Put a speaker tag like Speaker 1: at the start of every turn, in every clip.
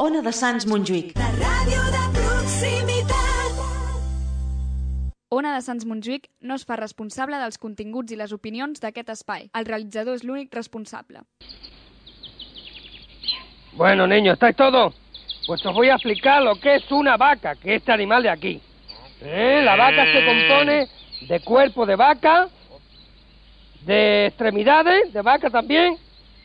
Speaker 1: Ona de Sants Montjuïc.
Speaker 2: La ràdio de proximitat.
Speaker 3: Ona de Sants Montjuïc no es fa responsable dels continguts i les opinions d'aquest espai. El realitzador és l'únic responsable.
Speaker 4: Bueno, niños, ¿estáis todos? Pues os voy a explicar lo que es una vaca, que es este animal de aquí. ¿Eh? La vaca se compone de cuerpo de vaca, de extremidades de vaca también,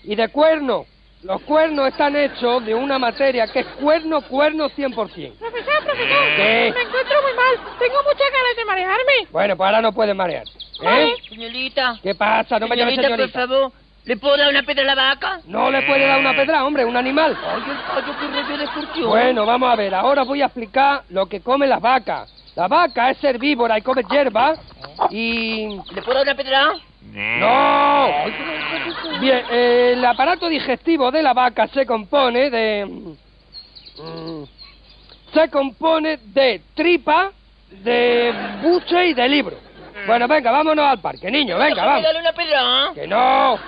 Speaker 4: y de cuerno. Los cuernos están hechos de una materia que es cuerno, cuerno 100%.
Speaker 5: Profesor, profesor,
Speaker 4: ¿Qué?
Speaker 5: me encuentro muy mal. Tengo muchas ganas de marearme.
Speaker 4: Bueno, pues ahora no puedes marear. ¿Eh?
Speaker 5: Vale.
Speaker 6: Señorita,
Speaker 4: ¿Qué pasa? No me llames
Speaker 6: señorita, por
Speaker 4: señorita.
Speaker 6: favor, ¿le puedo dar una pedra a la vaca?
Speaker 4: No le puede dar una pedra, hombre, un animal.
Speaker 6: Ay, el fallo que revela excursión.
Speaker 4: Bueno, vamos a ver, ahora voy a explicar lo que comen las vacas. La vaca es herbívora y come hierba y...
Speaker 6: ¿Le puedo dar una pedra?
Speaker 4: ¡No! Bien, eh, el aparato digestivo de la vaca se compone de... mm, Se compone de tripa, de buche y de libro. Bueno, venga, vámonos al parque, niño, venga,
Speaker 6: Déjame
Speaker 4: vamos.
Speaker 6: darle una pedra.
Speaker 4: Que no.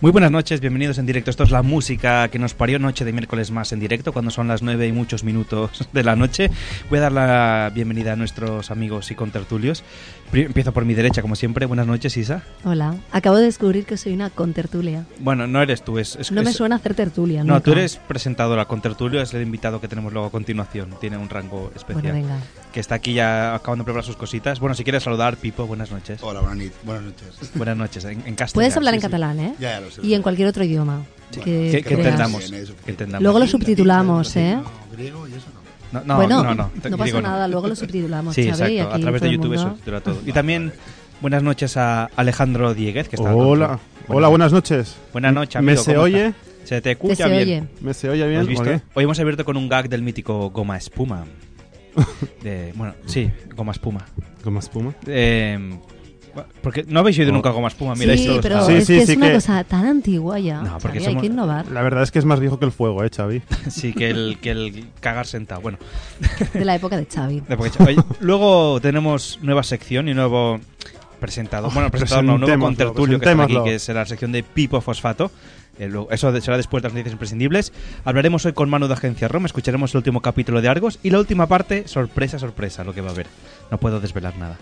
Speaker 7: Muy buenas noches, bienvenidos en directo. Esto es la música que nos parió noche de miércoles más en directo, cuando son las 9 y muchos minutos de la noche. Voy a dar la bienvenida a nuestros amigos y contertulios. Pri- Empiezo por mi derecha, como siempre. Buenas noches, Isa.
Speaker 8: Hola, acabo de descubrir que soy una contertulia.
Speaker 7: Bueno, no eres tú, es... es-
Speaker 8: No me
Speaker 7: es-
Speaker 8: suena hacer tertulia.
Speaker 7: No,
Speaker 8: nunca.
Speaker 7: tú eres presentadora, contertulio es el invitado que tenemos luego a continuación. Tiene un rango especial.
Speaker 8: Bueno, venga.
Speaker 7: Que está aquí ya acabando de preparar sus cositas. Bueno, si quieres saludar, Pipo, buenas noches.
Speaker 9: Hola, buenas nit- buenas noches.
Speaker 7: Buenas noches, en, en castellano.
Speaker 8: Puedes hablar
Speaker 7: sí,
Speaker 8: en
Speaker 7: sí.
Speaker 8: catalán, ¿eh?
Speaker 9: Ya, ya lo sé.
Speaker 8: Y en cualquier otro idioma.
Speaker 9: Bueno,
Speaker 8: que
Speaker 7: Que, que
Speaker 8: creas.
Speaker 7: entendamos.
Speaker 9: Bien, eso.
Speaker 7: que entendamos.
Speaker 8: Luego lo subtitulamos, ¿eh?
Speaker 9: No, griego y eso no.
Speaker 7: No, no,
Speaker 8: bueno,
Speaker 7: no, no,
Speaker 8: pasa
Speaker 7: griego no.
Speaker 8: nada, luego lo subtitulamos,
Speaker 7: Sí,
Speaker 8: Xavi,
Speaker 7: exacto. A
Speaker 8: aquí
Speaker 7: través
Speaker 8: todo
Speaker 7: de
Speaker 8: el
Speaker 7: YouTube se
Speaker 8: mundo.
Speaker 7: subtitula todo. Y también buenas noches a Alejandro Dieguez, que está. con
Speaker 10: Hola,
Speaker 7: nosotros.
Speaker 10: hola, Ah, buenas noches.
Speaker 7: Buenas noches,
Speaker 10: ¿Me
Speaker 7: amigo,
Speaker 10: se
Speaker 7: ¿cómo
Speaker 10: oye?
Speaker 7: está? Se te
Speaker 8: Te
Speaker 7: escucha
Speaker 8: se oye.
Speaker 7: bien.
Speaker 10: ¿Me se oye
Speaker 7: ¿Has
Speaker 10: bien?
Speaker 7: visto?
Speaker 10: ¿O qué?
Speaker 7: Hoy hemos abierto con un gag del mítico Goma Espuma. De- bueno, sí, Goma Espuma.
Speaker 10: ¿Con más espuma?
Speaker 7: Eh, porque no habéis oído
Speaker 10: Oh.
Speaker 7: nunca Goma Espuma, mira
Speaker 8: sí,
Speaker 7: esto.
Speaker 8: pero
Speaker 10: Sí,
Speaker 8: es
Speaker 10: sí,
Speaker 8: que es
Speaker 10: sí
Speaker 8: una
Speaker 10: que-
Speaker 8: cosa tan antigua ya.
Speaker 7: No, porque
Speaker 8: Xavi,
Speaker 7: somos-
Speaker 8: Hay que innovar.
Speaker 10: Ah, La verdad es que es más viejo que el fuego, ¿eh, Xavi?
Speaker 7: Sí, que el, que el cagar sentado. Bueno,
Speaker 8: De la época de Xavi.
Speaker 7: De Pocket Chat. Oye, luego tenemos nueva sección y nuevo presentador. Bueno, presentador, no, nuevo
Speaker 10: presentémoslo,
Speaker 7: contertulio que está aquí,
Speaker 10: presentémoslo.
Speaker 7: que será la sección de Pipo Fosfato. Eh, luego- Eso de- será después de las noticias imprescindibles. Hablaremos hoy con Manu de Agencia Rom, escucharemos el último capítulo de Argos y la última parte, sorpresa, sorpresa, lo que va a haber. No puedo desvelar nada.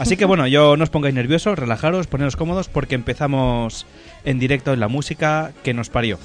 Speaker 7: Así que bueno, yo no os pongáis nerviosos, relajaros, poneros cómodos porque empezamos en directo en la música que nos parió.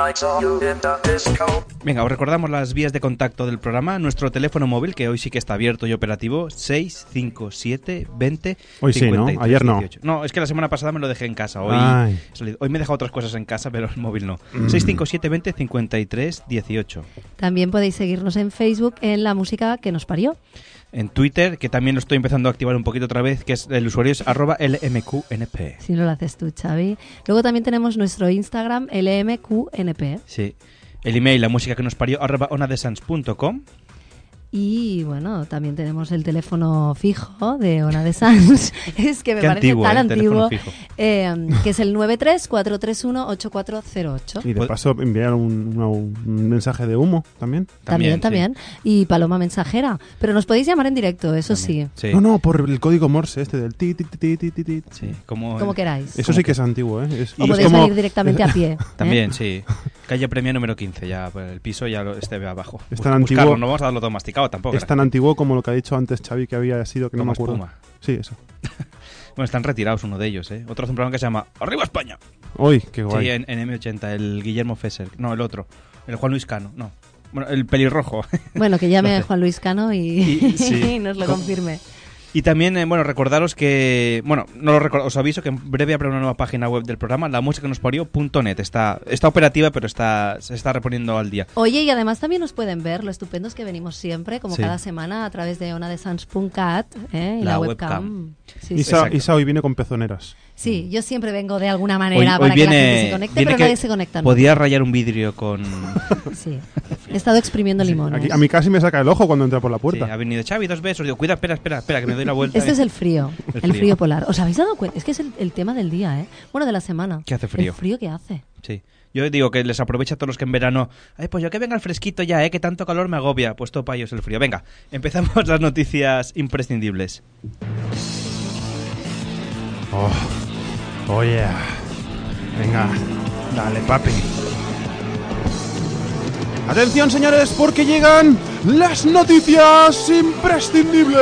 Speaker 11: I saw you in the disco.
Speaker 7: Venga, os recordamos las vías de contacto del programa. Nuestro teléfono móvil, que hoy sí que está abierto y operativo, 657 20
Speaker 10: Hoy sí, ¿no?
Speaker 7: 53
Speaker 10: Ayer no.
Speaker 7: 18. No, es que la semana pasada me lo dejé en casa. Hoy,
Speaker 10: Ay. Mm.
Speaker 7: he salido- hoy me he dejado otras cosas en casa, pero el móvil no. 657 20 53 18.
Speaker 8: También podéis seguirnos en Facebook en la música que nos parió.
Speaker 7: En Twitter, que también lo estoy empezando a activar un poquito otra vez, que es el usuario es arroba LMQNP.
Speaker 8: Si no lo haces tú, Xavi. Luego también tenemos nuestro Instagram, LMQNP.
Speaker 7: Sí. El email, la música que nos parió, arroba onadesans.com.
Speaker 8: Y bueno, también tenemos el teléfono fijo de Ona de Sans. es que me
Speaker 7: Qué
Speaker 8: parece
Speaker 7: antiguo,
Speaker 8: tan
Speaker 7: ¿eh? El teléfono
Speaker 8: antiguo.
Speaker 7: fijo.
Speaker 8: eh, que es el 934318408.
Speaker 10: Y de
Speaker 7: Pues-
Speaker 10: paso enviar un, una- un mensaje de humo también.
Speaker 8: También,
Speaker 7: también,
Speaker 8: también. Y Paloma Mensajera. Pero nos podéis llamar en directo, eso sí.
Speaker 7: Sí.
Speaker 10: No, no, por el código Morse este del ti, ti, ti, ti, ti, ti, ti.
Speaker 7: Sí, como,
Speaker 8: Como queráis.
Speaker 10: Eso sí que es antiguo, ¿eh? Es,
Speaker 8: O
Speaker 10: es
Speaker 8: podéis
Speaker 10: como-
Speaker 8: salir directamente a pie. ¿eh?
Speaker 7: También, sí. Calle Premia número 15, ya pues, el piso ya lo, este abajo.
Speaker 10: Es
Speaker 7: Bus-
Speaker 10: tan antiguo-
Speaker 7: buscarlo, no vamos a darlo todo masticado tampoco.
Speaker 10: Es tan antiguo como lo que ha dicho antes Xavi que había sido que no
Speaker 7: Como
Speaker 10: me acuerdo.
Speaker 7: espuma.
Speaker 10: Sí, eso.
Speaker 7: Bueno, están retirados uno de ellos, ¿eh? Otro hace un programa que se llama ¡Arriba España!
Speaker 10: Hoy, qué guay.
Speaker 7: Sí, eh, en, en M80, el Guillermo Fesser. No, el otro. El Juan Luis Cano, no. Bueno, el pelirrojo.
Speaker 8: Bueno, que
Speaker 7: Lo
Speaker 8: llame
Speaker 7: hace.
Speaker 8: Juan Luis Cano y,
Speaker 7: Y- sí.
Speaker 8: y nos lo
Speaker 7: Con-
Speaker 8: confirme.
Speaker 7: Y también, eh, bueno, recordaros que, bueno, no lo recor- os aviso que en breve habrá una nueva página web del programa, la música nos parió.net. Está, está operativa, pero está, se está reponiendo al día.
Speaker 8: Oye, y además también nos pueden ver lo estupendos que venimos siempre, como
Speaker 7: Sí.
Speaker 8: cada semana, a través de una de Sans.cat ¿eh? y
Speaker 7: La
Speaker 8: la,
Speaker 7: webcam.
Speaker 8: webcam. Sí, sí.
Speaker 10: Isa,
Speaker 7: Exacto.
Speaker 10: Isa hoy viene con pezoneras.
Speaker 8: Sí, yo siempre vengo de alguna manera para que la gente se conecte,
Speaker 7: Mm. viene
Speaker 8: pero
Speaker 7: que
Speaker 8: nadie se conecta. nunca.
Speaker 7: Podía rayar un vidrio con.
Speaker 8: Sí. He estado exprimiendo ¿eh? limones.
Speaker 10: Aquí- a mí casi me saca el ojo cuando entra por la
Speaker 7: Sí,
Speaker 10: puerta.
Speaker 7: ha venido Xavi dos besos. Digo, cuida, espera, espera, espera, que me doy la vuelta.
Speaker 8: Este es el frío,
Speaker 7: El
Speaker 8: el
Speaker 7: frío.
Speaker 8: frío. polar. ¿Os habéis dado cuenta? Es que es el, el tema del día, ¿eh? Bueno, de la semana.
Speaker 7: Que hace frío.
Speaker 8: El frío que hace.
Speaker 7: Sí. Yo digo que les aprovecha a todos los que en verano. Ay, pues yo que venga el fresquito ya, ¿eh? Que tanto calor me agobia. Pues topa ellos el frío. Venga, empezamos las noticias imprescindibles.
Speaker 10: Oh, oh, yeah. Venga, dale, papi. Atención, señores, porque llegan las noticias imprescindibles.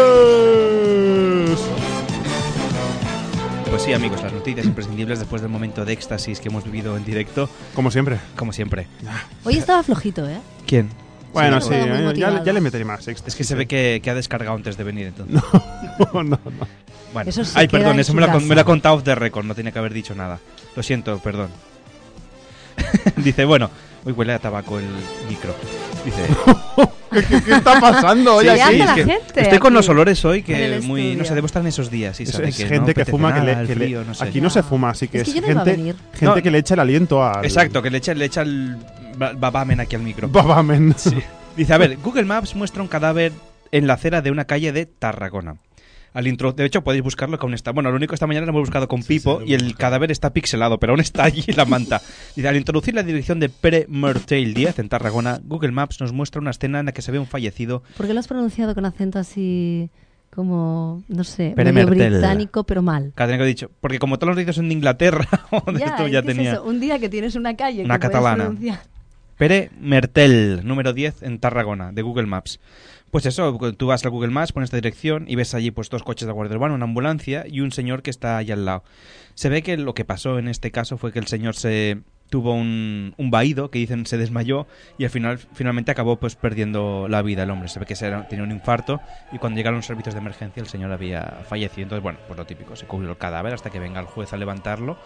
Speaker 7: Pues sí, amigos, las noticias imprescindibles después del momento de éxtasis que hemos vivido en directo,
Speaker 10: Como siempre.
Speaker 7: como siempre.
Speaker 8: Hoy estaba flojito, ¿eh?
Speaker 7: ¿Quién?
Speaker 10: Bueno,
Speaker 8: Sí,
Speaker 10: sí,
Speaker 8: estaba muy
Speaker 10: eh, ya, le-
Speaker 8: motivado.
Speaker 10: ya le meteré más. extra.
Speaker 7: Es que se ve que, que ha descargado antes de venir, entonces.
Speaker 10: No, no, no.
Speaker 7: Bueno.
Speaker 8: Eso se
Speaker 7: Ay,
Speaker 8: queda
Speaker 7: perdón,
Speaker 8: en
Speaker 7: eso
Speaker 8: su
Speaker 7: me lo, ha con-
Speaker 8: casa.
Speaker 7: me lo ha contado off the record, no tiene que haber dicho nada. Lo siento, perdón. Dice, bueno, hoy huele a tabaco el micro. Dice,
Speaker 10: ¿Qué, qué está pasando hoy
Speaker 8: Sí,
Speaker 10: aquí?
Speaker 8: hace
Speaker 7: es
Speaker 8: la
Speaker 7: que
Speaker 8: gente
Speaker 7: estoy con
Speaker 8: aquí,
Speaker 7: los olores hoy
Speaker 8: en
Speaker 7: que
Speaker 8: el
Speaker 7: muy no sé,
Speaker 8: estudio.
Speaker 7: debo estar en esos días. Y
Speaker 10: Es,
Speaker 7: sabe
Speaker 10: es
Speaker 7: que no
Speaker 10: gente que
Speaker 7: apetece
Speaker 10: fuma, que
Speaker 7: nada,
Speaker 10: le...
Speaker 7: el
Speaker 10: que le-
Speaker 7: frío, no sé.
Speaker 10: Aquí no se
Speaker 8: Ya.
Speaker 10: fuma, así que
Speaker 8: Es
Speaker 10: es,
Speaker 8: que yo no iba a
Speaker 10: gente,
Speaker 8: venir.
Speaker 10: gente
Speaker 7: No.
Speaker 10: que le echa el aliento al...
Speaker 7: Exacto, que le echa, le echa el ba- babamen aquí al micro.
Speaker 10: Babamen.
Speaker 7: Dice, a ver, Google Maps muestra un cadáver en la acera de una calle de Tarragona. Al intro, de hecho, podéis buscarlo que aún está. Bueno, lo único esta mañana lo hemos buscado con Pipo y el cadáver está pixelado, pero aún está allí la manta. Dice, al introducir la dirección de Pere Mertel 10 en Tarragona, Google Maps nos muestra una escena en la que se ve un fallecido.
Speaker 8: ¿Por qué lo has pronunciado con acento así como, no sé,
Speaker 7: Pere
Speaker 8: medio
Speaker 7: Mertel.
Speaker 8: británico, pero mal?
Speaker 7: Cada que he dicho, porque como todos los dichos son de Inglaterra, o de esto
Speaker 8: es
Speaker 7: ya
Speaker 8: que es
Speaker 7: tenía.
Speaker 8: eso, un día que tienes una calle
Speaker 7: Una
Speaker 8: que puedes
Speaker 7: catalana.
Speaker 8: pronunciar.
Speaker 7: Pere Mertel, número 10 en Tarragona, de Google Maps. Pues eso, tú vas a Google Maps, pones esta dirección y ves allí pues dos coches de guardia urbana, una ambulancia y un señor que está allá al lado. Se ve que lo que pasó en este caso fue que el señor se tuvo un, un vaído, que dicen se desmayó y al final finalmente acabó pues perdiendo la vida el hombre. Se ve que se era- tenía un infarto y cuando llegaron los servicios de emergencia el señor había fallecido. Entonces, bueno, pues lo típico, se cubrió el cadáver hasta que venga el juez a levantarlo,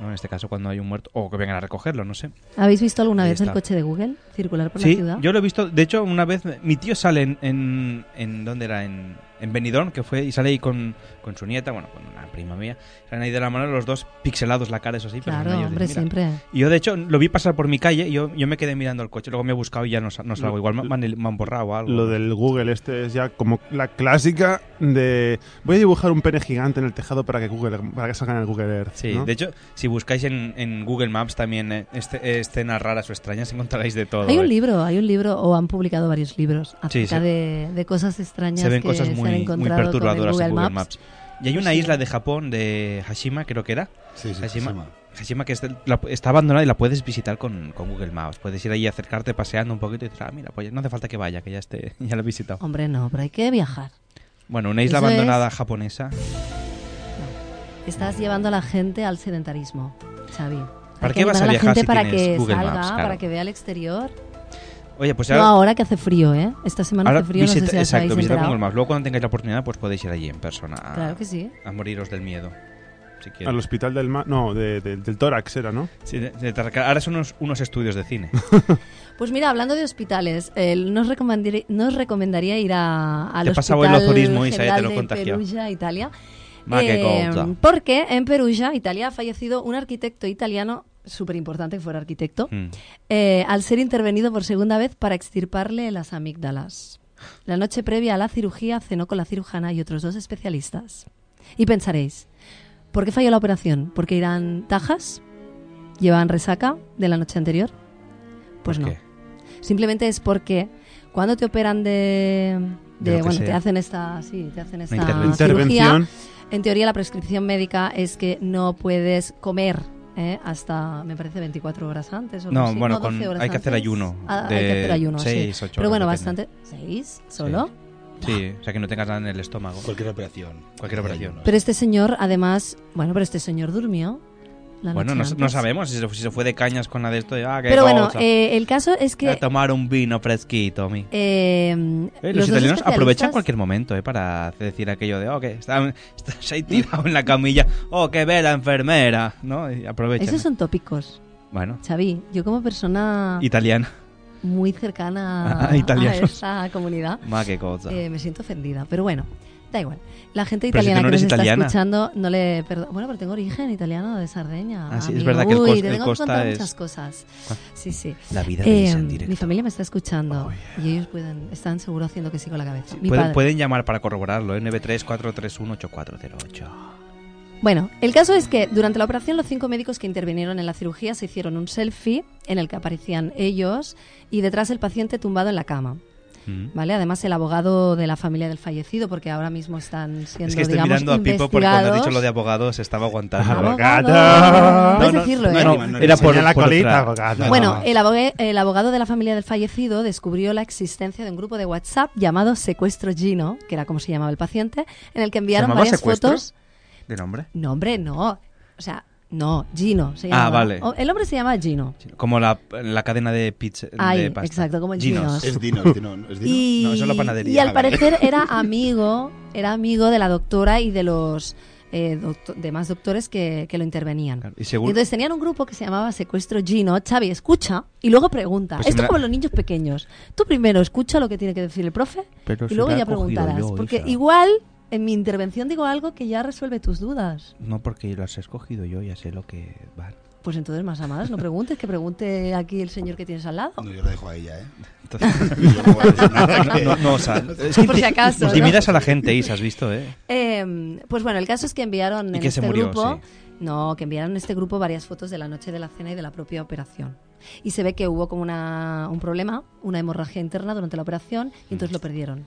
Speaker 7: ¿no? en este caso cuando hay un muerto, o que vengan a recogerlo, no sé.
Speaker 8: ¿Habéis visto alguna
Speaker 7: Ahí
Speaker 8: vez el
Speaker 7: está.
Speaker 8: coche de Google circular por la
Speaker 7: Sí,
Speaker 8: ciudad?
Speaker 7: yo lo he visto. De hecho, una vez mi tío sale en. en, en- ¿Dónde era? En, en Benidorm, que fue. Y sale ahí con, con su nieta, bueno, con una prima mía. Salen ahí de la mano los dos pixelados la cara, eso sí. pero
Speaker 8: claro,
Speaker 7: son ellos,
Speaker 8: hombre,
Speaker 7: mira.
Speaker 8: siempre.
Speaker 7: Y yo, de hecho, lo vi pasar por mi calle. Y yo, yo me quedé mirando el coche. Luego me he buscado y ya no, sa- no salgo.
Speaker 10: Lo-
Speaker 7: Igual me, me han- me han borrado o algo.
Speaker 10: Lo del Google este es ya como la clásica de voy a dibujar un pene gigante en el tejado para que Google para que salga en el Google Earth.
Speaker 7: Sí,
Speaker 10: ¿no?
Speaker 7: de hecho, eh, si buscáis en, en Google Maps también eh, este- eh, escenas raras o extrañas, encontraréis de todo.
Speaker 8: Hay un
Speaker 7: eh.
Speaker 8: libro, hay un libro, o han publicado varios libros acerca
Speaker 7: Sí, sí.
Speaker 8: De, de cosas extrañas
Speaker 7: se ven
Speaker 8: que
Speaker 7: cosas
Speaker 8: se han
Speaker 7: muy, muy
Speaker 8: encontrado
Speaker 7: perturbadoras
Speaker 8: con el
Speaker 7: en Google Maps. Y hay una
Speaker 8: Sí.
Speaker 7: isla de Japón, de Hashima, creo que era,
Speaker 9: Sí, sí,
Speaker 7: Así
Speaker 9: sí,
Speaker 7: ma-
Speaker 9: ma-
Speaker 7: Hashima que está, la- está abandonada y la puedes visitar con, con Google Maps. Puedes ir ahí, acercarte paseando un poquito y decir, ah, mira, pues no hace falta que vaya, que ya esté, ya la he visitado.
Speaker 8: Hombre, no, pero hay que viajar.
Speaker 7: Bueno, una isla
Speaker 8: Oh. Eso
Speaker 7: abandonada japonesa.
Speaker 8: Estás llevando a la gente al sedentarismo, Xavi. Hay
Speaker 7: ¿Para
Speaker 8: que
Speaker 7: qué vas
Speaker 8: animar
Speaker 7: a
Speaker 8: la
Speaker 7: viajar
Speaker 8: gente
Speaker 7: si
Speaker 8: para
Speaker 7: tienes
Speaker 8: que
Speaker 7: Google
Speaker 8: salga,
Speaker 7: Maps, claro.
Speaker 8: para que vea el exterior?
Speaker 7: Oye, pues
Speaker 8: No,
Speaker 7: ahora,
Speaker 8: ahora que hace frío, ¿eh? Esta semana
Speaker 7: ahora
Speaker 8: hace frío, no sé
Speaker 7: visita-
Speaker 8: si os
Speaker 7: exacto,
Speaker 8: habéis
Speaker 7: visita
Speaker 8: enterado.
Speaker 7: Congo el Mouse. Luego cuando tengáis la oportunidad, pues podéis ir allí en persona a,
Speaker 8: Claro que sí.
Speaker 7: a moriros del miedo. Si quieres.
Speaker 10: Al hospital del ma no, de- de- del tórax era, ¿no?
Speaker 7: Sí, de- de Tarracana. Ahora son unos, unos estudios de cine.
Speaker 8: Pues mira, hablando de hospitales, eh, nos, recomendaría, nos recomendaría ir a, al
Speaker 7: Te he pasado
Speaker 8: Hospital
Speaker 7: el ozorismo, Isa, ya te
Speaker 8: General
Speaker 7: lo he
Speaker 8: de
Speaker 7: contagiado.
Speaker 8: Perugia, Italia.
Speaker 7: Ma che
Speaker 8: Eh,
Speaker 7: cosa.
Speaker 8: porque en Perugia, Italia, ha fallecido un arquitecto italiano, súper importante que fuera arquitecto,
Speaker 7: Mm.
Speaker 8: eh, al ser intervenido por segunda vez para extirparle las amígdalas. La noche previa a la cirugía cenó con la cirujana y otros dos especialistas. Y pensaréis, ¿por qué falló la operación? ¿Porque irán tajas? ¿Llevan resaca de la noche anterior? Pues
Speaker 7: ¿Por
Speaker 8: no.
Speaker 7: qué?
Speaker 8: Simplemente es porque cuando te operan de,
Speaker 7: De
Speaker 8: de-
Speaker 7: lo que
Speaker 8: bueno,
Speaker 7: sea.
Speaker 8: te hacen esta, sí, te hacen esta
Speaker 7: intervención.
Speaker 10: Intervención.
Speaker 8: cirugía, en teoría la prescripción médica es que no puedes comer ¿eh? hasta me parece 24 horas antes o algo
Speaker 7: No,
Speaker 8: así.
Speaker 7: bueno,
Speaker 8: 12
Speaker 7: con-
Speaker 8: horas
Speaker 7: hay que hacer
Speaker 8: antes.
Speaker 7: ayuno
Speaker 8: Ah,
Speaker 7: de
Speaker 8: hay que hacer ayuno,
Speaker 7: seis,
Speaker 8: sí.
Speaker 7: ocho
Speaker 8: Pero bueno,
Speaker 7: horas, depende.
Speaker 8: bastante, seis solo.
Speaker 7: Sí, o sea que no tengas nada en el estómago.
Speaker 9: Cualquier operación.
Speaker 7: Cualquier operación.
Speaker 8: Pero este señor además, bueno, pero este señor durmió la
Speaker 7: Bueno,
Speaker 8: noche
Speaker 7: no, no
Speaker 8: antes.
Speaker 7: sabemos si se, si se fue de cañas con la de esto. Ah, qué
Speaker 8: Pero bueno,
Speaker 7: cosa.
Speaker 8: eh, el caso es que
Speaker 7: a tomar un vino fresquito, mi.
Speaker 8: eh,
Speaker 7: Eh,
Speaker 8: los
Speaker 7: los,
Speaker 8: dos
Speaker 7: italianos aprovechan
Speaker 8: especialistas-
Speaker 7: cualquier momento eh, para hacer decir aquello de, oh, que está, está- se ha tirado en la camilla, oh, que ve la enfermera, ¿no? Y aprovechan.
Speaker 8: Esos son Ah, tópicos.
Speaker 7: Bueno,
Speaker 8: Xavi, yo como persona
Speaker 7: italiana.
Speaker 8: muy cercana
Speaker 7: Ah, italianos.
Speaker 8: a esa comunidad,
Speaker 7: Ma, qué cosa.
Speaker 8: eh, me siento ofendida. Pero bueno, da igual. La gente
Speaker 7: Pero si
Speaker 8: italiana
Speaker 7: tú no
Speaker 8: que nos
Speaker 7: eres italiana.
Speaker 8: está escuchando no le perdo- Bueno, pero tengo origen italiano de Sardeña.
Speaker 7: Ah, sí, es
Speaker 8: amigo.
Speaker 7: verdad que el
Speaker 8: Uy,
Speaker 7: cos-
Speaker 8: te
Speaker 7: el
Speaker 8: tengo
Speaker 7: costa
Speaker 8: que contar
Speaker 7: es-
Speaker 8: muchas cosas.
Speaker 7: Ah.
Speaker 8: Sí, sí.
Speaker 7: la vida
Speaker 8: Eh,
Speaker 7: de Isa en
Speaker 8: mi
Speaker 7: directo. Oh,
Speaker 8: familia me está escuchando y ellos pueden, están seguro haciendo que sí con la cabeza. Mi
Speaker 7: Pueden,
Speaker 8: padre.
Speaker 7: pueden llamar para corroborarlo, ¿eh? 934318408.
Speaker 8: Bueno, el caso es que durante la operación los cinco médicos que intervinieron en la cirugía se hicieron un selfie en el que aparecían ellos y detrás el paciente tumbado en la cama.
Speaker 7: Mm.
Speaker 8: ¿Vale? Además, el abogado de la familia del fallecido, porque ahora mismo están siendo,
Speaker 7: Es que estoy
Speaker 8: digamos,
Speaker 7: mirando a Pipo porque cuando has dicho lo de
Speaker 8: investigados. Ah,
Speaker 7: abogado se estaba aguantando.
Speaker 10: Abogado.
Speaker 8: Abogado. Puedes
Speaker 7: No, no,
Speaker 8: decirlo,
Speaker 9: no,
Speaker 8: ¿eh?
Speaker 9: no,
Speaker 7: Era por,
Speaker 10: Enseña la
Speaker 7: por
Speaker 10: colita,
Speaker 7: otra.
Speaker 10: abogado.
Speaker 8: Bueno, eh, el abogue- el abogado de la familia del fallecido descubrió la existencia de un grupo de WhatsApp llamado Secuestro Gino, que era como se llamaba el paciente, en el que enviaron
Speaker 7: llamaba
Speaker 8: varias
Speaker 7: Secuestro?
Speaker 8: fotos.
Speaker 7: ¿De nombre?
Speaker 8: No, hombre, no. O sea, no, Gino se llama.
Speaker 7: Ah, vale.
Speaker 8: El hombre se llama Gino.
Speaker 7: Como la, la cadena de pizza. de
Speaker 8: Ay,
Speaker 7: pasta.
Speaker 8: exacto, como el
Speaker 7: Ginos.
Speaker 8: Ginos.
Speaker 9: Es Dino, es Dino. ¿no? ¿Es Dino?
Speaker 8: Y,
Speaker 7: No, eso es la panadería.
Speaker 8: y
Speaker 9: Ah,
Speaker 8: al
Speaker 9: vale.
Speaker 8: parecer era amigo, era amigo de la doctora y de los eh, docto- demás doctores que, que lo intervenían.
Speaker 7: Claro,
Speaker 8: Y
Speaker 7: Y según,
Speaker 8: entonces tenían un grupo que se llamaba Secuestro Gino. Xavi, escucha y luego pregunta.
Speaker 7: Pues si me
Speaker 8: Esto
Speaker 7: la-
Speaker 8: como los niños pequeños. Tú primero escucha lo que tiene que decir el profe
Speaker 7: Pero
Speaker 8: y
Speaker 7: si
Speaker 8: luego
Speaker 7: la he
Speaker 8: ya
Speaker 7: cogido
Speaker 8: preguntarás.
Speaker 7: yo,
Speaker 8: porque
Speaker 7: Isa.
Speaker 8: igual en mi intervención digo algo que ya resuelve tus dudas.
Speaker 7: No, porque las he escogido yo, ya sé lo que van.
Speaker 8: Pues entonces, más amadas, no preguntes, que pregunte aquí el señor que tienes al lado.
Speaker 9: No, yo lo dejo a ella, ¿eh?
Speaker 7: Entonces,
Speaker 9: Yo no voy a decir nada que-
Speaker 7: no, no, o sea, es que
Speaker 8: Por si acaso, ¿no?
Speaker 7: intimidas a la gente, Isa, has visto, ¿eh?
Speaker 8: Eh, pues bueno, el caso es que enviaron
Speaker 7: Y
Speaker 8: en
Speaker 7: que se
Speaker 8: este
Speaker 7: murió,
Speaker 8: grupo,
Speaker 7: sí.
Speaker 8: no, que enviaron en este grupo varias fotos de la noche de la cena y de la propia operación. Y se ve que hubo como una, un problema, una hemorragia interna durante la operación y entonces lo perdieron.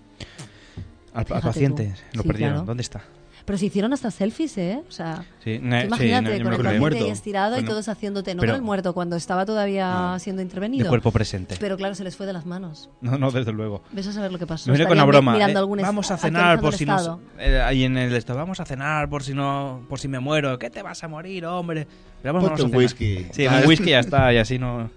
Speaker 7: Al, al
Speaker 8: Fíjate
Speaker 7: paciente
Speaker 8: tú.
Speaker 7: Mm. lo
Speaker 8: Sí,
Speaker 7: perdieron.
Speaker 8: claro.
Speaker 7: ¿Dónde está?
Speaker 8: Pero se hicieron hasta selfies, ¿eh? O sea,
Speaker 7: Sí,
Speaker 8: tú
Speaker 7: ne- sí,
Speaker 8: imagínate
Speaker 7: no, yo me lo
Speaker 8: con el
Speaker 7: creo.
Speaker 8: paciente
Speaker 9: Muerto.
Speaker 8: ahí estirado y
Speaker 7: Bueno,
Speaker 8: todos haciéndote no
Speaker 7: pero-
Speaker 8: con el muerto cuando estaba todavía
Speaker 9: No.
Speaker 8: siendo
Speaker 7: De
Speaker 8: intervenido.
Speaker 7: cuerpo presente.
Speaker 8: Pero claro, se les fue de las manos.
Speaker 7: No, no, desde luego.
Speaker 8: Ves a saber lo que pasó.
Speaker 7: Me viene con
Speaker 8: Estarían
Speaker 7: una
Speaker 8: mi-
Speaker 7: broma.
Speaker 8: mirando
Speaker 7: eh,
Speaker 8: algún est-
Speaker 7: vamos a cenar por
Speaker 8: actualizando
Speaker 7: si
Speaker 8: el
Speaker 7: no.
Speaker 8: estado.
Speaker 7: eh, ahí en el esto, vamos a cenar por si no, por si me muero. ¿Qué te vas a morir, hombre? Pero vámonos
Speaker 9: Ponte
Speaker 7: a
Speaker 9: un
Speaker 7: cenar.
Speaker 9: whisky.
Speaker 7: Sí, un whisky ya está, y así no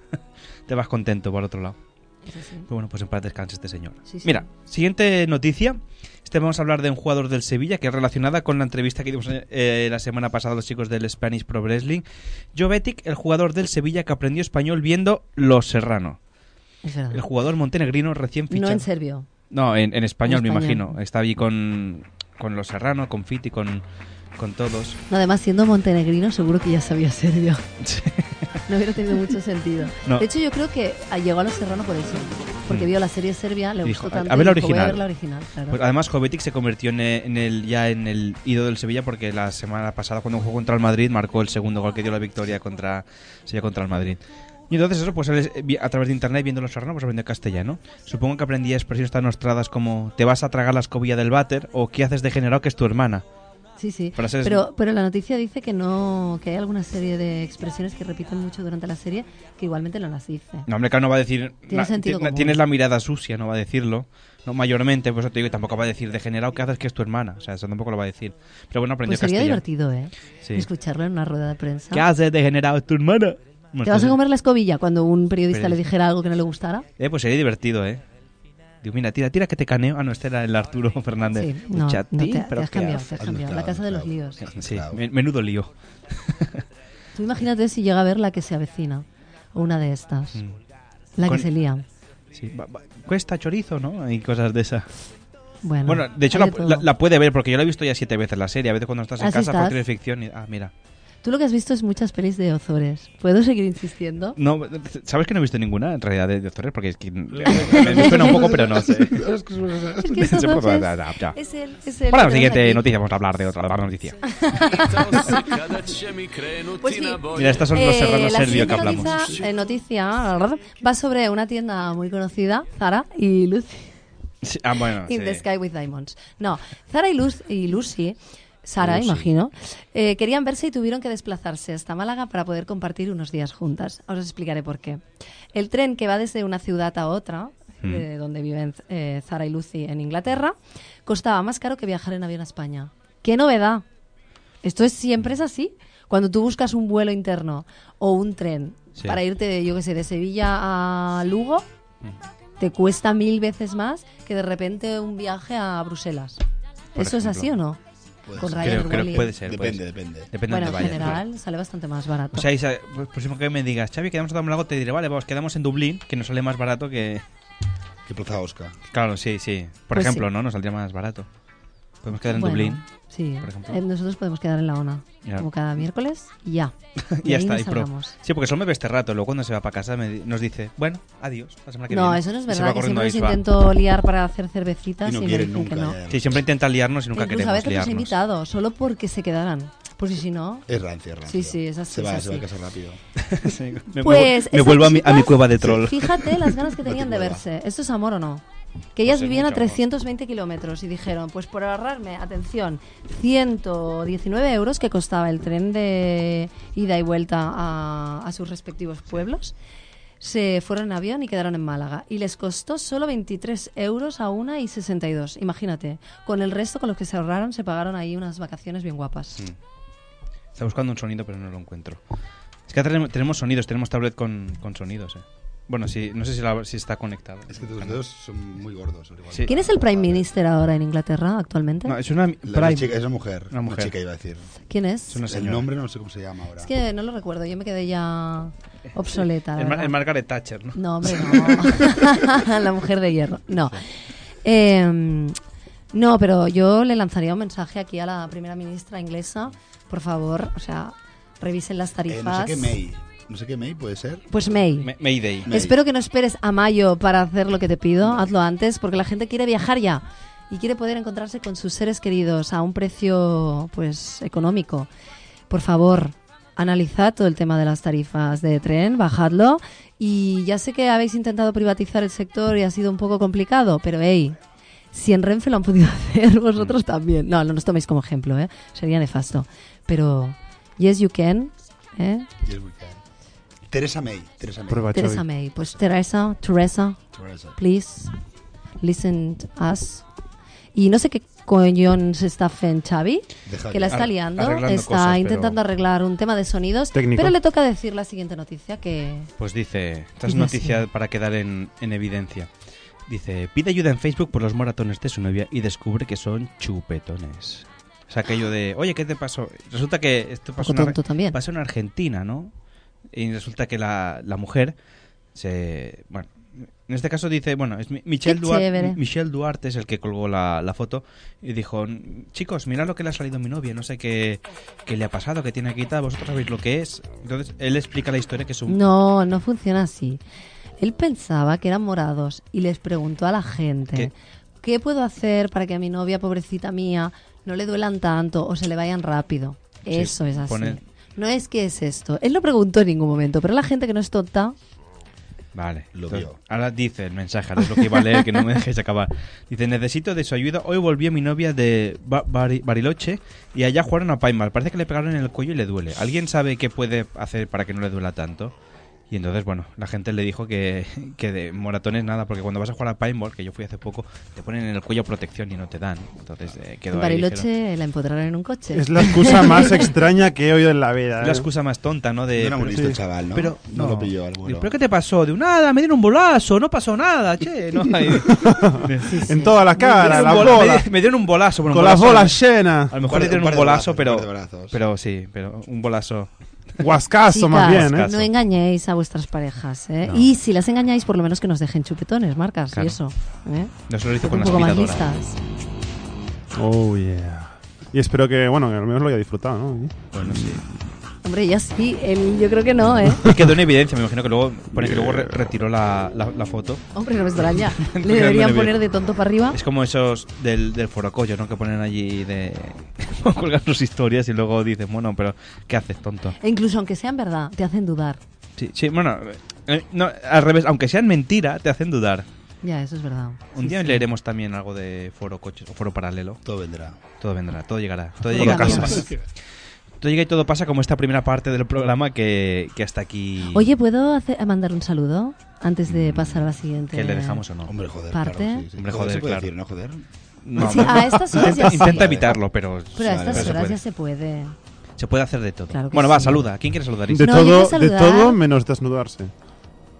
Speaker 7: te vas contento por otro lado.
Speaker 8: Sí, sí.
Speaker 7: Pero bueno, pues en paz descanse este señor.
Speaker 8: Sí, sí.
Speaker 7: Mira, siguiente noticia. Este vamos a hablar de un jugador del Sevilla que es relacionada con la entrevista que dimos eh, la semana pasada a los chicos del Spanish Pro Wrestling. Jovetic, el jugador del Sevilla que aprendió español viendo Los Serrano.
Speaker 8: Es verdad.
Speaker 7: El jugador montenegrino recién fichado.
Speaker 8: No en serbio.
Speaker 7: No, en, en español,
Speaker 8: En
Speaker 7: me
Speaker 8: español.
Speaker 7: imagino. Está allí con, con Los Serrano, con Fiti, con, con todos.
Speaker 8: No, además, siendo montenegrino, seguro que ya sabía serbio.
Speaker 7: Sí.
Speaker 8: No hubiera tenido mucho sentido.
Speaker 7: No.
Speaker 8: De hecho, yo creo que llegó a los Serrano por eso. Porque
Speaker 7: Mm.
Speaker 8: vio la serie serbia, le
Speaker 7: Dijo,
Speaker 8: gustó
Speaker 7: "A-
Speaker 8: tanto.
Speaker 7: a ver la
Speaker 8: y dijo, "Voy
Speaker 7: original".
Speaker 8: ver la original, claro.
Speaker 7: Pues además, Jovetic se convirtió en, eh, en el, ya en el ídolo del Sevilla porque la semana pasada, cuando jugó contra el Madrid, marcó el segundo gol que dio la victoria contra Sevilla contra el Madrid. Y entonces eso, pues él es, eh, vi- a través de internet, viendo los serranos, pues aprendió castellano. Supongo que aprendía expresiones tan nostradas como te vas a tragar la escobilla del váter o qué haces de generado que es tu hermana.
Speaker 8: sí, sí.
Speaker 7: frases-
Speaker 8: Pero, pero la noticia dice que no que hay alguna serie de expresiones que repiten mucho durante la serie que igualmente no las dice.
Speaker 7: No, hombre, claro, no va a decir...
Speaker 8: Tiene
Speaker 7: na-
Speaker 8: sentido
Speaker 7: ti- na-
Speaker 8: común.
Speaker 7: tienes la mirada sucia, no va a decirlo. No, mayormente, pues eso te digo, y tampoco va a decir degenerado que haces que es tu hermana. O sea, eso tampoco lo va a decir. Pero bueno, aprendió
Speaker 8: Pues sería
Speaker 7: castellano.
Speaker 8: divertido, ¿eh?
Speaker 7: Sí.
Speaker 8: Escucharlo en una rueda de prensa.
Speaker 7: ¿Qué haces degenerado es tu hermana? Bueno,
Speaker 8: ¿Te vas a
Speaker 7: entonces-
Speaker 8: comer la escobilla cuando un periodista
Speaker 7: Pero-
Speaker 8: le dijera algo que no le gustara?
Speaker 7: Eh, pues sería divertido, ¿eh? Digo, mira, tira, tira que te caneo. Ah, no, este era el Arturo Fernández.
Speaker 8: Sí, no, no,
Speaker 7: Chatín,
Speaker 8: te, te
Speaker 7: pero
Speaker 8: has
Speaker 7: ¿qué
Speaker 8: cambiado,
Speaker 7: haces?
Speaker 8: te has cambiado. La casa de los líos.
Speaker 7: Sí, me- menudo lío.
Speaker 8: Tú imagínate si llega a ver la que se avecina, o una de estas,
Speaker 7: Mm.
Speaker 8: la
Speaker 7: Con-
Speaker 8: que se lía.
Speaker 7: Sí, va- va- cuesta chorizo, ¿no? Y cosas de esas.
Speaker 8: Bueno,
Speaker 7: Bueno, de hecho
Speaker 8: hay
Speaker 7: la,
Speaker 8: todo.
Speaker 7: la- la puede ver porque yo la he visto ya siete veces la serie. A veces cuando estás en
Speaker 8: Así
Speaker 7: casa por
Speaker 8: estás.
Speaker 7: tele ficción y... Ah, mira.
Speaker 8: Tú lo que has visto es muchas pelis de Ozores. ¿Puedo seguir insistiendo?
Speaker 7: No, ¿sabes que no he visto ninguna en realidad de, de Torres? Porque es que... Me suena un poco, pero no sé.
Speaker 8: Es que estos
Speaker 7: Se puede-
Speaker 8: Ozores
Speaker 7: da- da- da.
Speaker 8: es el- es el
Speaker 7: Para la
Speaker 8: que tenemos
Speaker 7: siguiente
Speaker 8: aquí.
Speaker 7: noticia vamos a hablar de otra otra noticia.
Speaker 8: Pues sí.
Speaker 7: Mira, estas son los
Speaker 8: Eh,
Speaker 7: serranos
Speaker 8: la
Speaker 7: serbios que
Speaker 8: siguiente
Speaker 7: hablamos.
Speaker 8: Noticia, eh, noticia, va sobre una tienda muy conocida, Zara y Lucy
Speaker 7: Sí, ah, bueno.
Speaker 8: in
Speaker 7: sí.
Speaker 8: the Sky with Diamonds. No, Zara y, Luz, y Lucy, Sara,
Speaker 9: Lucy.
Speaker 8: imagino, eh, querían verse y tuvieron que desplazarse hasta Málaga para poder compartir unos días juntas. Ahora os explicaré por qué. El tren que va desde una ciudad a otra,
Speaker 7: Mm.
Speaker 8: de donde viven eh, Zara y Lucy en Inglaterra, costaba más caro que viajar en avión a España. ¡Qué novedad! Esto es siempre es así. Cuando tú buscas un vuelo interno o un tren
Speaker 7: Sí.
Speaker 8: para irte, yo qué sé, de Sevilla a Lugo, te cuesta mil veces más que de repente un viaje a Bruselas.
Speaker 7: Por
Speaker 8: ¿Eso
Speaker 7: ejemplo.
Speaker 8: es
Speaker 7: Pues
Speaker 8: así o no?
Speaker 9: Puede
Speaker 8: Con
Speaker 9: ser.
Speaker 8: Ryan
Speaker 7: Creo, creo
Speaker 8: Gosling.
Speaker 7: que puede ser. puede
Speaker 9: Depende,
Speaker 7: ser.
Speaker 9: depende.
Speaker 7: Depende de
Speaker 8: Bueno, en
Speaker 7: dónde vayas.
Speaker 8: general sale bastante más barato.
Speaker 7: O sea, Isa, pues, próximo que me digas, Xavi, quedamos a lago, te diré, vale, vamos, quedamos en Dublín, que nos sale más barato que...
Speaker 9: ¿Qué plaza Oscar?
Speaker 7: Claro, sí, sí. Por
Speaker 8: Pues
Speaker 7: ejemplo,
Speaker 8: sí.
Speaker 7: ¿no? Nos saldría más barato. Podemos quedar en
Speaker 8: Bueno,
Speaker 7: Dublín.
Speaker 8: Sí,
Speaker 7: por ejemplo.
Speaker 8: Eh, nosotros podemos quedar en la ONA,
Speaker 7: Ya.
Speaker 8: como cada miércoles, y ya.
Speaker 7: Y ya
Speaker 8: ahí
Speaker 7: está,
Speaker 8: nos
Speaker 7: y pro.
Speaker 8: hablamos.
Speaker 7: Sí, porque solo me ve este rato. Luego cuando se va para casa me di- nos dice, bueno, adiós, la semana que
Speaker 8: No,
Speaker 7: viene.
Speaker 8: eso no es
Speaker 7: Y se
Speaker 8: verdad,
Speaker 7: va
Speaker 8: que
Speaker 7: corriendo a
Speaker 8: siempre nos
Speaker 7: Isba.
Speaker 8: intento liar para hacer cervecitas
Speaker 9: Y
Speaker 8: y,
Speaker 9: no
Speaker 8: me
Speaker 9: quieren
Speaker 8: dicen
Speaker 9: nunca.
Speaker 8: que no.
Speaker 9: ya, ya.
Speaker 7: Sí, siempre intenta liarnos y nunca
Speaker 8: Incluso a
Speaker 7: queremos
Speaker 8: veces los he
Speaker 7: liarnos.
Speaker 8: invitado, solo porque se quedaran. Pues si no,
Speaker 9: Es rancia, es rancia.
Speaker 8: Sí, sí, es así,
Speaker 9: Se va,
Speaker 8: es
Speaker 9: se va a
Speaker 8: así.
Speaker 9: casa rápido.
Speaker 7: Sí, me- me,
Speaker 8: Pues
Speaker 7: me
Speaker 8: estas
Speaker 7: vuelvo a mi, a mi
Speaker 8: chicas,
Speaker 7: cueva de troll.
Speaker 8: Fíjate las ganas que
Speaker 9: No te
Speaker 8: tenían de
Speaker 9: muevas.
Speaker 8: verse. ¿Esto es amor o no? Que ellas
Speaker 7: Pues es
Speaker 8: vivían a
Speaker 7: mucho amor.
Speaker 8: 320 kilómetros y dijeron, pues por ahorrarme, atención, 119 euros que costaba el tren de ida y vuelta a, a sus respectivos pueblos, se fueron en avión y quedaron en Málaga. Y les costó solo 23 euros a una y 62, imagínate. Con el resto, con los que se ahorraron, se pagaron ahí unas vacaciones bien guapas.
Speaker 7: Mm. Está buscando un sonido, pero no lo encuentro. Es que tenemos, tenemos sonidos, tenemos tablet con, con sonidos, eh. Bueno, sí, no sé si, la- si está conectado.
Speaker 9: Es que tus dedos son muy gordos. al igual.
Speaker 7: Sí.
Speaker 8: ¿Quién es el Prime Minister ahora en Inglaterra actualmente?
Speaker 7: No, es una
Speaker 9: La-
Speaker 7: Prime.
Speaker 9: La chica, es una mujer.
Speaker 7: Una mujer.
Speaker 9: Una chica iba a decir.
Speaker 8: ¿Quién es?
Speaker 7: Es una
Speaker 9: El
Speaker 7: señora.
Speaker 9: nombre no sé cómo se llama ahora.
Speaker 8: Es que no lo recuerdo, yo me quedé ya obsoleta. la
Speaker 7: El, Mar-
Speaker 8: verdad.
Speaker 7: el Margaret Thatcher, ¿no?
Speaker 8: No, hombre, no. la mujer de hierro. No. Eh, no, pero yo le lanzaría un mensaje aquí a la primera ministra inglesa. Por favor, o sea, revisen las
Speaker 9: Eh,
Speaker 8: tarifas.
Speaker 9: no sé qué May. No sé qué May puede ser.
Speaker 8: Pues May.
Speaker 7: Me- Mayday.
Speaker 9: May.
Speaker 8: Espero que no esperes a mayo para hacer lo que te pido. Hazlo antes, porque la gente quiere viajar ya y quiere poder encontrarse con sus seres queridos a un precio, pues, económico. Por favor, analizad todo el tema de las tarifas de tren, bajadlo. Y ya sé que habéis intentado privatizar el sector y ha sido un poco complicado, pero hey, si en Renfe lo han podido hacer, vosotros también. No, no nos toméis como ejemplo, ¿eh? sería nefasto. Pero, yes, you can. ¿eh?
Speaker 9: Yes, we can. Teresa May. Teresa May.
Speaker 10: Prueba,
Speaker 8: Teresa
Speaker 10: Xavi.
Speaker 8: May, pues Teresa, Teresa,
Speaker 9: Teresa.
Speaker 8: please listen to us. Y no sé qué coño se está fent Xavi,
Speaker 9: Deja
Speaker 8: que la
Speaker 9: que-
Speaker 8: está
Speaker 7: Ar-
Speaker 8: liando,
Speaker 7: arreglando
Speaker 8: está
Speaker 7: cosas, pero-
Speaker 8: intentando arreglar un tema de sonidos,
Speaker 10: Técnico.
Speaker 8: pero le toca decir la siguiente noticia que
Speaker 7: Pues dice, esta es
Speaker 8: Dice
Speaker 7: noticia
Speaker 8: así.
Speaker 7: para quedar en, en evidencia. Dice, pide ayuda en Facebook por los moratones de su novia y descubre que son chupetones. O sea, aquello de, oye, ¿qué te pasó? Resulta que esto pasó,
Speaker 8: poco
Speaker 7: en Ar-
Speaker 8: tonto también.
Speaker 7: pasó en Argentina, ¿no? Y resulta que la, la mujer se... Bueno, en este caso dice, bueno, es Mi- Michelle,
Speaker 8: Qué
Speaker 7: Duarte,
Speaker 8: chévere.
Speaker 7: Michelle Duarte es el que colgó la, la foto y dijo, chicos, mirad lo que le ha salido a mi novia, no sé qué, qué le ha pasado, qué tiene aquí y tal, vosotros sabéis lo que es. Entonces, él explica la historia que es un...
Speaker 8: No, no funciona así. Él pensaba que eran morados y les preguntó a la gente,
Speaker 7: ¿Qué?
Speaker 8: ¿qué, puedo hacer para que a mi novia, pobrecita mía, no le duelan tanto o se le vayan rápido?
Speaker 7: Sí,
Speaker 8: Eso es así.
Speaker 7: pone-
Speaker 8: No es que es esto. Él no preguntó en ningún momento, pero la gente que no es tonta
Speaker 7: Vale.
Speaker 9: Lo
Speaker 7: Entonces,
Speaker 9: vio.
Speaker 7: Ahora dice el mensaje, ahora es lo que iba a leer, que no me dejéis acabar. Dice, necesito de su ayuda. Hoy volvió mi novia de Ba- Bari- Bariloche y allá jugaron a paintball. Parece que le pegaron en el cuello y le duele. ¿Alguien sabe qué puede hacer para que no le duela tanto? Y entonces, bueno, la gente le dijo que, que de moratones nada, porque cuando vas a jugar a paintball, que yo fui hace poco, te ponen en el cuello protección y no te dan. Entonces eh, quedó
Speaker 8: En
Speaker 7: ahí, dijeron,
Speaker 8: Bariloche la empotraron en un coche.
Speaker 10: Es la excusa más extraña que he oído en la vida.
Speaker 7: la
Speaker 10: ¿eh?
Speaker 7: excusa más tonta, ¿no? De,
Speaker 9: No era muy
Speaker 7: pero-
Speaker 9: listo el chaval, ¿no?
Speaker 7: Pero,
Speaker 9: No lo pilló al vuelo.
Speaker 7: ¿Pero qué te pasó? De un nada, me dieron un bolazo, no pasó nada, che. No, ahí-
Speaker 10: En toda la
Speaker 7: me,
Speaker 10: cara,
Speaker 7: dieron
Speaker 10: la
Speaker 7: un bola-
Speaker 10: bola.
Speaker 7: me di- me dieron un bolazo. bueno, un
Speaker 10: Con las
Speaker 7: bolazo-
Speaker 10: bolas llenas.
Speaker 7: A lo mejor
Speaker 9: Un par de-
Speaker 7: le dieron
Speaker 9: un
Speaker 7: un,
Speaker 9: par de
Speaker 7: bolazo,
Speaker 9: brazos,
Speaker 7: pero,
Speaker 9: un par de brazos.
Speaker 7: pero sí, pero un bolazo.
Speaker 10: Guascazo,
Speaker 8: Chicas,
Speaker 10: más bien, ¿eh?
Speaker 7: Guascazo.
Speaker 8: no engañéis a vuestras parejas, ¿eh?
Speaker 7: No.
Speaker 8: Y si las engañáis, por lo menos que nos dejen chupetones, marcas
Speaker 7: Claro.
Speaker 8: y eso. ¿eh?
Speaker 7: No se lo hizo con
Speaker 8: un
Speaker 7: la
Speaker 8: poco más
Speaker 7: aspiradora.
Speaker 8: listas.
Speaker 10: Oh, yeah. Y espero que, bueno, que al menos lo haya disfrutado, ¿no?
Speaker 7: Bueno, sí.
Speaker 8: Hombre, ya sí, él yo creo que no, ¿eh?
Speaker 7: Quedó en evidencia, me imagino que luego, pone que luego re- retiró la, la- la foto.
Speaker 8: Hombre, no me extraña.
Speaker 7: Quedando
Speaker 8: Le deberían
Speaker 7: bien.
Speaker 8: poner de tonto para arriba.
Speaker 7: Es como esos del, del forocollo, ¿no? Que ponen allí de... colgan sus historias y luego dicen, bueno, pero ¿qué haces, tonto?
Speaker 8: E incluso aunque sean verdad, te hacen dudar.
Speaker 7: Sí, sí, bueno, eh, no, al revés, aunque sean mentira, te hacen dudar.
Speaker 8: Ya, eso es verdad.
Speaker 7: Un
Speaker 8: Sí,
Speaker 7: día
Speaker 8: sí.
Speaker 7: leeremos también algo de foro coches o foro paralelo.
Speaker 9: Todo vendrá.
Speaker 7: Todo vendrá, todo llegará. Todo
Speaker 8: Todo
Speaker 7: llega y todo
Speaker 8: cambiará.
Speaker 7: pasa. Todo llega y todo pasa como esta primera parte del programa que, que hasta aquí...
Speaker 8: Oye, ¿puedo hacer- mandar un saludo antes de pasar a la siguiente?
Speaker 7: Mm, que le dejamos o no.
Speaker 9: Hombre, joder.
Speaker 8: Parte.
Speaker 9: Claro, sí, sí.
Speaker 7: Hombre,
Speaker 9: Joder,
Speaker 7: joder,
Speaker 9: se puede
Speaker 7: claro.
Speaker 9: decir, ¿no? Joder.
Speaker 7: No,
Speaker 8: Sí,
Speaker 7: hombre.
Speaker 8: a estas horas
Speaker 7: intenta,
Speaker 8: ya sí.
Speaker 7: intenta evitarlo, pero,
Speaker 8: Pero a estas
Speaker 7: pero se
Speaker 8: horas
Speaker 7: puede. Pues
Speaker 8: ya se puede.
Speaker 7: Se puede hacer de todo.
Speaker 8: Claro que
Speaker 7: bueno, va,
Speaker 8: sí.
Speaker 7: saluda. ¿Quién quiere saludar? Isa?
Speaker 10: De,
Speaker 8: No, yo
Speaker 10: todo,
Speaker 8: quiero
Speaker 10: de
Speaker 8: saludar.
Speaker 10: todo menos desnudarse.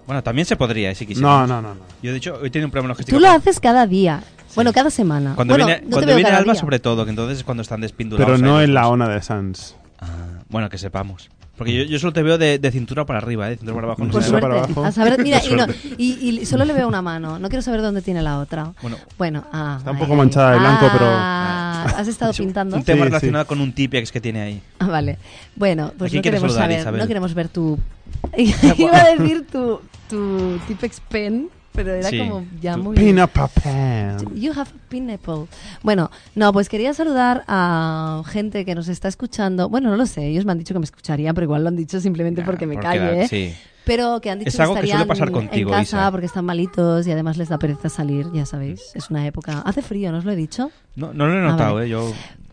Speaker 7: Bueno, también se podría, eh, si quisiera.
Speaker 10: No, no, no. no.
Speaker 7: Yo, de hecho, hoy tiene un problema logístico.
Speaker 8: Tú lo haces cada día. Bueno, cada semana.
Speaker 7: Cuando
Speaker 8: Bueno,
Speaker 7: viene,
Speaker 8: no te
Speaker 7: cuando
Speaker 8: veo
Speaker 7: viene
Speaker 8: cada
Speaker 7: Alba,
Speaker 8: día.
Speaker 7: sobre todo, que entonces es cuando están despindulados.
Speaker 10: Pero no
Speaker 7: ahí.
Speaker 10: en la ona de Sans.
Speaker 7: Ah, bueno, que sepamos. Porque yo, yo solo te veo de, de cintura para arriba, ¿eh? de cintura para abajo. No
Speaker 8: Por
Speaker 10: Pues
Speaker 7: sé.
Speaker 10: Mira, para
Speaker 8: suerte.
Speaker 10: abajo.
Speaker 8: A saber, mira,
Speaker 7: Por
Speaker 8: y, no-
Speaker 7: suerte.
Speaker 8: y- y solo le veo una mano. No quiero saber dónde tiene la otra.
Speaker 7: Bueno,
Speaker 8: Bueno, ah.
Speaker 10: Está un poco manchada de blanco, pero-
Speaker 8: Ah, Has estado pintando.
Speaker 7: un tema
Speaker 10: Sí,
Speaker 7: relacionado con un tipex que tiene ahí.
Speaker 8: Ah, vale. Bueno,
Speaker 7: ¿A
Speaker 8: pues
Speaker 7: quién
Speaker 8: no
Speaker 7: quieres
Speaker 8: queremos
Speaker 7: saludar,
Speaker 8: saber.
Speaker 7: Isabel?
Speaker 8: No queremos ver tu. Iba a decir tu, tu Tipex pen, pero era
Speaker 7: Sí.
Speaker 8: como ya
Speaker 7: Tu
Speaker 8: muy.
Speaker 10: Pina papel.
Speaker 8: You have a pineapple. Bueno, no, pues quería saludar a gente que nos está escuchando. Bueno, no lo sé, ellos me han dicho que me escucharían, pero igual lo han dicho simplemente
Speaker 7: Nah,
Speaker 8: porque me
Speaker 7: porque
Speaker 8: calle.
Speaker 7: la-
Speaker 8: ¿eh?
Speaker 7: sí.
Speaker 8: Pero que han dicho
Speaker 7: Es algo que suele
Speaker 8: estarían
Speaker 7: pasar contigo,
Speaker 8: en casa
Speaker 7: Isa.
Speaker 8: porque están malitos y además les da pereza salir, ya sabéis. Es una época. Hace frío, ¿no os lo he dicho?
Speaker 7: No, no lo he notado,
Speaker 8: Ah, vale.
Speaker 7: ¿eh? Yo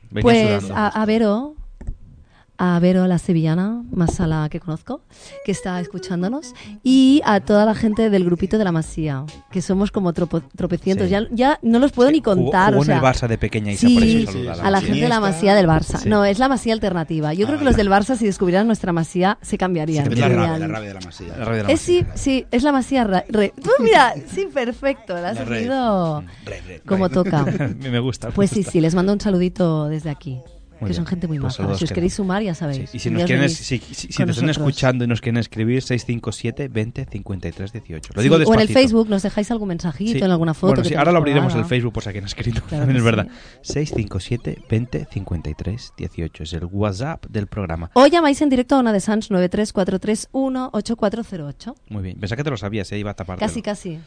Speaker 7: venía
Speaker 8: Pues
Speaker 7: sudando.
Speaker 8: a, a Vero, a Vero, la sevillana, más a la que conozco, que está escuchándonos, y a toda la gente del grupito de la Masía, que somos como tropo- tropecientos.
Speaker 7: Sí.
Speaker 8: Ya, ya no los puedo ni
Speaker 7: Jugó-
Speaker 8: contar.
Speaker 7: jugó
Speaker 8: o sea,
Speaker 7: en el Barça de pequeña y se
Speaker 8: sí,
Speaker 7: por eso
Speaker 9: sí,
Speaker 7: saluda
Speaker 9: sí,
Speaker 8: a la
Speaker 9: Masía.
Speaker 8: gente de la Masía del Barça.
Speaker 7: Sí.
Speaker 8: No, es la Masía alternativa. Yo
Speaker 9: Ah,
Speaker 8: creo que
Speaker 9: vale.
Speaker 8: los del Barça, si descubrieran nuestra Masía, se cambiarían.
Speaker 9: Es la
Speaker 8: dirían,
Speaker 9: rabia, la rabia de la masía.
Speaker 7: La radio de la
Speaker 8: es sí,
Speaker 7: Masía.
Speaker 8: sí, es la masía. ra- re- Tú mira, sí, perfecto, la has
Speaker 9: La red.
Speaker 8: seguido
Speaker 9: Re, re, re.
Speaker 8: como toca.
Speaker 7: Me me gusta. me
Speaker 8: Pues sí,
Speaker 7: gusta.
Speaker 8: sí, les mando un saludito desde aquí. que
Speaker 7: Muy
Speaker 8: son
Speaker 7: bien.
Speaker 8: gente muy
Speaker 7: Pues
Speaker 8: maja.
Speaker 7: saludos
Speaker 8: Si os
Speaker 7: quedan.
Speaker 8: queréis sumar, ya
Speaker 7: Sí,
Speaker 8: sabéis.
Speaker 7: Y si
Speaker 8: Un
Speaker 7: nos
Speaker 8: día os
Speaker 7: quieren,
Speaker 8: venís
Speaker 7: si, si- si
Speaker 8: con
Speaker 7: nos están
Speaker 8: nosotros.
Speaker 7: escuchando y nos quieren escribir, 657 20 53 18. Lo
Speaker 8: Sí,
Speaker 7: digo
Speaker 8: o en
Speaker 7: despacito.
Speaker 8: el Facebook, nos dejáis algún mensajito,
Speaker 7: Sí.
Speaker 8: en alguna foto.
Speaker 7: Bueno, sí,
Speaker 8: que tenemos
Speaker 7: ahora lo abriremos el
Speaker 8: colgada.
Speaker 7: Facebook por si alguien ha escrito.
Speaker 8: Claro
Speaker 7: también
Speaker 8: que
Speaker 7: es verdad. 657 20 53 18 es el WhatsApp del programa.
Speaker 8: O llamáis en directo a una de Sans 934318408.
Speaker 7: Muy bien, pensaba que te lo sabías, ¿eh? iba a tapar.
Speaker 8: Casi, casi.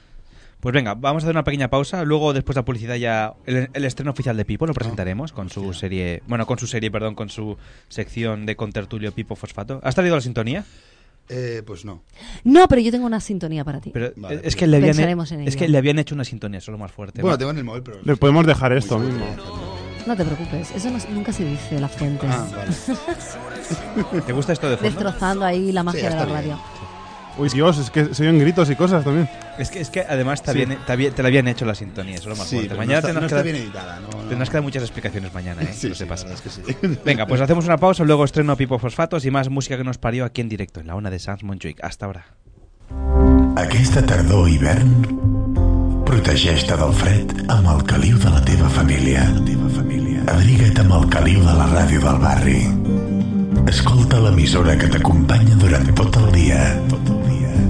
Speaker 7: Pues venga, vamos a hacer una pequeña pausa. Luego, después de la publicidad, ya el, el estreno oficial de
Speaker 8: Oh,
Speaker 7: Pipo lo presentaremos con su serie. Bueno, con su serie, perdón, con su sección de contertulio Pipo Fosfato. ¿Has traído la sintonía?
Speaker 9: Eh, pues no.
Speaker 8: No, pero yo tengo una sintonía para ti.
Speaker 7: Pero
Speaker 9: Vale,
Speaker 7: es,
Speaker 9: pues
Speaker 7: que le habían,
Speaker 8: pensaremos en
Speaker 7: es
Speaker 8: ello.
Speaker 7: que le habían hecho una sintonía, solo más fuerte.
Speaker 9: Bueno,
Speaker 7: Va.
Speaker 9: tengo en el móvil, pero.
Speaker 10: Le podemos dejar esto mismo.
Speaker 8: No te preocupes, eso no- nunca se dice de las fuentes.
Speaker 9: Ah, vale.
Speaker 7: ¿Te gusta esto de fondo?
Speaker 8: Destrozando ahí la magia de
Speaker 9: está
Speaker 8: la
Speaker 9: bien.
Speaker 8: radio.
Speaker 10: Uy, Dios, es que se oyen gritos y cosas también.
Speaker 7: Es que, es que además te,
Speaker 10: Sí.
Speaker 7: habían- te, había- te la habían hecho la sintonía, solo más
Speaker 9: Sí,
Speaker 7: fuerte.
Speaker 9: pero
Speaker 7: Mañana
Speaker 9: no está,
Speaker 7: tendrás,
Speaker 9: no
Speaker 7: que
Speaker 9: está
Speaker 7: dar,
Speaker 9: bien editada. No, no.
Speaker 7: tendrás que dar muchas explicaciones mañana, ¿eh?
Speaker 9: Sí,
Speaker 7: no
Speaker 9: sí,
Speaker 7: se
Speaker 9: la
Speaker 7: pasa.
Speaker 9: verdad es que sí.
Speaker 7: Venga, pues hacemos una pausa, luego estreno Pipo Fosfatos y más música que nos parió aquí en directo, en la una de Sans Montjuic. Hasta ahora.
Speaker 1: Aquesta tardor i hivern, protegeix-te del fred amb el caliu de la teva família. La teva família. Abriga't amb el caliu de la ràdio del barri. Escolta l'emissora que t'acompanya durant tot el dia. Tot el dia.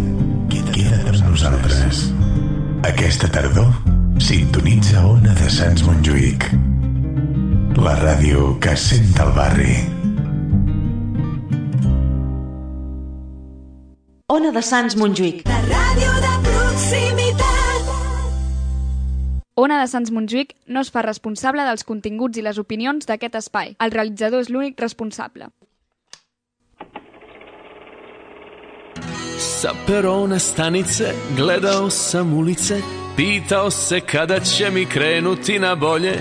Speaker 1: Queda't, Queda't amb nosaltres. Aquesta tardor, sintonitza Ona de Sants Montjuïc. La ràdio que sent el barri.
Speaker 11: Ona de Sants Montjuïc.
Speaker 2: La ràdio de proximitat.
Speaker 3: Ona de Sants Montjuïc no es fa responsable dels continguts i les opinions d'aquest espai. El realitzador és l'únic responsable.
Speaker 1: Sa perona stanice gledao sam ulice, pitao se kada će mi krenuti na bolje.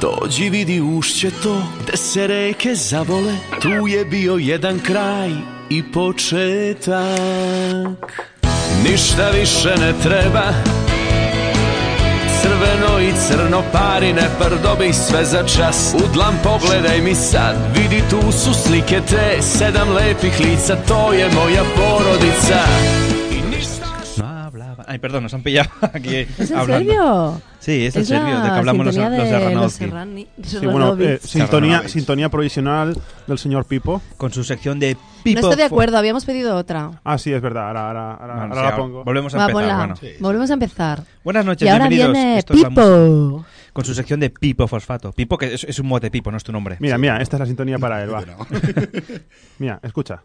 Speaker 1: Dođi vidi ušće to, gde se reke zavole, tu je bio jedan kraj
Speaker 12: i početak Ništa više ne treba Crveno i crno parine Prdobi sve za čas U dlan pogledaj mi sad Vidi tu su slike te Sedam lepih lica To je moja porodica
Speaker 7: No hablaba. Ay, perdón, nos han pillado aquí
Speaker 8: ¿Es en
Speaker 7: hablando.
Speaker 8: serio?
Speaker 7: Sí, es, el
Speaker 8: Es la
Speaker 7: serio, de que hablamos los, los
Speaker 8: sintonía de los
Speaker 7: Aronofsky.
Speaker 8: Serrani-
Speaker 10: Sí, bueno, eh, sintonía, sintonía provisional del señor Pipo.
Speaker 7: Con su sección de
Speaker 8: No estoy de acuerdo, habíamos pedido otra.
Speaker 10: Ah, sí, es verdad. Ahora, ahora, ahora,
Speaker 7: Bueno,
Speaker 10: ahora
Speaker 7: sí,
Speaker 10: la
Speaker 7: ahora
Speaker 10: pongo.
Speaker 7: volvemos
Speaker 8: Va, ponla. Volvemos a empezar.
Speaker 7: Buenas noches,
Speaker 8: Y ahora
Speaker 7: bienvenidos.
Speaker 8: viene
Speaker 7: Esto es la
Speaker 8: Pipo.
Speaker 7: música. Con su sección de Pipo Fosfato. Pipo, que es, es un mote Pipo, no es tu nombre.
Speaker 10: Mira, mira, esta es la sintonía para él. va. mira, escucha.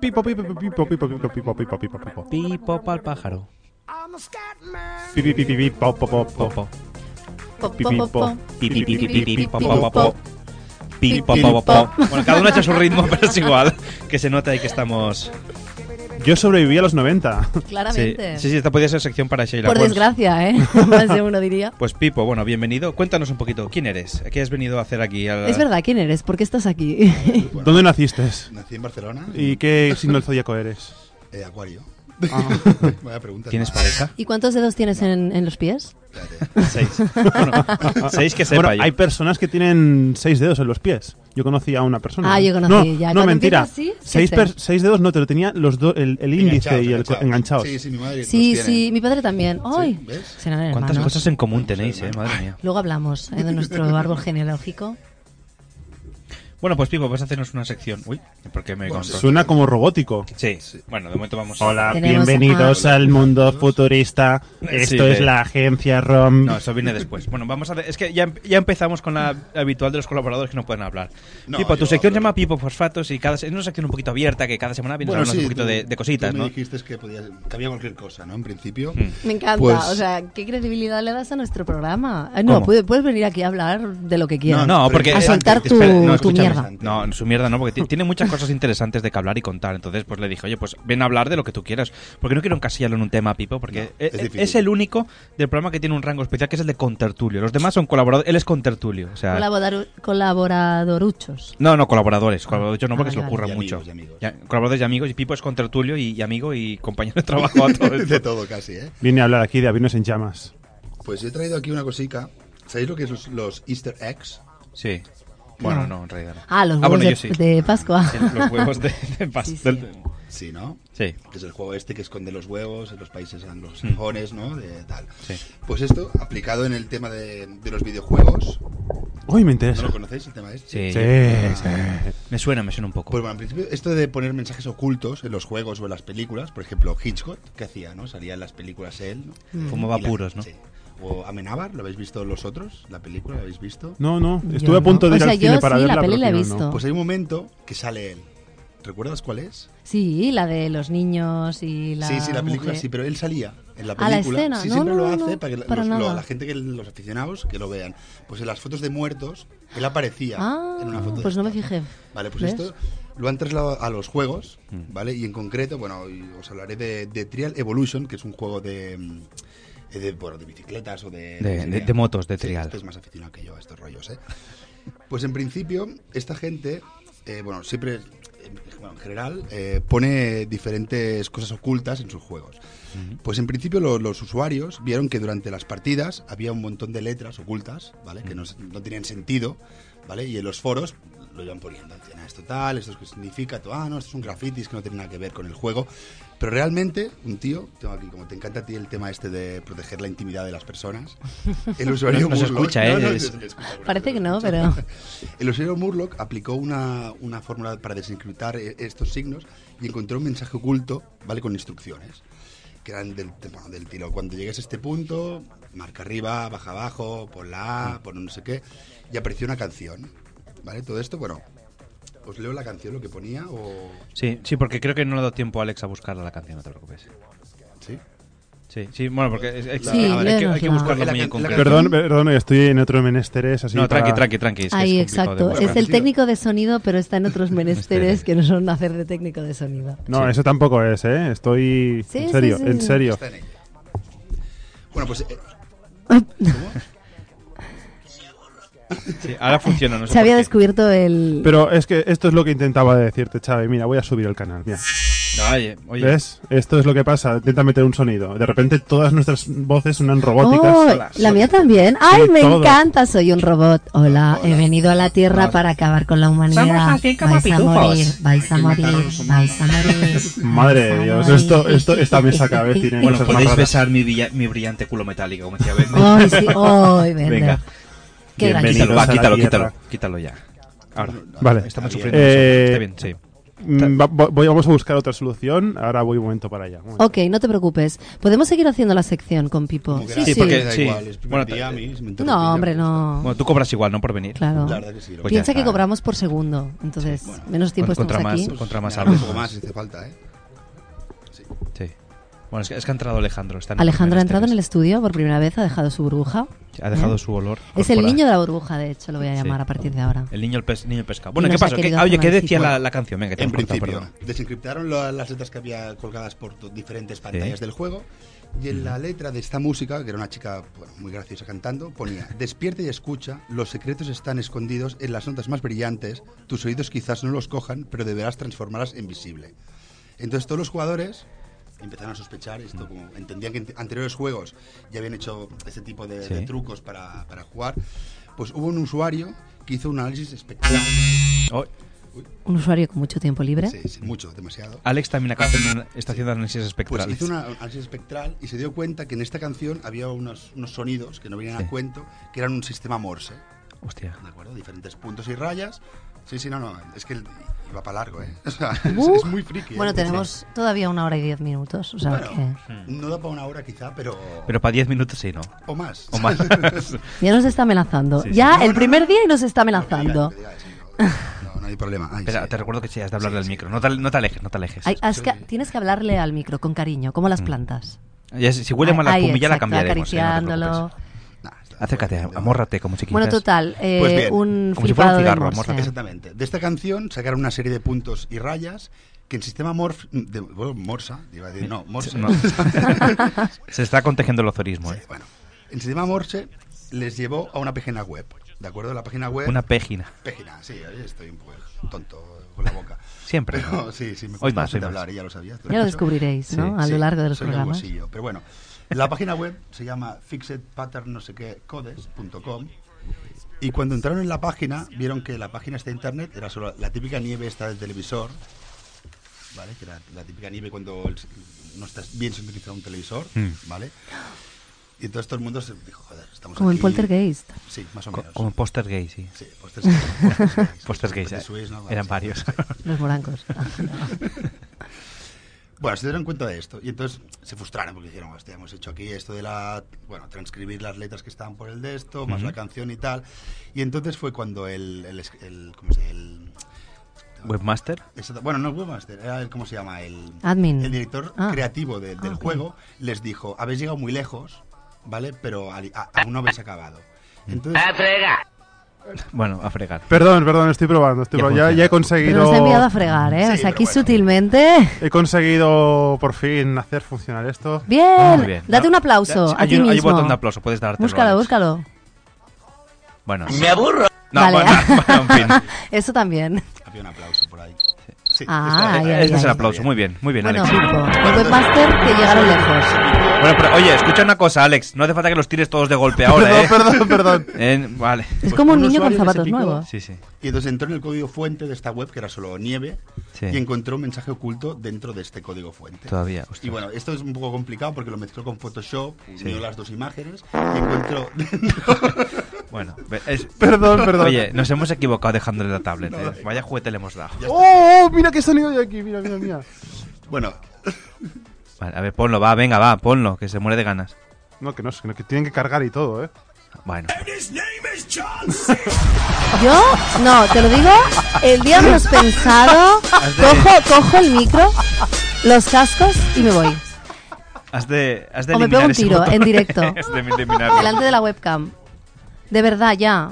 Speaker 10: Pipo, pipo, pipo, pipo, pipo, pipo, pipo, pipo, pipo, pipo.
Speaker 7: Pipo pa'l pájaro.
Speaker 10: Pipi, pipi, pipi, pop, pop, pop, pop. Pipi, pop. Pipi, pipi, pipi, pop, pop, pop.
Speaker 7: Pi, po, po, po, po. Bueno, cada uno ha hecho su ritmo, pero es igual. Que se nota ahí que estamos.
Speaker 10: Yo sobreviví a los 90.
Speaker 8: Claramente.
Speaker 7: Sí, sí, sí, esta podría ser sección para Sheila.
Speaker 8: Por
Speaker 7: Wells.
Speaker 8: desgracia, ¿eh? Más de uno diría.
Speaker 7: Pues Pipo, bueno, bienvenido. Cuéntanos un poquito, ¿quién eres? ¿Qué has venido a hacer aquí? A la-
Speaker 8: Es verdad, ¿quién eres? ¿Por qué estás aquí?
Speaker 10: ¿Dónde naciste?
Speaker 9: Nací en Barcelona.
Speaker 10: ¿Y qué signo del zodíaco eres?
Speaker 9: Eh, acuario.
Speaker 10: Ah.
Speaker 9: Vaya pregunta.
Speaker 10: ¿Tienes
Speaker 9: ¿no?
Speaker 10: pareja?
Speaker 8: ¿Y cuántos dedos tienes en, en los pies?
Speaker 7: Seis. Bueno, seis que sepa
Speaker 10: Bueno,
Speaker 7: yo.
Speaker 10: hay personas que tienen seis dedos en los pies. Yo conocí a una persona.
Speaker 8: Ah, yo conocí,
Speaker 10: no,
Speaker 8: ya.
Speaker 10: No,
Speaker 8: Cuando
Speaker 10: mentira.
Speaker 8: empieza así, sí
Speaker 10: seis,
Speaker 8: sé.
Speaker 10: per- seis dedos no, te lo tenía los do- el, el índice y el co- enganchados.
Speaker 9: Sí, sí, mi madre.
Speaker 8: Sí,
Speaker 9: los tiene.
Speaker 8: sí, mi padre también. ¡Ay! Serán hermanos.
Speaker 7: ¿Cuántas cosas en común tenéis, eh? Madre mía.
Speaker 8: Luego hablamos eh, de nuestro árbol genealógico.
Speaker 7: Bueno, pues Pipo, vas a hacernos una sección. Uy, porque me controlo?
Speaker 10: Suena como robótico.
Speaker 7: Sí. Bueno, de momento vamos.
Speaker 10: Hola, bienvenidos al mundo futurista. Esto
Speaker 7: Sí,
Speaker 10: es
Speaker 7: eh.
Speaker 10: la agencia ROM.
Speaker 7: No, eso viene después. Bueno, vamos a. Es que ya, em-, ya empezamos con la habitual de los colaboradores que no pueden hablar.
Speaker 9: No,
Speaker 7: Pipo, tu
Speaker 9: yo
Speaker 7: sección se llama Pipo Fosfatos y cada, se- es una sección un poquito abierta que cada semana vienes a hablando
Speaker 9: sí,
Speaker 7: un poquito
Speaker 9: tú-
Speaker 7: de, de cositas,
Speaker 9: tú
Speaker 7: ¿no? Hmm.
Speaker 9: Me dijiste que, podía, que había cualquier cosa, ¿no? En principio.
Speaker 8: Me encanta.
Speaker 9: Pues-
Speaker 8: O sea, ¿qué credibilidad le das a nuestro programa? Eh, no,
Speaker 7: ¿Cómo?
Speaker 8: puedes, puedes venir aquí a hablar de lo que quieras.
Speaker 7: No, no, porque.
Speaker 8: A soltar tu,
Speaker 7: Espera, no,
Speaker 8: tu
Speaker 7: escúchame.
Speaker 8: mierda.
Speaker 7: No, su mierda no, porque ti- tiene muchas cosas interesantes de que hablar y contar. Entonces, pues le dije, oye, pues ven a hablar de lo que tú quieras. Porque no quiero encasillarlo en un tema, Pipo, porque eh, eh, es,
Speaker 9: difícil.
Speaker 7: el único del programa que tiene un rango especial, que es el de contertulio. Los demás son colaboradores. Él es contertulio. O sea,
Speaker 8: Colaboraru- colaboradoruchos.
Speaker 7: No, no, colaboradores. Colaboradores yo no,
Speaker 8: Ah,
Speaker 7: porque se
Speaker 8: vale,
Speaker 7: lo ocurra
Speaker 8: vale. Y
Speaker 7: mucho.
Speaker 8: amigos, y
Speaker 7: Ya, colaboradores y amigos. Y Pipo es contertulio y, y amigo y compañero de trabajo a todo esto.
Speaker 9: de todo casi, ¿eh?
Speaker 10: Viene a hablar aquí de aviones en llamas.
Speaker 9: Pues yo he traído aquí una cosica. ¿Sabéis lo que es los, los Easter eggs?
Speaker 7: Sí. Bueno, no, en realidad no.
Speaker 8: Ah, los huevos
Speaker 7: bueno,
Speaker 8: de-
Speaker 7: yo sí.
Speaker 8: de Pascua.
Speaker 7: Sí, los huevos de, de
Speaker 9: Sí,
Speaker 7: Pascua.
Speaker 9: sí. Sí, ¿no?
Speaker 7: Sí. Mm.
Speaker 9: Que es el juego este que esconde los huevos en los países anglosajones, ¿no? De tal.
Speaker 7: Sí.
Speaker 9: Pues esto, aplicado en el tema de, de los videojuegos.
Speaker 10: Uy, me interesa.
Speaker 9: ¿No lo conocéis el tema este?
Speaker 7: Sí. sí. Me suena, me suena un poco.
Speaker 9: Pues bueno, en principio, esto de poner mensajes ocultos en los juegos o en las películas, por ejemplo, Hitchcock, ¿qué hacía, no? Salía en las películas él, ¿no?
Speaker 7: Mm. Fumaba
Speaker 9: Y la-
Speaker 7: puros, ¿no?
Speaker 9: sí. O Amenábar, ¿lo habéis visto los otros? ¿La película la habéis visto?
Speaker 10: No, no, Yo estuve a no. punto de O ir al sea, yo cine para sí, la verla, peli pero la he al final no. visto.
Speaker 9: Pues hay un momento que sale él. ¿Recuerdas cuál es?
Speaker 8: Sí, la de los niños y la.
Speaker 9: sí, sí, la película,
Speaker 8: mujer.
Speaker 9: sí, pero él salía en la
Speaker 8: Ah, la
Speaker 9: película.
Speaker 8: escena.
Speaker 9: Sí,
Speaker 8: No,
Speaker 9: siempre
Speaker 8: no,
Speaker 9: lo
Speaker 8: no,
Speaker 9: hace
Speaker 8: no,
Speaker 9: para que la-
Speaker 8: para
Speaker 9: los- lo-
Speaker 8: nada.
Speaker 9: la gente, que los aficionados, que lo vean. Pues en las fotos de muertos, él aparecía
Speaker 8: Ah,
Speaker 9: en una foto de
Speaker 8: pues no me fijé.
Speaker 9: Vale, pues
Speaker 8: ¿Ves?
Speaker 9: esto lo han trasladado a los juegos,
Speaker 7: Mm.
Speaker 9: ¿vale? Y en concreto, bueno, y os hablaré de, de Trial Evolution, que es un juego de, mm, eh, de, bueno, de bicicletas o de...
Speaker 7: De- de-
Speaker 9: trial.
Speaker 7: de motos, de
Speaker 9: Sí,
Speaker 7: trial.
Speaker 9: este es más aficionado que yo a estos rollos, ¿eh? Pues en principio, esta gente, eh, bueno, siempre, eh, bueno, en general, eh, pone diferentes cosas ocultas en sus juegos. Pues en principio lo- los usuarios vieron que durante las partidas había un montón de letras ocultas, ¿vale?
Speaker 7: Mm.
Speaker 9: Que no, se- no tenían sentido, ¿vale? Y en los foros lo iban poniendo, "Tía, nada, esto tal, esto es que significa, todo, ah, no, esto es un grafitis que no tiene nada que ver con el juego. Pero realmente, un tío, tengo aquí, como te encanta a ti el tema este de proteger la intimidad de las personas, el usuario
Speaker 7: No- no se
Speaker 9: burlón-
Speaker 7: escucha, ¿eh?
Speaker 9: no, no,
Speaker 7: Es-
Speaker 9: se- se escucha, bueno,
Speaker 8: Parece que no,
Speaker 9: escucha.
Speaker 8: pero.
Speaker 9: El usuario Murloc aplicó una, una fórmula para desencriptar eh, estos signos y encontró un mensaje oculto, ¿vale? Con instrucciones, que eran del, bueno, del tiro. Cuando llegues a este punto, marca arriba, baja abajo, pon
Speaker 7: Mm.
Speaker 9: la A, pon no sé qué, y apareció una canción, ¿vale? Todo esto, bueno, ¿os leo la canción, lo que ponía o...?
Speaker 7: Sí, sí, porque creo que no le ha dado tiempo a Alex a buscar la canción, no te preocupes.
Speaker 9: ¿Sí?
Speaker 7: Sí, sí, bueno, porque es- es-
Speaker 9: Sí,
Speaker 7: hay, que- hay que,
Speaker 9: léenosla.
Speaker 7: buscarlo
Speaker 9: La
Speaker 7: muy en
Speaker 9: can- la
Speaker 7: concreto.
Speaker 10: Perdón, perdón, estoy en otro menesteres así
Speaker 7: No, tranqui,
Speaker 10: para-
Speaker 7: tranqui, tranqui. es que
Speaker 8: Ahí,
Speaker 7: es complicado de
Speaker 8: exacto.
Speaker 7: buscar.
Speaker 8: Es el técnico de sonido, pero está en otros menesteres que no son hacer de técnico de sonido.
Speaker 10: No, eso tampoco es, ¿eh? Estoy...
Speaker 8: Sí,
Speaker 10: en
Speaker 8: sí,
Speaker 10: serio,
Speaker 8: sí,
Speaker 10: en
Speaker 8: sí.
Speaker 10: serio.
Speaker 9: Está en ello. Bueno, pues... eh,
Speaker 8: Ay.
Speaker 9: ¿Cómo?
Speaker 7: Sí, Sí, ahora funciona, no sé
Speaker 8: Se había
Speaker 7: por qué.
Speaker 8: descubierto el...
Speaker 10: Pero es que esto es lo que intentaba decirte, Chávez. Mira, voy a subir el canal. Mira.
Speaker 7: No, oye, oye.
Speaker 10: ¿Ves? Esto es lo que pasa. Intenta meter un sonido. De repente todas nuestras voces suenan robóticas.
Speaker 8: Oh, la mía también. Ay,
Speaker 10: Sí,
Speaker 8: me
Speaker 10: todo.
Speaker 8: encanta, soy un robot. Hola, he venido a la Tierra para acabar con la humanidad.
Speaker 13: Somos así como
Speaker 8: vais a
Speaker 13: pitufos.
Speaker 8: morir, vais a morir, vais a morir.
Speaker 10: Madre de Dios, esto, esto, esta mesa cada vez tiene
Speaker 7: Bueno,
Speaker 10: cosas más
Speaker 7: podéis
Speaker 10: raras.
Speaker 7: besar mi, brilla- mi brillante culo metálico, como decía Bender.
Speaker 8: Ay, sí, ay, Bender.
Speaker 7: Venga.
Speaker 8: Qué gran
Speaker 7: Bienvenidos
Speaker 10: chico.
Speaker 7: a la Quítalo,
Speaker 10: tierra.
Speaker 7: quítalo, quítalo ya. Ahora.
Speaker 10: Vale.
Speaker 7: Estamos sufriendo.
Speaker 10: Eh,
Speaker 7: Está bien, sí.
Speaker 10: mm, va- vo- voy- vamos a buscar otra solución. Ahora voy un momento para allá. Un momento.
Speaker 8: Ok, no te preocupes. Podemos seguir haciendo la sección con Pipo. Sí, sí. No, hombre, no.
Speaker 7: Bueno, tú cobras igual, ¿no? Por venir.
Speaker 8: Claro.
Speaker 7: Pues ya
Speaker 8: Piensa que
Speaker 7: está.
Speaker 8: cobramos por segundo, entonces menos tiempo
Speaker 7: Con-
Speaker 8: estamos
Speaker 7: contra
Speaker 8: aquí.
Speaker 7: más, Contra más
Speaker 8: Pues,
Speaker 9: Un
Speaker 7: algo.
Speaker 9: poco más, si hace falta, ¿eh?
Speaker 7: Sí. Bueno, es que, es que ha entrado Alejandro. está en-
Speaker 8: Alejandro ha entrado en el estudio por primera vez, ha dejado su burbuja.
Speaker 7: Ha dejado
Speaker 8: ¿Eh?
Speaker 7: su olor
Speaker 8: Es el
Speaker 7: corporal.
Speaker 8: niño de la burbuja, de hecho, lo voy a llamar
Speaker 7: Sí.
Speaker 8: a partir de ahora.
Speaker 7: El niño el pes- niño el pescado.
Speaker 8: Y
Speaker 7: Bueno, ¿qué
Speaker 8: nos ha
Speaker 7: pasó? ¿Qué-
Speaker 8: querido
Speaker 7: ah, oye,
Speaker 8: hacer
Speaker 7: ¿qué
Speaker 8: una
Speaker 7: decía
Speaker 8: cita.
Speaker 7: la, la canción? Venga, que te
Speaker 9: en
Speaker 7: hemos cortado,
Speaker 9: principio,
Speaker 7: perdona.
Speaker 9: desencriptaron lo- las letras que había colgadas por to- diferentes pantallas
Speaker 7: Sí.
Speaker 9: del juego. Y en la letra de esta música, que era una chica bueno, muy graciosa cantando, ponía: Despierta y escucha, los secretos están escondidos en las notas más brillantes, tus oídos quizás no los cojan, pero deberás transformarlas en visible. Entonces, todos los jugadores empezaron a sospechar esto, como entendían que en anteriores juegos ya habían hecho este tipo de,
Speaker 7: Sí.
Speaker 9: de trucos para, para jugar. Pues hubo un usuario que hizo un análisis pues espectacular.
Speaker 8: Un usuario con mucho tiempo libre.
Speaker 9: Sí, sí, mucho, demasiado.
Speaker 7: Alex también acaba haciendo una- está haciendo análisis
Speaker 9: Pues
Speaker 7: espectrales.
Speaker 9: hizo una análisis espectral y se dio cuenta que en esta canción había unos, unos sonidos que no venían
Speaker 7: Sí.
Speaker 9: a cuento, que eran un sistema Morse.
Speaker 7: Hostia.
Speaker 9: ¿De acuerdo? Diferentes puntos y rayas. Sí, sí, no, no. Es que iba para largo, ¿eh? O sea, es-
Speaker 8: Uh.
Speaker 9: es, muy friki. ¿eh?
Speaker 8: Bueno, tenemos todavía una hora y diez minutos, o sea
Speaker 9: Bueno,
Speaker 8: que-
Speaker 9: no da para una hora quizá, pero...
Speaker 7: Pero para 10 minutos sí, ¿no?
Speaker 9: O más.
Speaker 7: O más.
Speaker 8: Ya nos está amenazando.
Speaker 7: Sí, sí.
Speaker 8: ya
Speaker 7: No,
Speaker 8: el
Speaker 7: no,
Speaker 8: primer día y nos está amenazando.
Speaker 9: No, no hay problema.
Speaker 7: Espera, te recuerdo que sí, has de hablarle al micro. No te, no te alejes, no te alejes.
Speaker 8: Hay- has que- tienes que hablarle al micro con cariño, como las plantas.
Speaker 7: Ya, si, si Mm. huele mal la
Speaker 8: Ahí,
Speaker 7: pum, ya la
Speaker 8: exacto,
Speaker 7: cambiaremos. eh, no te
Speaker 8: acariciándolo.
Speaker 7: preocupes. Acércate, amórrate como chiquita.
Speaker 8: Bueno, total, eh,
Speaker 7: Pues bien,
Speaker 8: un
Speaker 7: como si fuera
Speaker 8: flipado
Speaker 7: un cigarro,
Speaker 8: de
Speaker 7: amórrate.
Speaker 8: Morse.
Speaker 9: Exactamente. De esta canción sacaron una serie de puntos y rayas que en sistema morf, de- bueno, Morsa, iba
Speaker 10: Eh,
Speaker 9: a decir, no, Morse.
Speaker 7: No. Se está contagiando el ozorismo, ¿eh?
Speaker 9: El sistema Morse les llevó a una página web, ¿de acuerdo? La página web...
Speaker 7: Una página.
Speaker 9: Página, sí, ahí estoy un poco tonto con la boca.
Speaker 7: Siempre,
Speaker 9: Pero,
Speaker 7: ¿no?
Speaker 9: sí, sí, me
Speaker 7: Hoy
Speaker 9: cuesta
Speaker 7: más, hoy
Speaker 9: bastante
Speaker 7: más.
Speaker 9: hablar, ¿eh? ya lo sabías.
Speaker 8: Ya lo descubriréis, ¿no? A lo largo de los
Speaker 9: soy
Speaker 8: programas.
Speaker 9: gangosillo, Pero bueno, la página web se llama fixedpattern no sé qué codes.com y cuando entraron en la página vieron que la página esta de internet era solo la típica nieve esta del televisor, ¿vale? Que era la típica nieve cuando el- no estás bien sintonizado un televisor,
Speaker 7: Mm.
Speaker 9: ¿vale? Y entonces todo el mundo se dijo, joder, estamos
Speaker 8: Como en
Speaker 9: aquí".
Speaker 8: Poltergeist.
Speaker 9: Sí, más o
Speaker 7: Co-
Speaker 9: menos.
Speaker 7: Como en póster gay, sí.
Speaker 9: Sí, pósters gays, pósters gays.
Speaker 7: Pósters gays,
Speaker 9: Los
Speaker 7: eh,
Speaker 9: Swiss, ¿no?
Speaker 7: Eran
Speaker 9: Sí.
Speaker 7: varios.
Speaker 8: Los morancos.
Speaker 9: Bueno, se dieron cuenta de esto y entonces se frustraron porque dijeron, hostia, hemos hecho aquí esto de la, bueno, transcribir las letras que estaban por el de esto, más
Speaker 7: Ujú.
Speaker 9: la canción y tal. Y entonces fue cuando el, el, es- el- ¿cómo se dice? El-
Speaker 7: Webmaster.
Speaker 9: exacto- bueno, no el webmaster, era el, ¿cómo se llama? El,
Speaker 8: Admin.
Speaker 9: el director
Speaker 8: Ah.
Speaker 9: creativo de- del
Speaker 8: Ah, ok.
Speaker 9: juego les dijo, habéis llegado muy lejos, ¿vale? Pero al- a- aún no habéis acabado.
Speaker 8: Mm.
Speaker 9: Entonces,
Speaker 7: Bueno, a fregar.
Speaker 10: Perdón, perdón, estoy probando. Estoy
Speaker 7: Ya
Speaker 10: probando. Ya,
Speaker 7: funciona.
Speaker 10: ya he
Speaker 8: Pero
Speaker 10: conseguido.
Speaker 8: nos ha enviado a fregar, ¿eh? o sea, aquí sutilmente.
Speaker 10: He conseguido por fin hacer funcionar esto.
Speaker 8: Bien, Ah, muy bien. date un aplauso
Speaker 10: Ya-
Speaker 8: a ti
Speaker 10: un-
Speaker 8: mismo.
Speaker 10: botón de
Speaker 7: aplauso, puedes dártelo,
Speaker 8: Búscalo,
Speaker 7: Alex.
Speaker 8: búscalo.
Speaker 7: Bueno.
Speaker 6: Me aburro.
Speaker 7: No,
Speaker 8: Vale.
Speaker 7: bueno, bueno, en fin.
Speaker 8: Eso también.
Speaker 9: había un aplauso por ahí. Sí,
Speaker 8: Ah,
Speaker 9: está-
Speaker 8: ya,
Speaker 7: Este
Speaker 8: ya,
Speaker 7: es el
Speaker 8: ya.
Speaker 7: aplauso. Muy bien, muy bien,
Speaker 8: Bueno,
Speaker 7: Alex.
Speaker 8: Pipo, el webmaster te llegaron lejos.
Speaker 7: Bueno, pero oye, escucha una cosa, Alex. No hace falta que los tires todos de golpe ahora, ¿eh?
Speaker 10: Perdón, perdón,
Speaker 7: En- vale.
Speaker 8: Es como un niño con
Speaker 9: Pues usuario que se
Speaker 8: zapatos
Speaker 9: picó.
Speaker 8: nuevos.
Speaker 7: Sí, sí.
Speaker 9: Y entonces entró en el código fuente de esta web, que era solo nieve,
Speaker 7: Sí.
Speaker 9: y encontró un mensaje oculto dentro de este código fuente.
Speaker 7: Todavía,
Speaker 9: Y bueno, esto es un poco complicado porque lo mezcló con Photoshop,
Speaker 7: Sí.
Speaker 9: unió las dos imágenes y encontró dentro-
Speaker 7: Bueno, ve- es-
Speaker 10: Perdón, perdón.
Speaker 7: Oye, nos hemos equivocado dejándole la tablet. ¿eh? Vaya juguete le hemos dado.
Speaker 10: ¡Oh! oh, Mira qué sonido hay aquí. Mira, mira, mira.
Speaker 9: Bueno,
Speaker 7: Vale, a ver, ponlo, va, venga, va, ponlo, que se muere de ganas.
Speaker 10: No, que no, que no, que tienen que cargar y todo, ¿eh?
Speaker 7: Bueno.
Speaker 8: Yo, no, te lo digo, el día menos pensado,
Speaker 7: Has de-
Speaker 8: cojo, cojo el micro, los cascos y me voy.
Speaker 7: Has de, has de
Speaker 8: O me
Speaker 7: eliminar
Speaker 8: pego un
Speaker 7: ese
Speaker 8: tiro,
Speaker 7: botón.
Speaker 8: en directo.
Speaker 7: Has de eliminarlo.
Speaker 8: Delante de la webcam. De verdad, ya.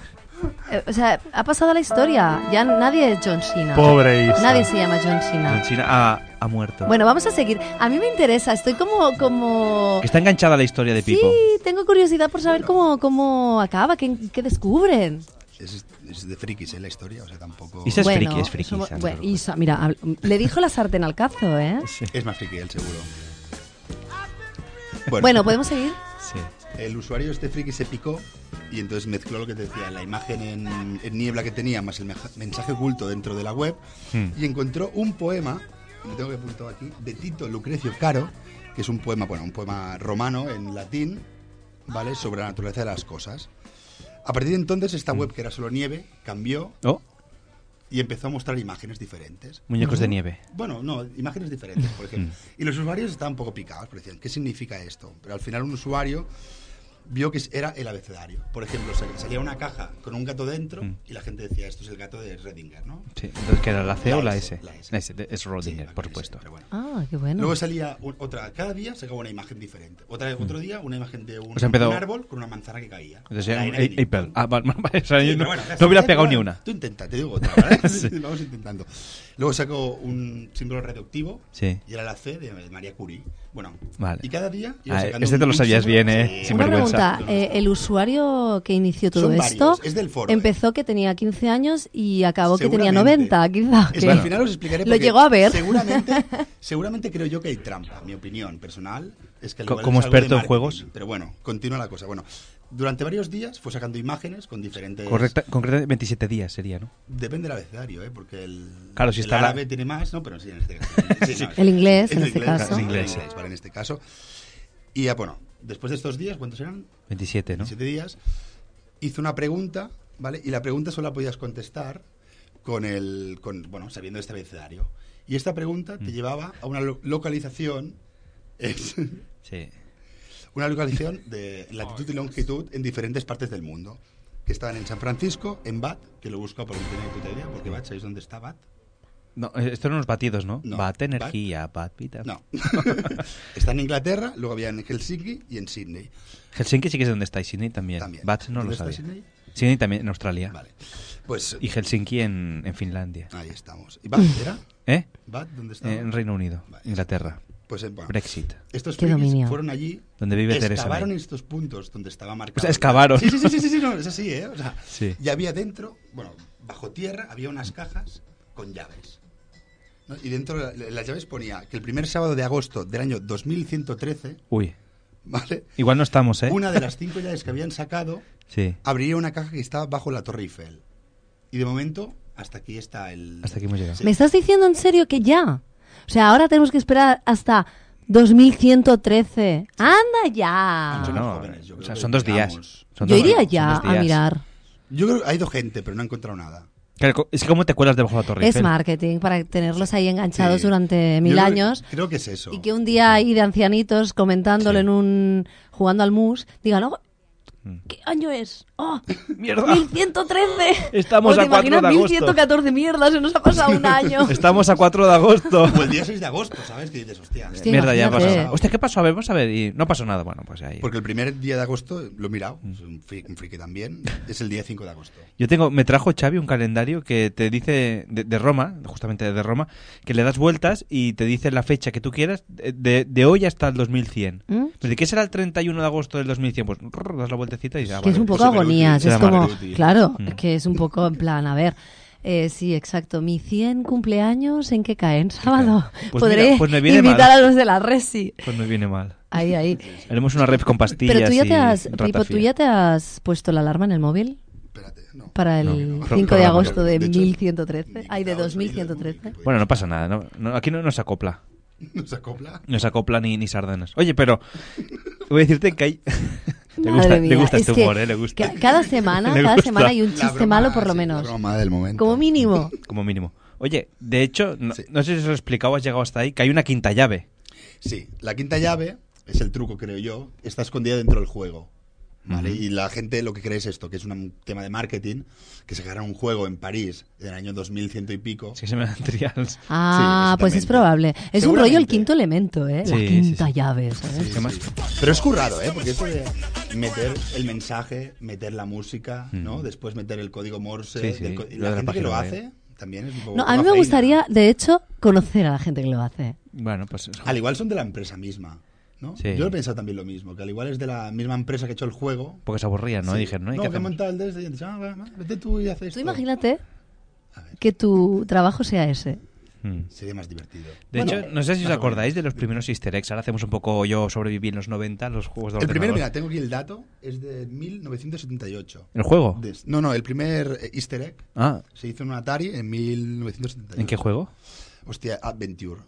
Speaker 8: Eh, O sea, ha pasado la historia. Ya nadie es John Cena.
Speaker 7: Pobre Isa.
Speaker 8: Nadie se llama John Cena.
Speaker 7: China ha, ha muerto.
Speaker 8: Bueno, vamos a seguir. A mí me interesa, estoy como... como...
Speaker 7: Que Está enganchada la historia de Pipo.
Speaker 8: Sí, tengo curiosidad por saber cómo, cómo acaba, qué, qué descubren.
Speaker 9: es, es de frikis, ¿eh? La historia, o sea, tampoco...
Speaker 7: Isa es
Speaker 8: Bueno,
Speaker 7: friki, es friki.
Speaker 8: somos-
Speaker 7: Isa, no te
Speaker 8: bueno,
Speaker 7: preocupes.
Speaker 8: Isa, mira, habl- le dijo la sartén al cazo, ¿eh?
Speaker 9: Es más friki él, seguro.
Speaker 8: Bueno, ¿podemos seguir?
Speaker 7: Sí.
Speaker 9: El usuario este friki se picó y entonces mezcló lo que te decía, la imagen en, en niebla que tenía más el meja- mensaje oculto dentro de la web
Speaker 13: Hmm.
Speaker 9: y encontró un poema, lo tengo que apuntar aquí, de Tito Lucrecio Caro, que es un poema, bueno, un poema romano en latín, ¿vale? Sobre la naturaleza de las cosas. A partir de entonces esta web que era solo nieve cambió
Speaker 7: Mm. Oh.
Speaker 9: y empezó a mostrar imágenes diferentes.
Speaker 7: Muñecos de Ujú. nieve. Mm.
Speaker 9: Bueno, no, imágenes diferentes, por ejemplo. Y los usuarios estaban un poco picados, porque decían, ¿qué significa esto? Pero al final un usuario vio que era el abecedario. Por ejemplo, sal- salía una caja con un gato dentro
Speaker 7: Mm.
Speaker 9: y la gente decía, esto es el gato de Redinger, ¿no?
Speaker 7: Sí, entonces, ¿qué era la C
Speaker 9: La
Speaker 7: o la
Speaker 9: S,
Speaker 7: S? La S. de- es Rodinger, por supuesto.
Speaker 8: Ah, qué bueno.
Speaker 9: Luego salía un- otra, cada día sacaba una imagen diferente. Otra,
Speaker 8: Mm.
Speaker 9: Otro día una imagen de un,
Speaker 7: O sea, empezó-
Speaker 9: un árbol con una manzana que caía.
Speaker 7: Pues Entonces,
Speaker 9: La
Speaker 7: era un
Speaker 9: era de
Speaker 7: A- Apple. Ah, vale, vale, o sea,
Speaker 9: Sí,
Speaker 7: yo
Speaker 9: pero
Speaker 7: no,
Speaker 9: bueno,
Speaker 7: no hubiera
Speaker 9: eh,
Speaker 7: pegado ni
Speaker 9: bueno,
Speaker 7: una.
Speaker 9: Tú intenta, te digo otra, ¿vale?
Speaker 7: Sí.
Speaker 9: Vamos intentando. Luego sacó un símbolo reductivo
Speaker 7: Sí.
Speaker 9: y era la C de María Curie. Bueno,
Speaker 7: Vale.
Speaker 9: y cada día
Speaker 7: Ah,
Speaker 9: iba sacando
Speaker 7: este te
Speaker 9: un-
Speaker 7: lo
Speaker 9: un
Speaker 7: sabías
Speaker 9: símbolo-
Speaker 7: bien, ¿eh?
Speaker 9: Sí.
Speaker 7: Sin
Speaker 8: Una
Speaker 7: vergüenza.
Speaker 8: pregunta, eh, el usuario que inició todo
Speaker 9: Son varios,
Speaker 8: esto
Speaker 9: es del foro, ¿eh?
Speaker 8: empezó que tenía 15 años y acabó que tenía
Speaker 9: Seguramente.
Speaker 8: 90, quizá.
Speaker 9: Es
Speaker 8: que-
Speaker 9: que al final os explicaré
Speaker 8: Lo
Speaker 9: porque
Speaker 8: llegó a ver.
Speaker 9: Seguramente, seguramente creo yo que hay trampa. Mi opinión personal es que al
Speaker 7: Co-
Speaker 9: igual
Speaker 7: como
Speaker 9: es algo de
Speaker 7: experto en
Speaker 9: marketing,
Speaker 7: juegos.
Speaker 9: Pero bueno, continúa la cosa. Bueno, durante varios días fue sacando imágenes con diferentes.
Speaker 7: Correcta, concretamente 27 días sería, ¿no?
Speaker 9: Depende del abecedario, ¿eh? porque el,
Speaker 7: Claro, si
Speaker 9: el
Speaker 7: está la-
Speaker 9: árabe tiene más, ¿no? Pero sí, en este caso. sí, no,
Speaker 8: El inglés,
Speaker 9: es
Speaker 8: en este caso.
Speaker 9: Es
Speaker 7: El inglés,
Speaker 9: inglés,
Speaker 7: sí.
Speaker 9: vale, en este caso. Y ya, bueno, después de estos días, ¿cuántos eran?
Speaker 7: 27, ¿no?
Speaker 9: 27 días, hizo una pregunta, ¿vale? Y la pregunta solo la podías contestar con el, con, bueno, sabiendo este abecedario. Y esta pregunta te llevaba a una lo- localización, es-
Speaker 7: Sí.
Speaker 9: una localización de latitud y longitud en diferentes partes del mundo. Que estaban en San Francisco, en Bat, que lo busco porque no tenía ni puta idea, porque Bat, ¿sabéis dónde está Bat?
Speaker 7: No, eh, esto eran unos batidos, ¿no? Bate, energía, bat, vida.
Speaker 9: No. está en Inglaterra, luego había en Helsinki y en Sydney.
Speaker 7: Helsinki sí que es donde está, y Sydney también. Bat no
Speaker 9: ¿Dónde
Speaker 7: lo
Speaker 9: está
Speaker 7: sabía.
Speaker 9: Sydney?
Speaker 7: Sydney también en Australia. Vale.
Speaker 9: Pues-
Speaker 7: y Helsinki en, en Finlandia.
Speaker 9: Ahí estamos. ¿Y Bat era?
Speaker 7: ¿Eh?
Speaker 9: Bat, ¿dónde estaba?
Speaker 7: En Reino Unido, Inglaterra.
Speaker 9: Pues, eh, bueno,
Speaker 7: Brexit.
Speaker 9: Estos
Speaker 7: Qué
Speaker 9: frikis
Speaker 7: dominio.
Speaker 9: fueron allí.
Speaker 7: Donde vive Theresa
Speaker 9: Excavaron estos puntos donde estaba
Speaker 7: O
Speaker 9: marcado.
Speaker 7: sea, excavaron.
Speaker 9: Sí, sí, sí, sí, sí, sí, no, es así, ¿eh? O sea,
Speaker 7: Sí.
Speaker 9: Y había dentro, bueno, bajo tierra, había unas cajas con llaves. ¿no? Y dentro de la- de las llaves ponía que el primer sábado de agosto del año 2113,
Speaker 7: Uy.
Speaker 9: ¿vale?
Speaker 7: Igual no estamos, ¿eh?
Speaker 9: Una de las cinco llaves que habían sacado
Speaker 7: Sí.
Speaker 9: abriría una caja que estaba bajo la Torre Eiffel. Y de momento, hasta aquí está el.
Speaker 7: Hasta aquí hemos llegado.
Speaker 8: ¿Me estás diciendo en serio que ya? O sea, ahora tenemos que esperar hasta 2113. ¡Anda
Speaker 9: Ah,
Speaker 8: ya!
Speaker 7: Pues No, no, o sea, son dos días. Son
Speaker 8: Yo
Speaker 7: dos-
Speaker 8: iría
Speaker 7: son
Speaker 8: ya
Speaker 7: dos días.
Speaker 8: a mirar.
Speaker 9: Yo creo que ha ido gente, pero no ha encontrado nada.
Speaker 7: Claro, co- es que cómo te cuelas debajo de la torre.
Speaker 8: Es
Speaker 7: Eiffel?
Speaker 8: marketing para tenerlos ahí enganchados
Speaker 7: Sí.
Speaker 8: durante mil
Speaker 7: Yo creo-
Speaker 8: años.
Speaker 9: Creo que es eso.
Speaker 8: Y que un día ahí de ancianitos comentándolo en un. jugando al mus, digan, "Oh, ¿qué año es? ¡Oh!
Speaker 7: ¡Mierda!
Speaker 8: ¡1113!
Speaker 7: Estamos
Speaker 8: ¿O te
Speaker 7: a 4 de
Speaker 8: imaginas
Speaker 7: agosto.
Speaker 8: 1114 mierda, se nos ha pasado un año.
Speaker 7: Estamos a 4 de agosto.
Speaker 9: O Pues el día 6 de agosto, ¿sabes? Que dices, hostia.
Speaker 8: Hostia,
Speaker 7: Mierda, ya ha
Speaker 8: imagínate.
Speaker 7: pasado. Hostia, ¿qué pasó? A ver, vamos a ver. Y no pasó nada. Bueno, pues ahí.
Speaker 9: Porque el primer día de agosto, lo he mirado,
Speaker 7: Mm.
Speaker 9: es un fri- un friki también, es el día 5 de agosto.
Speaker 7: Yo tengo, me trajo Xavi un calendario que te dice de, de Roma, justamente de Roma, que le das vueltas y te dice la fecha que tú quieras, de- de, de hoy hasta el 2100.
Speaker 8: ¿Mm?
Speaker 7: Pues, ¿De qué será el 31 de agosto del 2100? Pues rrr, das la vueltecita y ya.
Speaker 8: que es un poco agonías, es como, claro,
Speaker 7: Mm.
Speaker 8: es que es un poco en plan, a ver, eh, sí, exacto, mi 100 cumpleaños, ¿en qué cae? ¿En sábado?
Speaker 7: Pues
Speaker 8: Podré
Speaker 7: mira, pues me viene
Speaker 8: invitar
Speaker 7: mal.
Speaker 8: a los de la Resi.
Speaker 7: Pues me viene mal.
Speaker 8: Ahí, ahí.
Speaker 7: Haremos una rep con pastillas.
Speaker 8: Pero tú ya,
Speaker 7: y
Speaker 8: te has,
Speaker 7: ratafia.
Speaker 8: Ripo, ¿tú ya te has puesto la alarma en el móvil? Para el
Speaker 7: No.
Speaker 8: 5 de
Speaker 7: Programa,
Speaker 8: agosto de,
Speaker 7: de hecho,
Speaker 8: 1113. Ay, de 2113.
Speaker 7: Bueno, no pasa nada. no- no- aquí no nos acopla.
Speaker 9: ¿Nos acopla?
Speaker 7: No se acopla ni, ni sardanas. Oye, pero voy a decirte que hay... le,
Speaker 8: Madre
Speaker 7: gusta, le
Speaker 8: mía,
Speaker 7: gusta
Speaker 8: es
Speaker 7: este
Speaker 8: que
Speaker 7: humor, ¿eh? Le gusta.
Speaker 8: ca- cada semana,
Speaker 7: Le
Speaker 8: cada
Speaker 7: gusta.
Speaker 8: semana hay un
Speaker 7: La
Speaker 8: chiste
Speaker 7: broma,
Speaker 8: malo por lo
Speaker 7: sí, la
Speaker 8: menos.
Speaker 7: broma del momento.
Speaker 8: Como mínimo.
Speaker 7: Como mínimo. Oye, de hecho, no, no sé si os lo he explicado, has llegado hasta ahí, que hay una quinta llave.
Speaker 9: Sí, la quinta llave es el truco, creo yo, está escondida dentro del juego. ¿Vale? Y la gente lo que cree es esto, que es un tema de marketing, que se sacaron un juego en París del año 2100 y pico.
Speaker 7: Sí, se me dan trials.
Speaker 8: Ah, pues es probable. Es un rollo el quinto elemento, ¿eh? la
Speaker 9: Sí, sí,
Speaker 8: quinta llave, ¿sabes?
Speaker 9: Sí, sí. Pero es currado, ¿eh? Porque eso de meter el mensaje, meter la música, ¿no? Después meter el código Morse.
Speaker 7: Mm. Sí, sí,
Speaker 9: del co- y
Speaker 7: lo de
Speaker 9: la
Speaker 7: la
Speaker 9: gente que lo
Speaker 7: página
Speaker 9: hace también es un poco...
Speaker 8: No, a mí me
Speaker 9: poca
Speaker 8: gustaría, de hecho, conocer a la gente que lo hace.
Speaker 7: Bueno, pues...
Speaker 9: Al igual son de la empresa misma. ¿no?
Speaker 7: Sí.
Speaker 9: Yo he pensado también lo mismo, que al igual es de la misma empresa que ha hecho el juego.
Speaker 7: Porque se aburrían, ¿no?
Speaker 9: Sí.
Speaker 7: Y dijeron, ¿no? ¿Y
Speaker 9: no,
Speaker 7: qué
Speaker 9: que ha
Speaker 7: hacemos?
Speaker 9: montado el de este y han dicho, ah, va, va, vete tú y haces
Speaker 8: Tú imagínate que tu trabajo sea ese.
Speaker 9: Sería más divertido.
Speaker 7: De
Speaker 9: Bueno,
Speaker 7: hecho, no sé si os
Speaker 9: más o menos.
Speaker 7: acordáis de los primeros easter eggs. Ahora hacemos un poco yo sobreviví en los 90, los juegos de
Speaker 9: El primero, mira,
Speaker 7: ordenador.
Speaker 9: tengo aquí el dato, es de 1978.
Speaker 7: ¿El juego?
Speaker 9: De- no, no, el primer eh, easter egg
Speaker 7: Ah.
Speaker 9: se hizo en un Atari en 1978.
Speaker 7: ¿En qué juego?
Speaker 9: Hostia, ah, Adventure.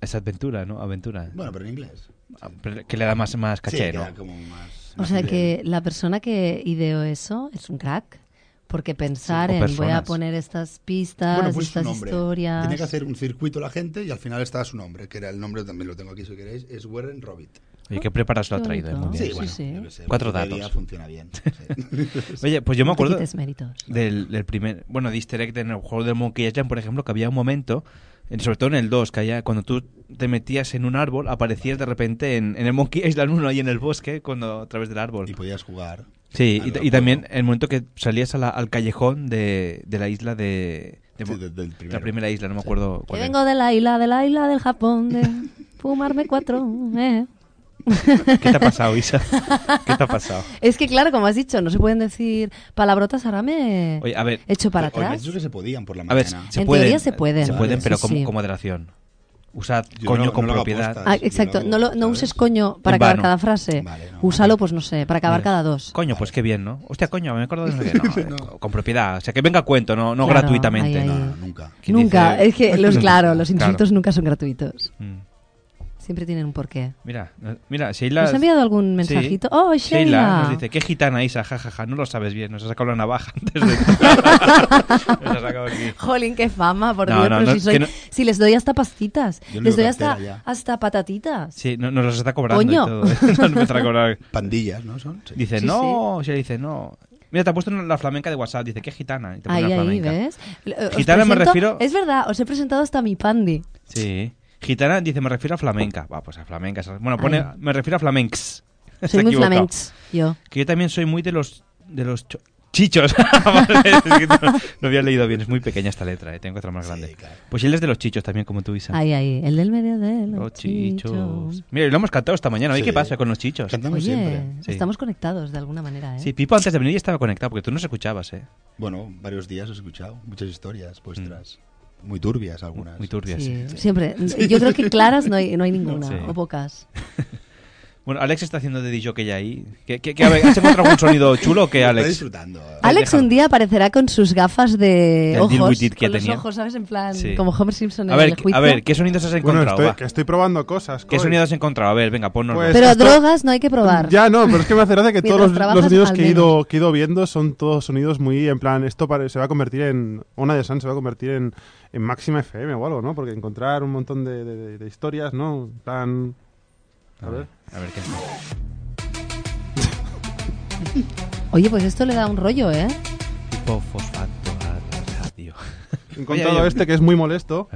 Speaker 7: Es aventura, ¿no? Aventura.
Speaker 9: Bueno, pero en inglés.
Speaker 7: Ah, pero Que le da más, más
Speaker 9: Sí,
Speaker 7: caché,
Speaker 9: queda
Speaker 7: ¿no?
Speaker 9: como más-
Speaker 8: O
Speaker 9: más
Speaker 8: sea
Speaker 9: bien.
Speaker 8: que la persona que ideó eso es un crack. Porque pensar
Speaker 9: o
Speaker 8: en voy a
Speaker 9: personas.
Speaker 8: poner estas pistas,
Speaker 9: bueno, pues
Speaker 8: estas
Speaker 9: su nombre.
Speaker 8: historias.
Speaker 9: Tenía que hacer un circuito la gente y al final estaba su nombre, que era el nombre, también lo tengo aquí si queréis, es Warren Robit.
Speaker 7: Oye, qué preparas la
Speaker 9: Qué
Speaker 7: traída.
Speaker 9: bonito.
Speaker 7: Muy bien.
Speaker 9: Sí, bueno, Sí, sí. yo qué sé,
Speaker 7: Cuatro
Speaker 9: Wikipedia
Speaker 7: datos.
Speaker 9: funciona bien, sí.
Speaker 7: Oye, pues yo me
Speaker 8: No te
Speaker 7: acuerdo
Speaker 8: quites méritos.
Speaker 7: del, del primer, bueno, de easter egg en el juego del Monkey Island, por ejemplo, que había un momento, en- sobre todo en el 2, que había, cuando tú te metías en un árbol, aparecías de repente en, en el Monkey Island 1 ahí en el bosque, cuando a través del árbol. Y
Speaker 9: podías jugar. Ah,
Speaker 7: Sí,
Speaker 9: al
Speaker 7: y, t- y
Speaker 9: juego.
Speaker 7: también el momento que salías a la- al callejón de, de la isla de... de
Speaker 9: Sí,
Speaker 7: Mo-
Speaker 9: de- del
Speaker 7: la
Speaker 9: primero.
Speaker 7: primera isla, no me acuerdo
Speaker 8: Que
Speaker 7: cuál era.
Speaker 8: vengo de la isla, de la isla del Japón, de fumarme cuatro. eh.
Speaker 7: ¿Qué te ha pasado, Isa? ¿Qué te ha pasado?
Speaker 8: Es que claro, como has dicho, no se pueden decir palabrotas, ahora me
Speaker 7: Oye, a ver.
Speaker 8: echo para
Speaker 9: Oye, me has
Speaker 8: atrás.
Speaker 9: dicho que se podían por la
Speaker 7: A ver,
Speaker 9: mañana.
Speaker 7: se
Speaker 8: En
Speaker 7: pueden,
Speaker 8: teoría se pueden.
Speaker 7: Se pueden,
Speaker 8: Vale.
Speaker 7: pero
Speaker 8: Sí,
Speaker 7: con,
Speaker 8: sí.
Speaker 7: con moderación. Usad
Speaker 9: Yo
Speaker 7: coño
Speaker 9: no-
Speaker 7: con
Speaker 9: no lo hago
Speaker 7: propiedad.
Speaker 9: aposta.
Speaker 8: Ah, exacto, no, lo- no uses coño para
Speaker 7: En
Speaker 8: acabar
Speaker 7: vano.
Speaker 8: cada frase. Úsalo, pues no sé, para acabar
Speaker 7: Mira,
Speaker 8: cada dos.
Speaker 7: Coño, pues qué bien, ¿no? Hostia, coño, me acuerdo de no sé qué. No, eh, Con propiedad. O sea, que venga a cuento, no, no
Speaker 8: Claro,
Speaker 7: gratuitamente.
Speaker 8: ahí, ahí.
Speaker 9: nunca.
Speaker 8: Nunca, es que los, claro, los
Speaker 7: Claro.
Speaker 8: insultos nunca son gratuitos.
Speaker 7: Mm.
Speaker 8: Siempre tienen un porqué.
Speaker 7: Mira, eh, mira, Sheila.
Speaker 8: ¿Nos ha enviado algún mensajito? ¡Oh, Sheila!
Speaker 7: nos dice, qué gitana, Isa, jajaja, no lo sabes bien, nos ha sacado la navaja antes de entrar". Nos ha sacado aquí.
Speaker 8: Jolín, qué fama, por
Speaker 7: No,
Speaker 8: Dios,
Speaker 7: no,
Speaker 8: pero
Speaker 7: no,
Speaker 8: si,
Speaker 7: que
Speaker 8: soy-
Speaker 7: no-
Speaker 8: si les doy hasta pastitas,
Speaker 7: Yo no
Speaker 8: les doy
Speaker 7: digo
Speaker 8: hasta,
Speaker 7: cartera ya.
Speaker 8: hasta patatitas.
Speaker 7: Sí, no- nos los está cobrando
Speaker 8: Coño.
Speaker 7: y todo. ¿eh? Nos empezará a cobrar.
Speaker 9: Pandillas, ¿no? Son. Sí.
Speaker 7: Dice,
Speaker 8: Sí,
Speaker 7: no, Sheila dice, no. Mira, te ha puesto la flamenca de WhatsApp, dice, qué gitana. Y te pone
Speaker 8: Ahí,
Speaker 7: la
Speaker 8: ahí,
Speaker 7: flamenca.
Speaker 8: ¿ves? L- eh, os
Speaker 7: Gitana me
Speaker 8: presento-
Speaker 7: refiero-
Speaker 8: Es verdad, os he presentado hasta mi pandi.
Speaker 7: Sí. Gitana dice, me refiero a flamenca. Va, pues a flamenca. Bueno, pone,
Speaker 8: Ay.
Speaker 7: me refiero a flamencs. Está
Speaker 8: Ah. Soy muy
Speaker 7: equivocado.
Speaker 8: flamenx, yo.
Speaker 7: Que yo también soy muy de los... De los cho- chichos. Vale, es que no, no había leído bien. Es muy pequeña esta letra, ¿eh? tengo otra más grande. Pues él es de los chichos también, como tú, Isa.
Speaker 8: Ahí, ahí, el del medio de los,
Speaker 7: Los
Speaker 8: chichos.
Speaker 7: chichos. Mira, y lo hemos cantado esta mañana. Oye,
Speaker 9: Sí.
Speaker 7: ¿Qué pasa con los chichos?
Speaker 9: Cantamos
Speaker 8: Oye,
Speaker 7: Sí.
Speaker 8: estamos conectados de alguna manera, ¿eh?
Speaker 7: Sí, Pipo antes de venir ya estaba conectado, porque tú nos escuchabas, ¿eh?
Speaker 9: Bueno, varios días os he escuchado, muchas historias vuestras. Muy turbias algunas.
Speaker 7: Mm. Muy turbias.
Speaker 8: Sí, Siempre. Yo creo que claras no hay, no hay ninguna,
Speaker 7: Sí.
Speaker 8: o pocas.
Speaker 7: Bueno, Alex está haciendo de DJ ya ahí. ¿Qué, qué, qué- a ver, ¿Has encontrado algún sonido chulo que
Speaker 9: Está
Speaker 7: Alex?
Speaker 9: disfrutando.
Speaker 8: Alex un día aparecerá con sus gafas de
Speaker 7: Del deal
Speaker 8: ojos,
Speaker 7: with it que
Speaker 8: con los
Speaker 7: tenía.
Speaker 8: ojos, ¿sabes? En plan,
Speaker 7: Sí.
Speaker 8: como Homer Simpson
Speaker 7: A
Speaker 8: en
Speaker 7: ver,
Speaker 8: el
Speaker 7: ¿qué-
Speaker 8: juicio.
Speaker 7: a ver, ¿qué sonidos has
Speaker 10: Bueno,
Speaker 7: encontrado?
Speaker 10: estoy-
Speaker 7: va?
Speaker 10: que estoy probando cosas.
Speaker 7: ¿Qué
Speaker 10: coi.
Speaker 7: sonidos has encontrado? A ver, venga, ponnos.
Speaker 10: Pues
Speaker 8: Pero
Speaker 10: esto-
Speaker 8: drogas no hay que probar.
Speaker 10: Ya no, pero es que me hace gracia que todos
Speaker 8: Mientras
Speaker 10: los, los
Speaker 8: trabajas,
Speaker 10: sonidos
Speaker 8: al
Speaker 10: que he, ido, que he ido viendo son todos sonidos muy en plan, esto pare- se va a convertir en, Ona de San se va a convertir en, en máxima FM o algo, ¿no? Porque encontrar un montón de, de- de- de historias, ¿no? En plan... A ver.
Speaker 7: A ver qué
Speaker 8: Oye, pues esto le da un rollo, ¿eh?
Speaker 7: Tipo fosfato a radio.
Speaker 10: He
Speaker 7: Oye,
Speaker 10: encontrado
Speaker 7: oye,
Speaker 10: este que es muy molesto.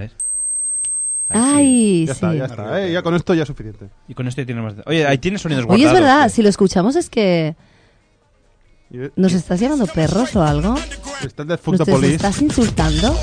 Speaker 8: Ay,
Speaker 10: Ya
Speaker 8: sí.
Speaker 10: está, ya está. eh, ya con esto ya es suficiente.
Speaker 7: Y con esto ya tiene más... de- Oye, ahí tienes sonidos
Speaker 8: Oye, es
Speaker 7: guardados.
Speaker 8: verdad, si lo escuchamos es que...
Speaker 10: Y-
Speaker 8: ¿Nos estás llamando perros o algo?
Speaker 10: Está el de Fuck
Speaker 8: ¿Nos
Speaker 10: the
Speaker 8: nos
Speaker 10: Police.
Speaker 8: estás insultando?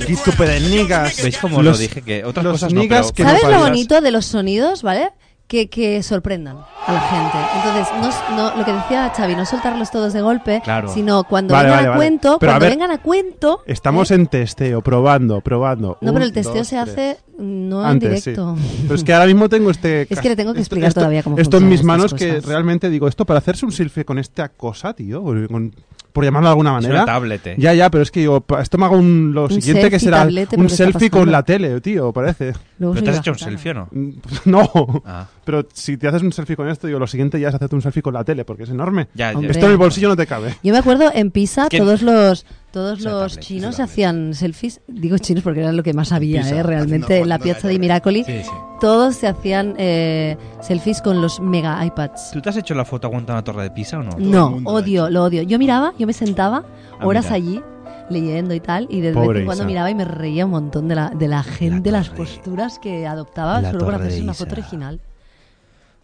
Speaker 10: Aquí súper de niggas.
Speaker 7: ¿Veis cómo
Speaker 10: Los-
Speaker 7: lo dije? Que otras
Speaker 10: los
Speaker 7: cosas no,
Speaker 10: niggas
Speaker 7: pero-
Speaker 10: que
Speaker 8: ¿Sabes lo
Speaker 10: parías.
Speaker 8: bonito de los sonidos, ¿vale? Que, que sorprendan a la gente. Entonces, no, s- no- lo que decía Xavi, no soltarlos todos de golpe,
Speaker 10: Claro.
Speaker 8: sino cuando
Speaker 10: Vale,
Speaker 8: vengan
Speaker 10: vale,
Speaker 8: a
Speaker 10: vale.
Speaker 8: cuento,
Speaker 10: Pero a
Speaker 8: cuando
Speaker 10: ver-
Speaker 8: vengan a cuento... ¿eh?
Speaker 10: Estamos en testeo, probando, probando.
Speaker 8: No, pero
Speaker 10: Un,
Speaker 8: el testeo
Speaker 10: dos,
Speaker 8: se
Speaker 10: tres.
Speaker 8: hace no
Speaker 10: Antes,
Speaker 8: en directo.
Speaker 10: sí. Pero es que ahora mismo tengo este.
Speaker 8: Es que le tengo que
Speaker 10: esto-
Speaker 8: explicar
Speaker 10: esto-
Speaker 8: todavía cómo
Speaker 10: Esto en
Speaker 8: funcionan
Speaker 10: mis
Speaker 8: estas
Speaker 10: manos que
Speaker 8: cosas.
Speaker 10: realmente digo, esto para hacerse un selfie con esta cosa, tío, o con- por llamarlo de alguna
Speaker 7: Es
Speaker 10: manera.
Speaker 7: una tablet, eh.
Speaker 10: Ya, ya, pero es que yo, pa- esto me hago un, lo
Speaker 7: Un
Speaker 10: siguiente
Speaker 7: selfie,
Speaker 10: que será
Speaker 7: tablete, pero
Speaker 10: un
Speaker 7: ¿qué está
Speaker 10: selfie
Speaker 7: pasando?
Speaker 10: con la tele, tío, parece. Mm, pues
Speaker 7: ¿Pero te has hecho un selfie o no?
Speaker 10: No,
Speaker 7: Ah.
Speaker 10: pero si te haces un selfie con esto, digo, lo siguiente ya es hacerte un selfie con la tele, porque es enorme.
Speaker 7: Ya, ya. Hombre.
Speaker 10: Esto en el bolsillo no te cabe.
Speaker 8: Yo me acuerdo en Pisa
Speaker 10: Es que-
Speaker 8: todos los todos los chinos hacían selfies, digo chinos porque era lo que más había,
Speaker 10: Pisa,
Speaker 8: eh, realmente
Speaker 10: haciendo-
Speaker 8: en la
Speaker 10: haciendo
Speaker 8: piazza de Miracoli.
Speaker 7: Sí, sí.
Speaker 8: Todos se hacían eh, selfies con los mega iPads.
Speaker 7: ¿Tú te has hecho la foto aguantando la torre de Pisa o no?
Speaker 8: No, odio, lo odio. Yo miraba, yo me sentaba
Speaker 7: Ah,
Speaker 8: horas
Speaker 7: mira.
Speaker 8: allí leyendo y tal y de vez
Speaker 7: Pobre
Speaker 8: en cuando
Speaker 7: Isa.
Speaker 8: miraba y me reía un montón de la, de la gente, las posturas que adoptaba
Speaker 7: La
Speaker 8: solo por
Speaker 7: torre de
Speaker 8: hacerse una
Speaker 7: Isa.
Speaker 8: foto original.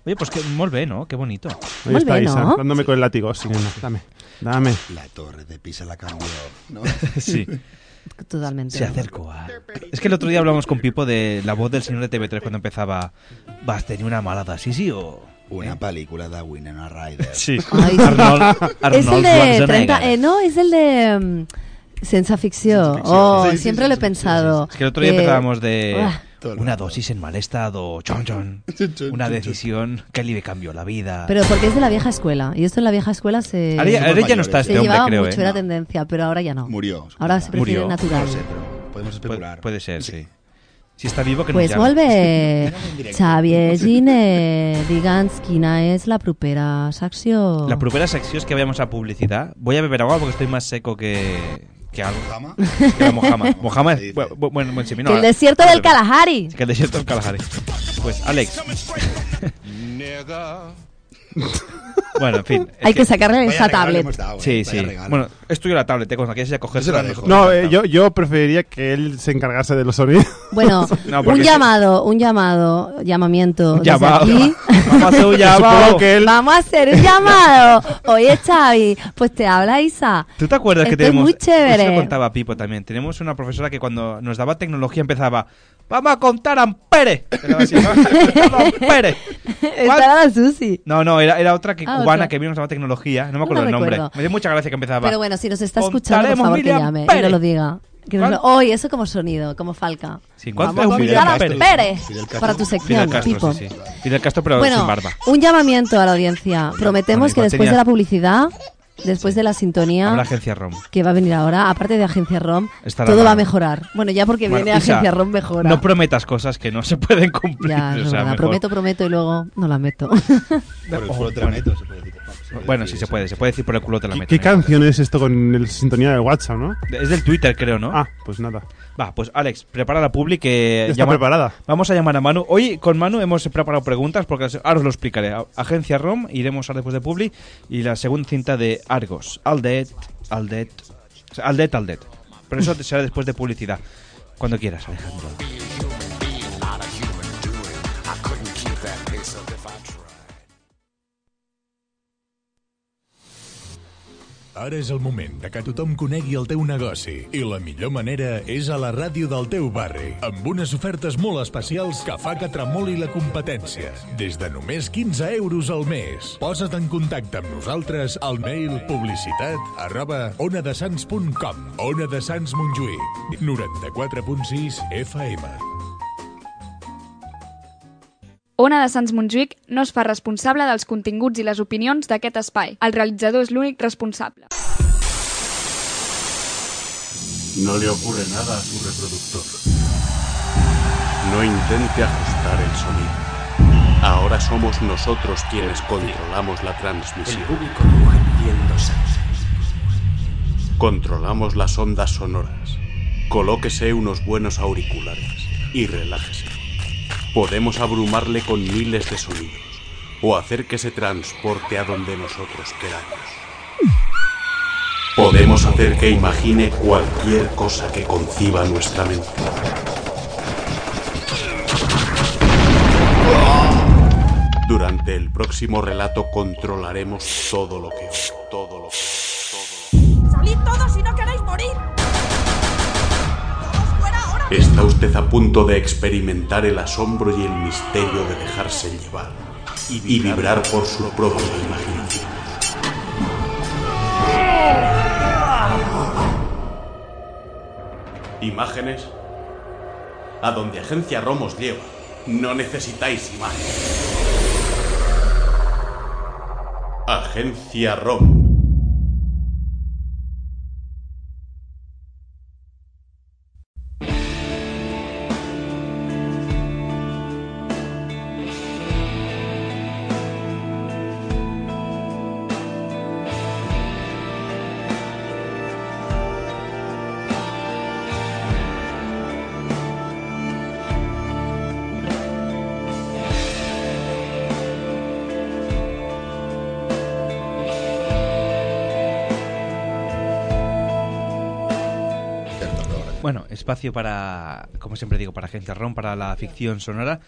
Speaker 7: Oye, pues que molt bé, ¿no? Qué bonito.
Speaker 10: Ahí está Isa, dándome con el látigo. Sí, bueno, dame, dame.
Speaker 9: La torre de Pisa la cambio. ¿no?
Speaker 7: Sí.
Speaker 8: Totalmente.
Speaker 7: Se acercó a... Es que el otro día hablamos con Pipo de la voz del señor de TV3 cuando empezaba. Vas, tenía una malada, sí, sí, o. ¿Eh?
Speaker 9: Una película de Winona Ryder.
Speaker 7: Sí.
Speaker 8: Ay, sí.
Speaker 7: Arnold, Arnold
Speaker 8: es el de
Speaker 7: Schwarzenegger.
Speaker 8: 30, eh, no, es el de mm, Ciencia Ficción. Oh,
Speaker 7: Sí, sí,
Speaker 8: siempre lo he pensado.
Speaker 7: Es que el otro día
Speaker 8: Eh,
Speaker 7: empezábamos de
Speaker 8: uah.
Speaker 7: una dosis en mal estado, chon chon, una decisión que le cambió la vida.
Speaker 8: Pero porque es de la vieja escuela. Y esto en la vieja escuela se.
Speaker 7: Ahora ya- ahora ya no está
Speaker 8: se
Speaker 7: este hombre,
Speaker 8: llevaba
Speaker 7: creo,
Speaker 8: mucho,
Speaker 7: ¿eh?
Speaker 8: era
Speaker 7: No.
Speaker 8: tendencia, pero ahora ya no.
Speaker 9: Murió.
Speaker 8: Ahora se prefiere
Speaker 7: Murió.
Speaker 8: natural.
Speaker 7: No sé,
Speaker 9: podemos
Speaker 7: especular. Puede, ser, sí. Si está vivo, que
Speaker 8: Pues
Speaker 7: nos llame.
Speaker 8: vuelve
Speaker 7: directo.
Speaker 8: Xavier Gine. Digans, quina és la propera secció?
Speaker 7: La primera sección es que vayamos a publicidad. Voy a beber agua porque estoy más seco que. que algo. Que la mojama. mojama es. bu- bu- Bueno, buen semino.
Speaker 8: Que el desierto del Kalahari.
Speaker 7: Sí, que el desierto del Kalahari. Pues, Alex. bueno, en fin. es
Speaker 8: Hay que sacarle
Speaker 7: Vaya
Speaker 8: esa
Speaker 7: regalo
Speaker 8: tablet.
Speaker 7: le hemos dado, eh. Sí, sí. Bueno, es tuyo la tablet, eh, cuando quieres ya cogerse la mejor.
Speaker 10: No, eh, yo, yo preferiría que él se encargase de los sonidos.
Speaker 8: Bueno,
Speaker 10: No, porque
Speaker 8: un
Speaker 10: sí.
Speaker 8: llamado, un llamado, llamamiento. desde
Speaker 10: Llamado.
Speaker 8: aquí.
Speaker 10: Vamos a hacer un llamado. Supongo que él-
Speaker 8: Vamos a hacer un llamado. Oye, Xavi, pues te habla Isa.
Speaker 7: ¿Tú te acuerdas que
Speaker 8: Esto
Speaker 7: tenemos...
Speaker 8: Es muy
Speaker 7: Eso lo
Speaker 8: chévere.
Speaker 7: contaba Pipo también. Tenemos una profesora que cuando nos daba tecnología empezaba... ¡Vamos a contar amperes! Era así, "Vamos a contar amperes".
Speaker 8: Estaba la Susi.
Speaker 7: No, no, era, era otra que
Speaker 8: Ah,
Speaker 7: cubana
Speaker 8: otra.
Speaker 7: que vino nos daba tecnología. No me acuerdo
Speaker 8: No
Speaker 7: el nombre.
Speaker 8: recuerdo.
Speaker 7: Me dio mucha gracia que empezaba...
Speaker 8: Pero bueno, si nos está escuchando, por
Speaker 7: Contaremos
Speaker 8: favor, que
Speaker 7: mil
Speaker 8: llame y
Speaker 7: amperes.
Speaker 8: no lo diga. Que nos lo-
Speaker 7: ¿Cuánto?
Speaker 8: Oy, eso como sonido, como falca.
Speaker 7: Sí, ¿cuánto?
Speaker 8: Vamos a
Speaker 7: Fidel
Speaker 8: contar a
Speaker 7: Castro.
Speaker 8: Pérez
Speaker 7: Fidel Castro.
Speaker 8: para tu sección,
Speaker 7: Fidel Castro,
Speaker 8: Pipo.
Speaker 7: sí, sí. Fidel Castro, pero
Speaker 8: Bueno,
Speaker 7: sin barba.
Speaker 8: un llamamiento a la audiencia.
Speaker 7: bueno,
Speaker 8: Prometemos que
Speaker 7: igual
Speaker 8: después
Speaker 7: tenía-
Speaker 8: de la publicidad, después de la sintonía,
Speaker 7: Habla agencia ROM.
Speaker 8: que va a venir ahora, aparte de Agencia ROM,
Speaker 7: Estará
Speaker 8: todo va a
Speaker 7: raro.
Speaker 8: mejorar. Bueno, ya porque
Speaker 7: Bueno,
Speaker 8: viene
Speaker 7: Isa,
Speaker 8: Agencia ROM mejora.
Speaker 7: No prometas cosas que no se pueden cumplir.
Speaker 8: ya,
Speaker 7: o sea,
Speaker 8: es verdad.
Speaker 7: mejor. Pues
Speaker 8: prometo, prometo y luego no la meto.
Speaker 7: Por el culo te la meto, se puede decir. Bueno, sí se puede, se puede decir por el culo te la meto.
Speaker 10: ¿Qué canción es esto con el sintonía de WhatsApp, no?
Speaker 7: Es del Twitter, creo, ¿no?
Speaker 10: Ah, pues nada.
Speaker 7: Va, pues Alex, prepara la publi que...
Speaker 10: Ya está preparada.
Speaker 7: Vamos a llamar a Manu. Hoy con Manu hemos preparado preguntas porque las- ahora os lo explicaré. A- Agencia ROM, iremos ahora después de publi y la segunda cinta de Argos. Aldet, Aldet, o sea, Aldet, Aldet. Pero eso será después de publicidad. Cuando quieras, Alejandro.
Speaker 13: Ara és el moment de que tothom conegui el teu negoci i la millor manera és a la ràdio del teu barri, amb unes ofertes molt especials que fa que tremoli la competència. Des de només 15 euros al mes. Posa't en contacte amb nosaltres al mail publicitat arroba onadesans.com Ona de Sants Montjuïc 94.6 FM
Speaker 3: Ona de Sants Montjuïc no es fa responsable dels continguts i les opinions d'aquest espai. El realitzador és l'únic responsable.
Speaker 14: No le ocurre nada a su reproductor. No intente ajustar el sonido. Ahora somos nosotros quienes controlamos la transmisión. Controlamos las ondas sonoras. Colóquese unos buenos auriculares y relájese. Podemos abrumarle con miles de sonidos o hacer que se transporte a donde nosotros queramos. Podemos hacer que imagine cualquier cosa que conciba nuestra mente. Durante el próximo relato controlaremos todo lo que todo lo que
Speaker 2: Salid todos si no queréis morir.
Speaker 14: Está usted a punto de experimentar el asombro y el misterio de dejarse llevar y vibrar por su propia imaginación. Imágenes. A donde Agencia Romos lleva, no necesitáis imágenes. Agencia Rom.
Speaker 7: Bueno, espacio para, como siempre digo, para Agencia ROM, para la ficción sonora.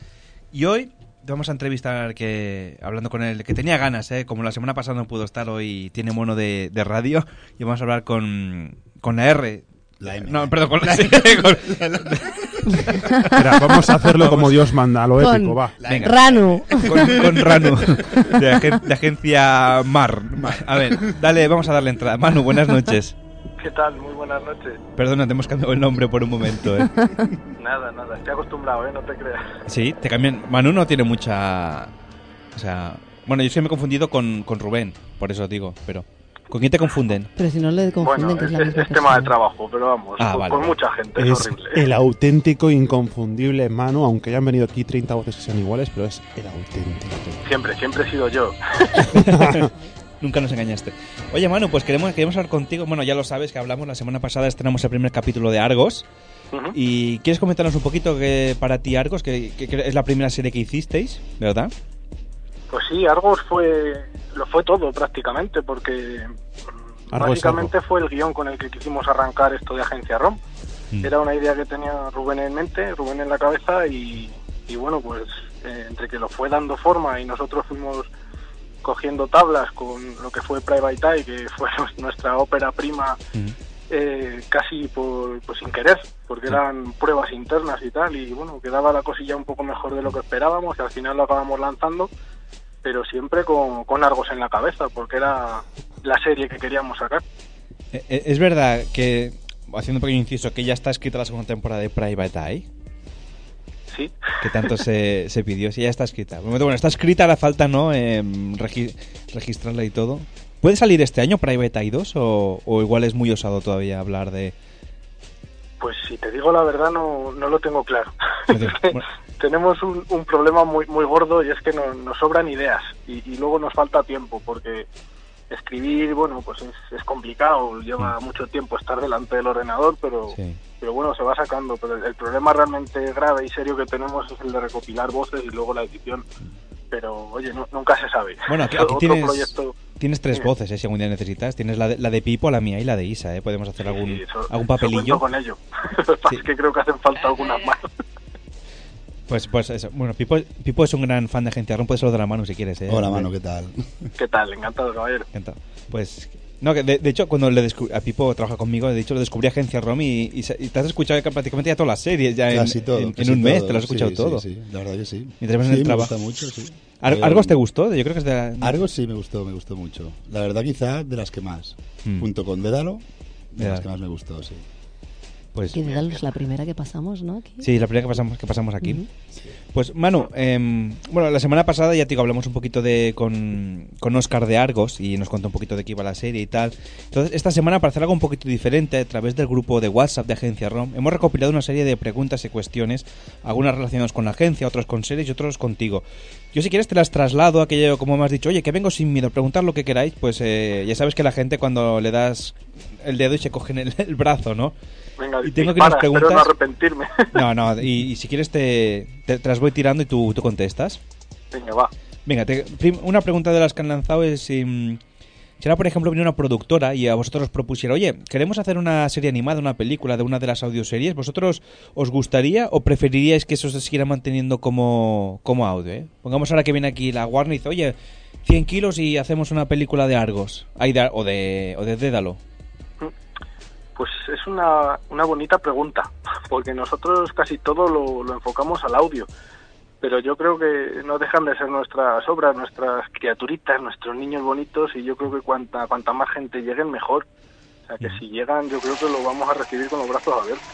Speaker 7: Y hoy vamos a entrevistar que, hablando con él, que tenía ganas, ¿eh? como la semana pasada no pudo estar, hoy tiene mono de, de radio. Y vamos a hablar con, con la R,
Speaker 9: La M.
Speaker 7: No, perdón, con la,
Speaker 9: M.
Speaker 7: con-
Speaker 10: Espera, vamos a hacerlo como Dios manda, lo
Speaker 8: Con
Speaker 10: épico, va.
Speaker 8: Venga. Ranu.
Speaker 7: Con, con Ranu. De, agen- de agencia Mar. A ver, dale, vamos a darle entrada. Manu, buenas noches.
Speaker 15: ¿Qué tal? Muy buenas noches.
Speaker 7: Perdona, te hemos cambiado el nombre por un momento, ¿eh?
Speaker 15: Nada, nada, estoy acostumbrado, ¿eh? No te creas.
Speaker 7: Sí, te cambian. Manu no tiene mucha. O sea. Bueno, yo es que me he confundido con, con Rubén, por eso digo, pero. ¿Con quién te confunden?
Speaker 8: Pero si no le confunden,
Speaker 15: Bueno,
Speaker 8: que es la
Speaker 15: es-
Speaker 8: misma
Speaker 15: es tema de
Speaker 8: persona.
Speaker 15: trabajo, pero vamos,
Speaker 7: Ah,
Speaker 15: con,
Speaker 7: vale,
Speaker 15: con
Speaker 7: vale.
Speaker 15: mucha gente, es,
Speaker 10: Es
Speaker 15: horrible.
Speaker 10: el auténtico, inconfundible Manu, aunque hayan venido aquí 30 voces que sean iguales, pero es el auténtico.
Speaker 15: Siempre, siempre he sido yo.
Speaker 7: Nunca nos engañaste. Oye, Manu, pues queremos, queremos hablar contigo. Bueno, ya lo sabes que hablamos la semana pasada, estrenamos el primer capítulo de Argos. ¿Y quieres comentarnos un poquito que para ti Argos, que, que- que es la primera serie que hicisteis, ¿verdad?
Speaker 15: Pues sí, Argos fue, lo fue todo prácticamente, porque mm,
Speaker 7: Argos,
Speaker 15: básicamente fue el guión con el que quisimos arrancar esto de Agencia ROM.
Speaker 7: Mm.
Speaker 15: Era una idea que tenía Rubén en mente, Rubén en la cabeza, y, y bueno, pues eh, entre que lo fue dando forma y nosotros fuimos cogiendo tablas con lo que fue Private Eye, que fue nuestra ópera prima eh, casi por, pues sin querer, porque eran pruebas internas y tal, y bueno, quedaba la cosilla un poco mejor de lo que esperábamos, y al final lo acabamos lanzando, pero siempre con, con Argos en la cabeza, porque era la serie que queríamos sacar.
Speaker 7: Eh, eh, Es verdad que, haciendo un pequeño inciso, que ya está escrita la segunda temporada de Private Eye.
Speaker 15: Sí.
Speaker 7: Que tanto se, se pidió, si ya está escrita. De momento, Bueno, está escrita, la falta, ¿no? Em, regi- registrarla y todo. ¿Puede salir este año Private Eye 2 o, o igual es muy osado todavía hablar de...
Speaker 15: Pues si te digo la verdad, no, no lo tengo claro.
Speaker 7: Bueno,
Speaker 15: Tenemos un, un problema muy, muy gordo y es que no- nos sobran ideas y, y luego nos falta tiempo, porque escribir, bueno, pues es, es complicado, lleva mucho tiempo estar delante del ordenador, pero, pero bueno, se va sacando. Pero el, el problema realmente grave y serio que tenemos es el de recopilar voces y luego la edición. Pero oye, nu- nunca se sabe.
Speaker 7: Bueno, aquí,
Speaker 15: Otro
Speaker 7: aquí tienes,
Speaker 15: proyecto-
Speaker 7: tienes tres
Speaker 15: Sí.
Speaker 7: voces, eh, si algún día necesitas. Tienes la de, la de Pipo, la mía y la de Isa, ¿eh? Podemos hacer algún,
Speaker 15: sí, eso-
Speaker 7: algún
Speaker 15: eso cuento
Speaker 7: papelillo.
Speaker 15: con ello. es que creo que hacen falta algunas más.
Speaker 7: Pues, pues eso. Bueno, Pipo, Pipo es un gran fan de gente. Arrón, puedes saludar a Manu si quieres, ¿eh?
Speaker 9: Hola, Manu, ¿qué tal?
Speaker 15: ¿Qué tal? Encantado, caballero.
Speaker 7: Encantado. Pues, no, que de, de hecho, cuando le descu- a Pipo trabaja conmigo, de hecho, lo descubrí a Agencia ROM y, y se- y te has escuchado ya prácticamente ya todas las series, ya en,
Speaker 9: Casi todo,
Speaker 7: en,
Speaker 9: casi
Speaker 7: en un mes,
Speaker 9: todo.
Speaker 7: te lo has escuchado
Speaker 9: Sí, sí,
Speaker 7: todo.
Speaker 9: sí, la verdad que sí.
Speaker 7: Mientras vas en
Speaker 9: Sí,
Speaker 7: el
Speaker 9: me
Speaker 7: trabajo.
Speaker 9: gusta mucho, sí.
Speaker 7: Ar-
Speaker 9: Eh,
Speaker 7: ¿Argos te gustó? Yo creo que es de la-
Speaker 9: Argos sí me gustó, me gustó mucho. La verdad, quizá de las que más.
Speaker 7: Mm.
Speaker 9: Junto con Dédalo, de
Speaker 7: Ya.
Speaker 9: las que más me gustó, sí.
Speaker 7: Pues,
Speaker 8: Y Dédalo es la primera que pasamos, ¿no? Aquí.
Speaker 7: Sí, la primera que pasamos, que pasamos aquí.
Speaker 8: Ujú.
Speaker 7: Pues Manu, em, bueno, la semana pasada ya te digo, hablamos un poquito de con, con Oscar de Argos y nos contó un poquito de qué iba la serie y tal. Entonces, esta semana, para hacer algo un poquito diferente, a través del grupo de WhatsApp de Agencia ROM, hemos recopilado una serie de preguntas y cuestiones, algunas relacionadas con la agencia, otras con series y otras contigo. Yo si quieres te las traslado, aquello como me has dicho, oye, que vengo sin miedo, preguntar lo que queráis, pues eh, ya sabes que la gente cuando le das el dedo y se cogen el, el brazo, ¿no?
Speaker 15: Venga,
Speaker 7: Y tengo aquí
Speaker 15: dispara,
Speaker 7: unas
Speaker 15: espero
Speaker 7: preguntas.
Speaker 15: no arrepentirme.
Speaker 7: No, no, y, y si quieres te, te- te las voy tirando y tú, tú contestas.
Speaker 15: Venga, va.
Speaker 7: Venga, te- prim- una pregunta de las que han lanzado es si, mm, si ahora, por ejemplo, viene una productora y a vosotros os propusiera, oye, queremos hacer una serie animada, una película de una de las audioseries, ¿vosotros os gustaría o preferiríais que eso se siguiera manteniendo como, como audio? eh? Pongamos ahora que viene aquí la Warner y dice, oye, 100 kilos y hacemos una película de Argos, Ay, de Ar- o, de, o de Dédalo.
Speaker 15: Pues es una, una bonita pregunta, porque nosotros casi todo lo, lo enfocamos al audio, pero yo creo que no dejan de ser nuestras obras, nuestras criaturitas, nuestros niños bonitos, y yo creo que cuanta, cuanta más gente lleguen, mejor. O sea, que si llegan, yo creo que lo vamos a recibir con los brazos abiertos.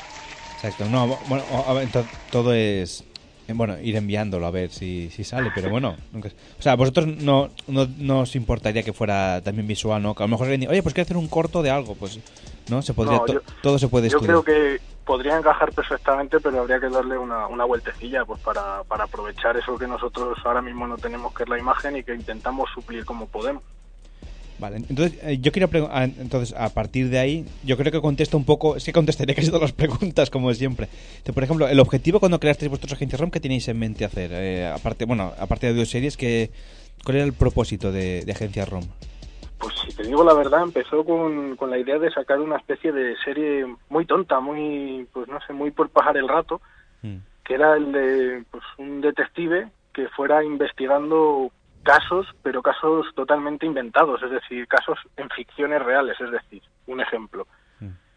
Speaker 7: Exacto, no, bo- bueno, o- a ver, to- todo es, eh, bueno, ir enviándolo a ver si, si sale, pero bueno, nunca- o sea, a vosotros no, no, no os importaría que fuera también visual, ¿no? Que a lo mejor alguien dice, oye, pues quiero hacer un corto de algo, pues, ¿no? Se podría,
Speaker 15: No,
Speaker 7: to-
Speaker 15: yo-
Speaker 7: todo se puede
Speaker 15: Yo
Speaker 7: estudiar.
Speaker 15: creo que podría encajar perfectamente, pero habría que darle una, una vueltecilla pues para, para aprovechar eso que nosotros ahora mismo no tenemos, que es la imagen, y que intentamos suplir como podemos.
Speaker 7: Vale, entonces eh, yo quiero pregun- ah, entonces a partir de ahí yo creo que contesto un poco, es que contestaría casi todas las preguntas como siempre. Entonces, por ejemplo, el objetivo cuando creasteis vuestros agentes ROM, ¿qué tenéis en mente hacer? Eh, aparte, bueno, aparte de dos series, que ¿cuál era el propósito de, de agencia ROM?
Speaker 15: Pues si te digo la verdad, empezó con, con la idea de sacar una especie de serie muy tonta, muy, pues no sé, muy por pasar el rato, que era el de pues, un detective que fuera investigando casos, pero casos totalmente inventados, es decir, casos en ficciones reales, es decir, un ejemplo.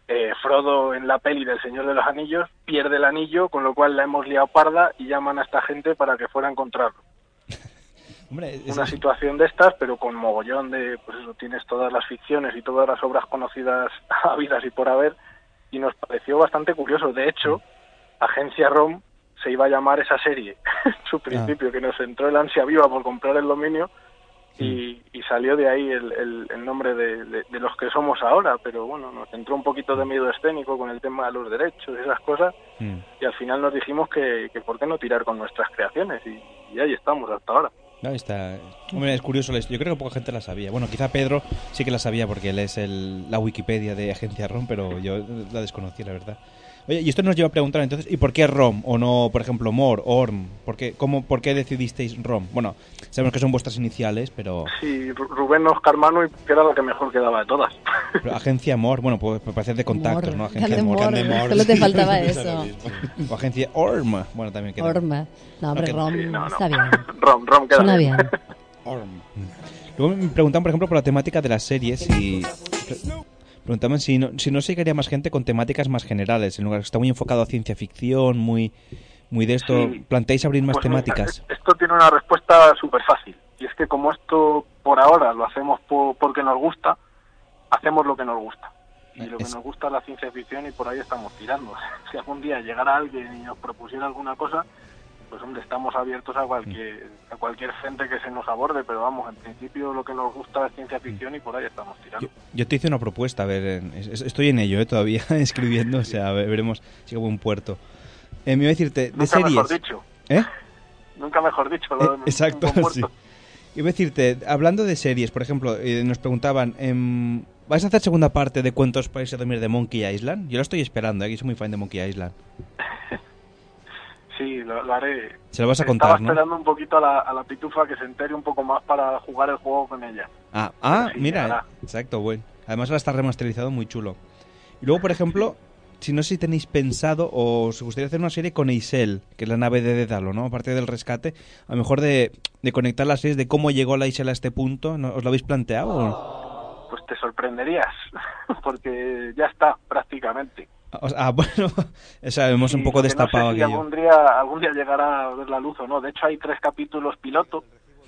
Speaker 15: eh, Frodo en la peli del Señor de los Anillos pierde el anillo, con lo cual la hemos liado parda y llaman a esta gente para que fuera a encontrarlo.
Speaker 7: Hombre, es-
Speaker 15: Una situación de estas, pero con mogollón de, pues eso, tienes todas las ficciones y todas las obras conocidas habidas y por haber, y nos pareció bastante curioso. De hecho, Agencia ROM se iba a llamar esa serie,
Speaker 12: Ah.
Speaker 15: su
Speaker 7: Ah.
Speaker 15: principio, que nos entró el ansia viva por comprar el dominio,
Speaker 7: Hmm.
Speaker 15: y, y salió de ahí el, el- el nombre de, de- de los que somos ahora, pero bueno, nos entró un poquito de miedo escénico con el tema de los derechos y esas cosas, y al final nos dijimos que, que por qué no tirar con nuestras creaciones, y, y ahí estamos hasta ahora.
Speaker 7: Ahí está. Hombre, es curioso. la historia. Yo creo que poca gente la sabía. Bueno, quizá Pedro sí que la sabía porque él es el- la Wikipedia de Agencia ROM, pero yo la desconocí, la verdad. Oye, y esto nos lleva a preguntar entonces, ¿y por qué ROM o no, por ejemplo, MOR, ORM? ¿Por qué, cómo, ¿Por qué decidisteis ROM? Bueno, sabemos que son vuestras iniciales, pero,
Speaker 15: Sí, Ru- Rubén Oscar Manu, y que era la que mejor quedaba de todas.
Speaker 7: pero Agencia MOR, bueno, pues me parece de contactos,
Speaker 8: Mor,
Speaker 7: ¿no? Agencia
Speaker 8: Grande
Speaker 7: MOR.
Speaker 8: Mor, Grande Mor. solo te faltaba eso.
Speaker 7: O Agencia ORM, bueno, también queda.
Speaker 8: Orma. No, hombre,
Speaker 7: queda.
Speaker 8: Rom está bien.
Speaker 15: Rom, Rom
Speaker 7: queda
Speaker 8: Suena
Speaker 7: bien.
Speaker 8: bien.
Speaker 15: Hmm.
Speaker 7: Luego me preguntan, por ejemplo, por la temática de las series y... pre- Preguntaban si no, si no seguiría más gente con temáticas más generales, en lugar que está muy enfocado a ciencia ficción, muy, muy de esto.
Speaker 15: Sí.
Speaker 7: ¿Planteáis abrir más
Speaker 15: Pues mira,
Speaker 7: temáticas?
Speaker 15: Esto tiene una respuesta súper fácil. Y es que como esto por ahora lo hacemos po- porque nos gusta, hacemos lo que nos gusta. Y lo que nos gusta es la ciencia ficción y por ahí estamos tirando. Si algún día llegara alguien y nos propusiera alguna cosa, pues hombre, estamos abiertos a cualquier, a cualquier gente que se nos aborde, pero vamos, en principio lo que nos gusta es ciencia ficción y por ahí estamos tirando.
Speaker 7: Yo te hice una propuesta, a ver, en- es- es- estoy en ello eh, todavía, escribiendo, o sea, a ver, veremos si hago un puerto. Eh, me iba a decirte, de
Speaker 15: Nunca
Speaker 7: series...
Speaker 15: mejor dicho.
Speaker 7: ¿Eh?
Speaker 15: Nunca mejor dicho.
Speaker 7: Eh,
Speaker 15: lo de-
Speaker 7: Exacto,
Speaker 15: un buen
Speaker 7: sí.
Speaker 15: puerto.
Speaker 7: Iba a decirte, hablando de series, por ejemplo, eh, nos preguntaban, em, ¿vais a hacer segunda parte de Cuentos para irse a dormir de Monkey Island? Yo lo estoy esperando, aquí soy muy fan de Monkey Island.
Speaker 15: Sí, lo, lo haré.
Speaker 7: Se lo vas a
Speaker 15: Estaba
Speaker 7: contar, ¿no?
Speaker 15: esperando un poquito a la, a la pitufa que se entere un poco más para jugar el juego con ella.
Speaker 7: Ah, ah,
Speaker 15: Sí,
Speaker 7: mira,
Speaker 15: llegará.
Speaker 7: eh, exacto, bueno. Además ahora está remasterizado, muy chulo. Y luego, por ejemplo, si no sé si tenéis pensado o os gustaría hacer una serie con Isel, que es la nave de Dédalo, ¿no? Aparte del rescate, a lo mejor de, de conectar las series, de cómo llegó la Isel a este punto, ¿no? ¿os lo habéis planteado? o no?
Speaker 15: Pues te sorprenderías, porque ya está, prácticamente.
Speaker 7: O sea, ah, bueno, o sea, hemos un poco
Speaker 15: Que no sé
Speaker 7: destapado
Speaker 15: si
Speaker 7: aquello.
Speaker 15: algún día, algún día llegará a ver la luz o no. De hecho, hay tres capítulos piloto,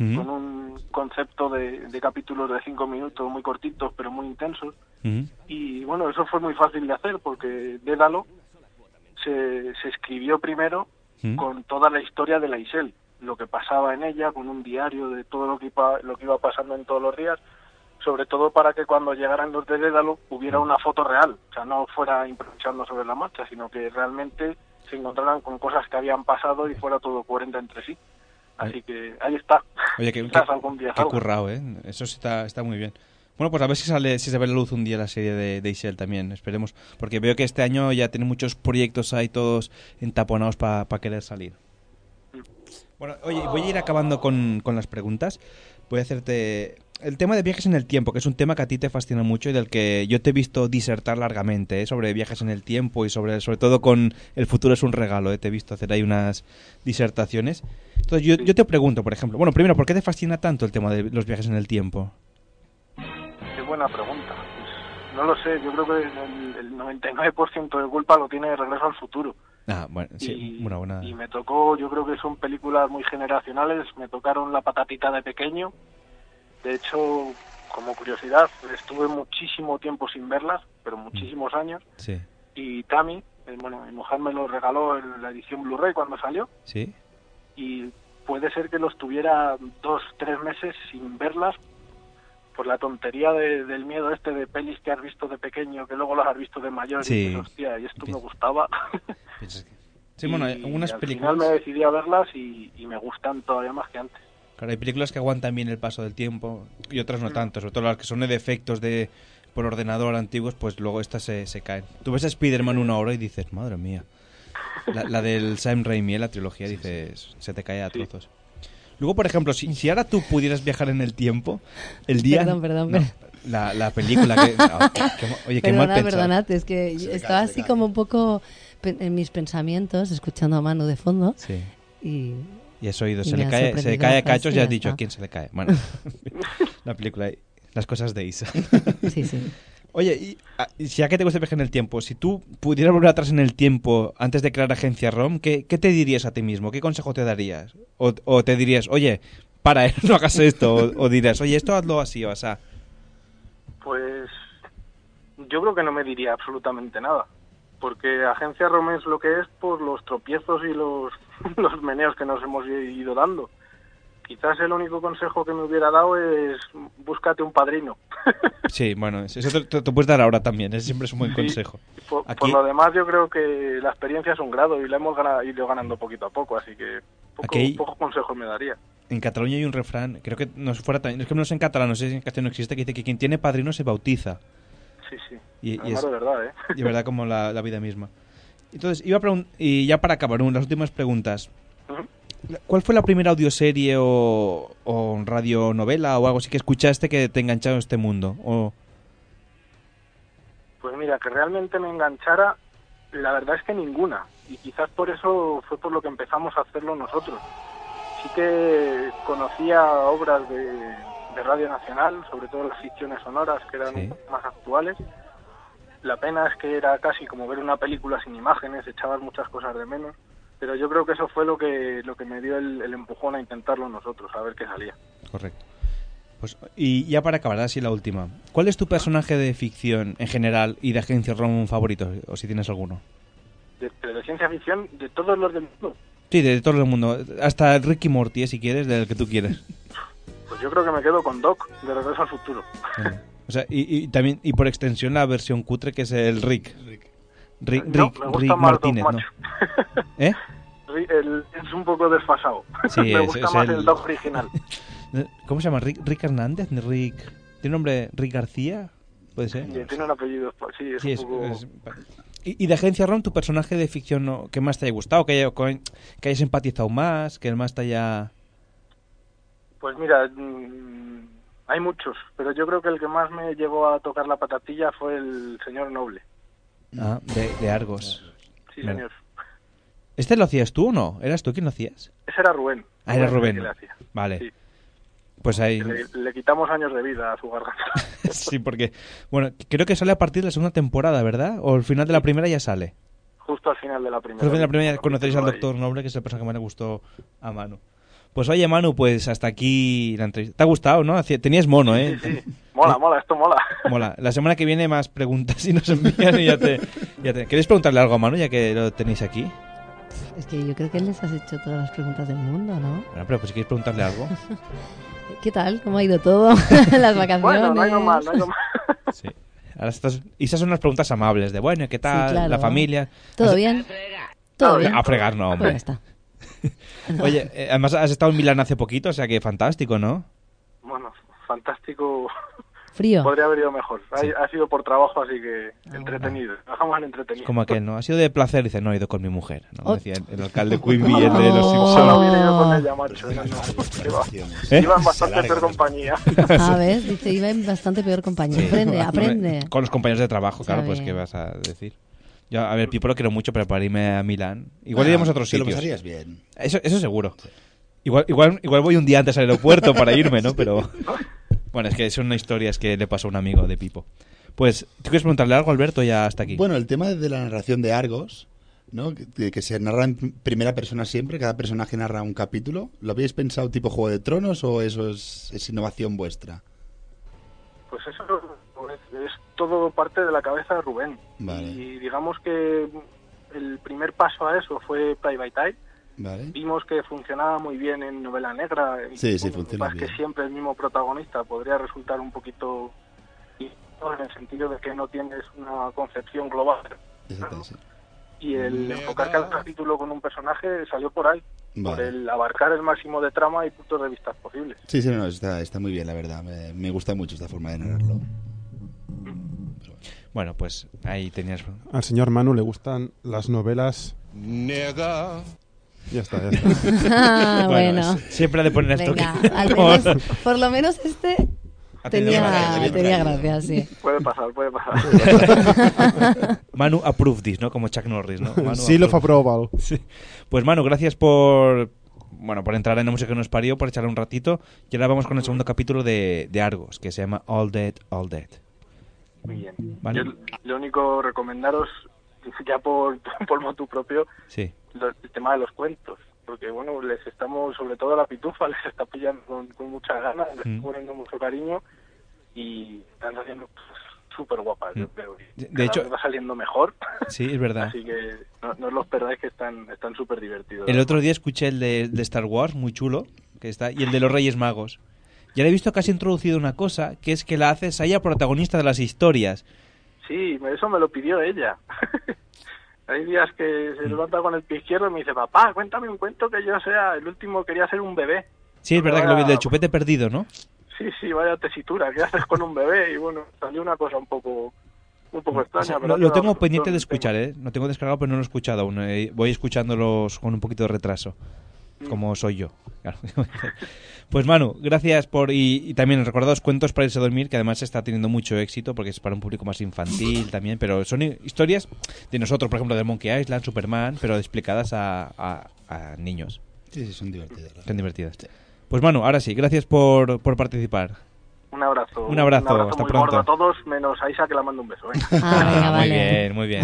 Speaker 7: Ujú.
Speaker 15: con un concepto de, de capítulos de cinco minutos muy cortitos, pero muy intensos.
Speaker 7: Ujú.
Speaker 15: Y bueno, eso fue muy fácil de hacer porque Dédalo se, se escribió primero
Speaker 7: ¿Mm?
Speaker 15: con toda la historia de la Isel, lo que pasaba en ella, con un diario de todo lo que, iba, lo que iba pasando en todos los días, sobre todo para que cuando llegaran los de Dédalo hubiera una foto real, o sea, no fuera improvisando sobre la marcha, sino que realmente se encontraran con cosas que habían pasado y fuera todo coherente entre sí. Así que ahí está.
Speaker 7: Oye, que,
Speaker 15: Quizás
Speaker 7: que-
Speaker 15: algún día
Speaker 7: que
Speaker 15: salga.
Speaker 7: currao, ¿eh? Eso sí está, está muy bien. Bueno, pues a ver si sale, si se ve la luz un día la serie de, de Isel también, esperemos. Porque veo que este año ya tiene muchos proyectos ahí todos entaponados para querer salir. Bueno, oye, voy a ir acabando con, con las preguntas. Voy a hacerte el tema de viajes en el tiempo, que es un tema que a ti te fascina mucho y del que yo te he visto disertar largamente, ¿eh? sobre viajes en el tiempo y sobre, sobre todo con El futuro es un regalo, ¿eh? te he visto hacer ahí unas disertaciones. Entonces yo, yo te pregunto, por ejemplo, bueno, primero, ¿por qué te fascina tanto el tema de los viajes en el tiempo?
Speaker 15: Qué buena pregunta. Pues, No lo sé, yo creo que el, el 99% de culpa lo tiene Regreso al Futuro.
Speaker 7: Ah, bueno, sí, una buena...
Speaker 15: Y me tocó, yo creo que son películas muy generacionales, me tocaron la patatita de pequeño. De hecho, como curiosidad, estuve muchísimo tiempo sin verlas, pero
Speaker 7: Mm.
Speaker 15: muchísimos años.
Speaker 7: Sí,
Speaker 15: Y Tami, eh, bueno, mi mujer me lo regaló en la edición Blu-ray cuando salió.
Speaker 7: sí.
Speaker 15: Y puede ser que los tuviera dos, tres meses sin verlas por la tontería de- del miedo este de pelis que has visto de pequeño, que luego las has visto de mayor
Speaker 7: Sí.
Speaker 15: y dices, hostia, y esto me gustaba.
Speaker 7: Sí, bueno, eh, hay
Speaker 15: Y
Speaker 7: algunas
Speaker 15: al
Speaker 7: películas...
Speaker 15: final me decidí a verlas y, y me gustan todavía más que antes.
Speaker 7: Claro, hay películas que aguantan bien el paso del tiempo y otras no tanto, sobre todo las que son de efectos de por ordenador antiguos, pues luego estas se, se caen. Tú ves a Spider-Man una hora y dices, madre mía. La, la del Sam Raimi, la trilogía, dices, se te cae a trozos. Luego, por ejemplo, si, si ahora tú pudieras viajar en el tiempo, el día...
Speaker 8: Perdón, perdón,
Speaker 7: no,
Speaker 8: perdón.
Speaker 7: la, la película que... ah, qué- qué ma- oye, qué mal
Speaker 8: Perdona,
Speaker 7: pensado.
Speaker 8: perdonad, es que
Speaker 7: Se le
Speaker 8: estaba
Speaker 7: cae, se le
Speaker 8: así
Speaker 7: cae.
Speaker 8: como un poco pe- en mis pensamientos, escuchando a Manu de fondo.
Speaker 7: Sí.
Speaker 8: Y
Speaker 7: Y has oído,
Speaker 8: y
Speaker 7: se
Speaker 8: me
Speaker 7: le,
Speaker 8: ha
Speaker 7: cae, se le
Speaker 8: sorprendido
Speaker 7: cae
Speaker 8: la
Speaker 7: a cachos y
Speaker 8: frase ya
Speaker 7: has dicho
Speaker 8: está.
Speaker 7: a quién se le cae. Bueno, la película, las cosas de Isa.
Speaker 8: Sí, sí.
Speaker 7: Oye, y, ah, y si ya que te gusta viajar en el tiempo, si tú pudieras volver atrás en el tiempo antes de crear agencia ROM, ¿qué, qué te dirías a ti mismo? ¿Qué consejo te darías? O, o te dirías, oye, para, eh, no hagas esto. O, o dirías, oye, esto hazlo así o así.
Speaker 15: Pues yo creo que no me diría absolutamente nada, porque Agencia ROM es lo que es por los tropiezos y los, los meneos que nos hemos ido dando. Quizás el único consejo que me hubiera dado es búscate un padrino.
Speaker 7: Sí, bueno, eso te, te- te puedes dar ahora también. Ese siempre es un buen
Speaker 15: Sí.
Speaker 7: consejo.
Speaker 15: Por, por
Speaker 7: Aquí-
Speaker 15: lo demás, yo creo que la experiencia es un grado y la hemos ganado, ido ganando poquito a poco, así que poco,
Speaker 7: Aquí-
Speaker 15: pocos consejos me daría.
Speaker 7: En Cataluña hay un refrán, creo que no fuera tan- es que no sé en catalán, no sé si en castellano existe, que dice que quien tiene padrino se bautiza.
Speaker 15: Sí, sí.
Speaker 7: Y, y
Speaker 15: Además, de verdad, ¿eh?
Speaker 7: y es verdad como la, la vida misma. Entonces, iba a pregun- y ya para acabar, un- las últimas preguntas. La- ¿Cuál fue la primera audioserie o, o radionovela o algo así que escuchaste que te enganchado a este mundo? O,
Speaker 15: Pues mira, que realmente me enganchara, la verdad es que ninguna. Y quizás por eso fue por lo que empezamos a hacerlo nosotros. Sí que conocía obras de, de Radio Nacional, sobre todo las ficciones sonoras, que eran un poco más actuales. La pena es que era casi como ver una película sin imágenes, echabas muchas cosas de menos. Pero yo creo que eso fue lo que, lo que me dio el, el empujón a intentarlo nosotros, a ver qué salía.
Speaker 7: Correcto. Pues, y ya para acabar, así la última. ¿Cuál es tu personaje de ficción en general y de agencia rom favorito, o si tienes alguno?
Speaker 15: De, pero de ciencia ficción, de todos los del mundo,
Speaker 7: Sí, de todo el mundo. Hasta Ricky Morty, eh, si quieres, del que tú quieres.
Speaker 15: pues yo creo que me quedo con Doc, de Regreso al Futuro.
Speaker 7: O sea, y, y también, y por extensión la versión cutre que es el Rick. Rick, Rick,
Speaker 15: No, me gusta
Speaker 7: Rick
Speaker 15: más
Speaker 7: Martínez,
Speaker 15: Doc
Speaker 7: ¿no? ¿Eh?
Speaker 15: Sí, el- es un poco desfasado.
Speaker 7: Sí,
Speaker 15: Me
Speaker 7: es-
Speaker 15: gusta
Speaker 7: es
Speaker 15: más
Speaker 7: el-
Speaker 15: el... Doc original.
Speaker 7: ¿Eh? ¿Cómo se llama? ¿Rick, Rick Hernández? ¿Rick... ¿Tiene nombre Rick García? ¿Puede ser?
Speaker 15: Y tiene un apellido. pues, Sí, es
Speaker 7: Sí,
Speaker 15: un
Speaker 7: es-
Speaker 15: poco.
Speaker 7: es- ¿Y, y de Agencia ROM, tu personaje de ficción no- que más te haya gustado? Que, haya- con- que hayas empatizado más, que el más te haya...
Speaker 15: Pues mira, mm, hay muchos, pero yo creo que el que más me llevó a tocar la patatilla fue el señor Noble.
Speaker 7: Ah, de, de Argos.
Speaker 15: Sí,
Speaker 7: Mira.
Speaker 15: señor.
Speaker 7: ¿Este lo hacías tú o no? ¿Eras tú quien lo hacías?
Speaker 15: Ese era Rubén.
Speaker 7: Ah, era
Speaker 15: el
Speaker 7: Rubén.
Speaker 15: que le hacía.
Speaker 7: Vale.
Speaker 15: Sí.
Speaker 7: Pues ahí...
Speaker 15: Le, le quitamos años de vida a su garganta.
Speaker 7: sí, porque... Bueno, creo que sale a partir de la segunda temporada, ¿verdad? O al final de la primera ya sale.
Speaker 15: Justo al final de la primera.
Speaker 7: Creo que en la primera conoceréis al doctor Noble, que es el personaje que más le gustó a Manu. Pues oye, Manu, pues hasta aquí la entrevista. ¿Te ha gustado, no? Hacía- Tenías mono, ¿eh?
Speaker 15: Mola, mola, esto mola.
Speaker 7: Mola. La semana que viene más preguntas y nos envían y ya te, ya te- ¿Queréis preguntarle algo a Manu ya que lo tenéis aquí?
Speaker 8: Es que yo creo que les has hecho todas las preguntas del mundo, ¿no?
Speaker 7: Bueno, pero pues si queréis preguntarle algo.
Speaker 8: ¿Qué tal? ¿Cómo ha ido todo? las vacaciones.
Speaker 15: Bueno, no ha ido mal, no ha ido mal.
Speaker 7: Sí. Ahora estas, y esas son unas preguntas amables de, bueno, ¿qué tal?
Speaker 8: Sí, claro.
Speaker 7: La familia.
Speaker 8: ¿Todo bien? ¿Todo bien?
Speaker 7: Ah, A fregar, no, hombre.
Speaker 8: Bueno, está.
Speaker 7: Oye, eh, además has estado en Milán hace poquito, o sea que fantástico, ¿no?
Speaker 15: Bueno, fantástico.
Speaker 8: Frío.
Speaker 15: Podría haber ido mejor. Ha, ha sido por trabajo, así que entretenido. Trabajamos en entretenido.
Speaker 7: Como aquel, ¿no? Ha sido de placer, dice, no he ido con mi mujer. ¿no? Como
Speaker 15: Oh.
Speaker 7: decía el, el alcalde Quimby, el
Speaker 8: Oh.
Speaker 7: de los
Speaker 15: Solo
Speaker 7: Simpsons.
Speaker 15: hubiera ido con ella, macho. No, no, qué va.
Speaker 7: ¿Eh?
Speaker 15: Iban bastante a ser compañía.
Speaker 8: A ver, dice, iba en bastante peor compañía. Aprende, aprende.
Speaker 7: Con los compañeros de trabajo, claro,
Speaker 8: Está
Speaker 7: pues
Speaker 8: bien.
Speaker 7: qué vas a decir. Yo, a ver, Pipo lo quiero mucho, pero para irme a Milán. Igual
Speaker 9: Ah,
Speaker 7: iremos a otros
Speaker 9: te lo
Speaker 7: sitios.
Speaker 9: pasarías bien.
Speaker 7: Eso, eso seguro. Igual, igual, igual voy un día antes al aeropuerto para irme, ¿no? Pero. Bueno, es que son historias que le pasó a un amigo de Pipo. Pues, ¿tú quieres preguntarle algo, Alberto? Ya hasta aquí.
Speaker 9: Bueno, el tema de la narración de Argos, ¿no? que, que se narra en primera persona siempre, cada personaje narra un capítulo. ¿Lo habéis pensado tipo Juego de Tronos o eso es, es innovación vuestra?
Speaker 15: Pues eso es, es todo parte de la cabeza de Rubén. Y digamos que el primer paso a eso fue Play by Tie.
Speaker 9: Vale.
Speaker 15: Vimos que funcionaba muy bien en novela negra. y
Speaker 9: Sí, sí,
Speaker 15: lo que
Speaker 9: funciona
Speaker 15: pasa es
Speaker 9: bien.
Speaker 15: que siempre el mismo protagonista podría resultar un poquito incómodo en el sentido de que no tienes una concepción global. Y el enfocar cada capítulo con un personaje salió por ahí, por
Speaker 9: Vale.
Speaker 15: el abarcar el máximo de trama y puntos de vista posibles.
Speaker 9: Sí, sí, no, está, está muy bien, la verdad. Me, me gusta mucho esta forma de narrarlo.
Speaker 7: Bueno, pues ahí tenías.
Speaker 10: Al señor Manu le gustan las novelas.
Speaker 7: Nega.
Speaker 10: Ya está, ya está.
Speaker 8: Ah, bueno.
Speaker 7: es- Siempre ha de poner esto.
Speaker 8: Venga,
Speaker 7: que-
Speaker 8: al
Speaker 7: como-
Speaker 8: menos- por lo menos este
Speaker 7: Ha tenido gracia, ha
Speaker 8: tenía,
Speaker 7: tenido
Speaker 8: tenía
Speaker 7: gracia.
Speaker 8: gracia, sí.
Speaker 15: Puede pasar, puede pasar.
Speaker 7: Manu approve this, ¿no? Como Chuck Norris, ¿no? Manu
Speaker 10: Sí, lo aprobado.
Speaker 7: Sí. Pues Manu, gracias por bueno, por entrar en la música que nos parió, por echarle un ratito. Y ahora vamos con el segundo capítulo de, de Argos, que se llama All Dead, All Dead.
Speaker 15: muy bien.
Speaker 7: Vale.
Speaker 15: Yo lo único recomendaros, ya por, por motu propio,
Speaker 7: Sí.
Speaker 15: lo- el tema de los cuentos. Porque, bueno, les estamos, sobre todo a la pitufa, les está pillando con, con muchas ganas, les está
Speaker 7: Mm.
Speaker 15: poniendo mucho cariño y están haciendo cosas súper guapas, yo
Speaker 7: Mm.
Speaker 15: creo. y
Speaker 7: De- de
Speaker 15: cada
Speaker 7: hecho-
Speaker 15: vez va saliendo mejor.
Speaker 7: Sí, es verdad.
Speaker 15: Así que no, no os los perdáis, que están están súper divertidos.
Speaker 7: El otro día escuché el de, de Star Wars, muy chulo, que está, y el de los Reyes Magos. Y ahora he visto que has introducido una cosa, que es que la haces a ella protagonista de las historias.
Speaker 15: Sí, me- eso me lo pidió ella. Hay días que
Speaker 7: Mm.
Speaker 15: se levanta con el pie izquierdo y me dice, papá, cuéntame un cuento que yo sea, el último quería ser un bebé.
Speaker 7: Sí, es verdad que lo vi
Speaker 15: Ahora-
Speaker 7: del chupete perdido, ¿no?
Speaker 15: Sí, sí, vaya tesitura, ¿qué haces con un bebé? Y bueno, salió una cosa un poco, un poco
Speaker 7: O
Speaker 15: extraña.
Speaker 7: sea,
Speaker 15: pero
Speaker 7: lo, lo
Speaker 15: no,
Speaker 7: tengo
Speaker 15: no,
Speaker 7: pendiente
Speaker 15: no,
Speaker 7: de escuchar, ¿eh? Lo tengo descargado, pero no lo he escuchado aún. eh, Voy escuchándolos con un poquito de retraso,
Speaker 15: Mm.
Speaker 7: como soy yo. claro. Pues Manu, gracias por... Y, y también recordados cuentos para irse a dormir, que además está teniendo mucho éxito, porque es para un público más infantil también, pero son hi- historias de nosotros, por ejemplo, de Monkey Island, Superman, pero explicadas a, a- a niños.
Speaker 9: Sí, sí, son divertidas.
Speaker 7: Son divertidas. Pues Manu, ahora sí, gracias por, por participar.
Speaker 15: Un abrazo.
Speaker 7: Un abrazo, hasta
Speaker 15: muy
Speaker 7: pronto.
Speaker 15: gordo a todos, menos a Isa que la mando un beso. venga.
Speaker 8: Ah,
Speaker 7: muy bien, muy bien.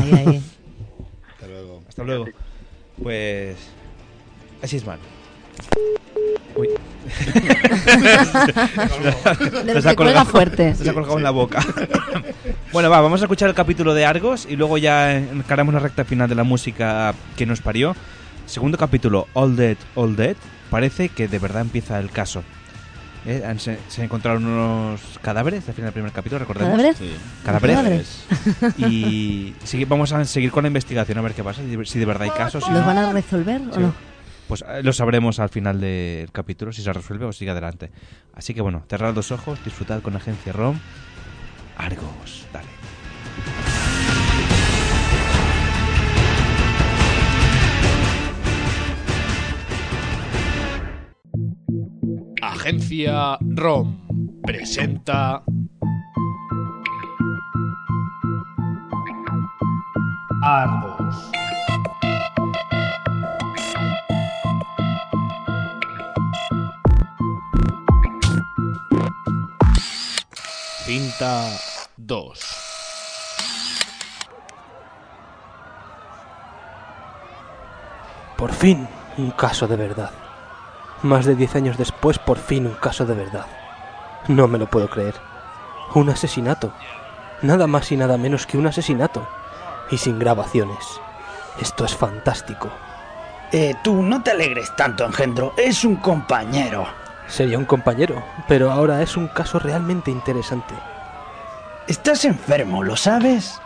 Speaker 9: Hasta luego.
Speaker 7: Hasta luego. Pues. Así es, man. Uy.
Speaker 8: De
Speaker 7: Nos
Speaker 8: los que
Speaker 7: ha colgado-
Speaker 8: cuelga fuerte.
Speaker 7: Nos ha colgado en la boca. bueno, va, vamos a escuchar el capítulo de Argos y luego ya encaramos la recta final de la música que nos parió. Segundo capítulo, All Dead, All Dead. Parece que de verdad empieza el caso. Eh, han- Se, se encontraron unos cadáveres al final del primer capítulo, recordemos.
Speaker 8: ¿Cadáveres? Sí.
Speaker 7: Cadáveres.
Speaker 8: Cadáveres.
Speaker 7: Y sigue- vamos a seguir con la investigación a ver qué pasa, si de verdad hay casos. si
Speaker 8: ¿Los
Speaker 7: no.
Speaker 8: van a resolver o
Speaker 7: Sí.
Speaker 8: no?
Speaker 7: Pues eh, lo sabremos al final del capítulo si se resuelve o sigue adelante. Así que bueno, cerrad los ojos, disfrutad con Agencia ROM. Argos, dale.
Speaker 16: Agencia ROM presenta Argos. Cinta 2.
Speaker 17: Por fin, un caso de verdad. Más de 10 años después, por fin un caso de verdad. No me lo puedo creer. Un asesinato. Nada más y nada menos que un asesinato. Y sin grabaciones. Esto es fantástico.
Speaker 18: Eh, tú no te alegres tanto, engendro. Es un compañero.
Speaker 17: Sería un compañero, pero ahora es un caso realmente interesante.
Speaker 18: Estás enfermo, ¿lo sabes?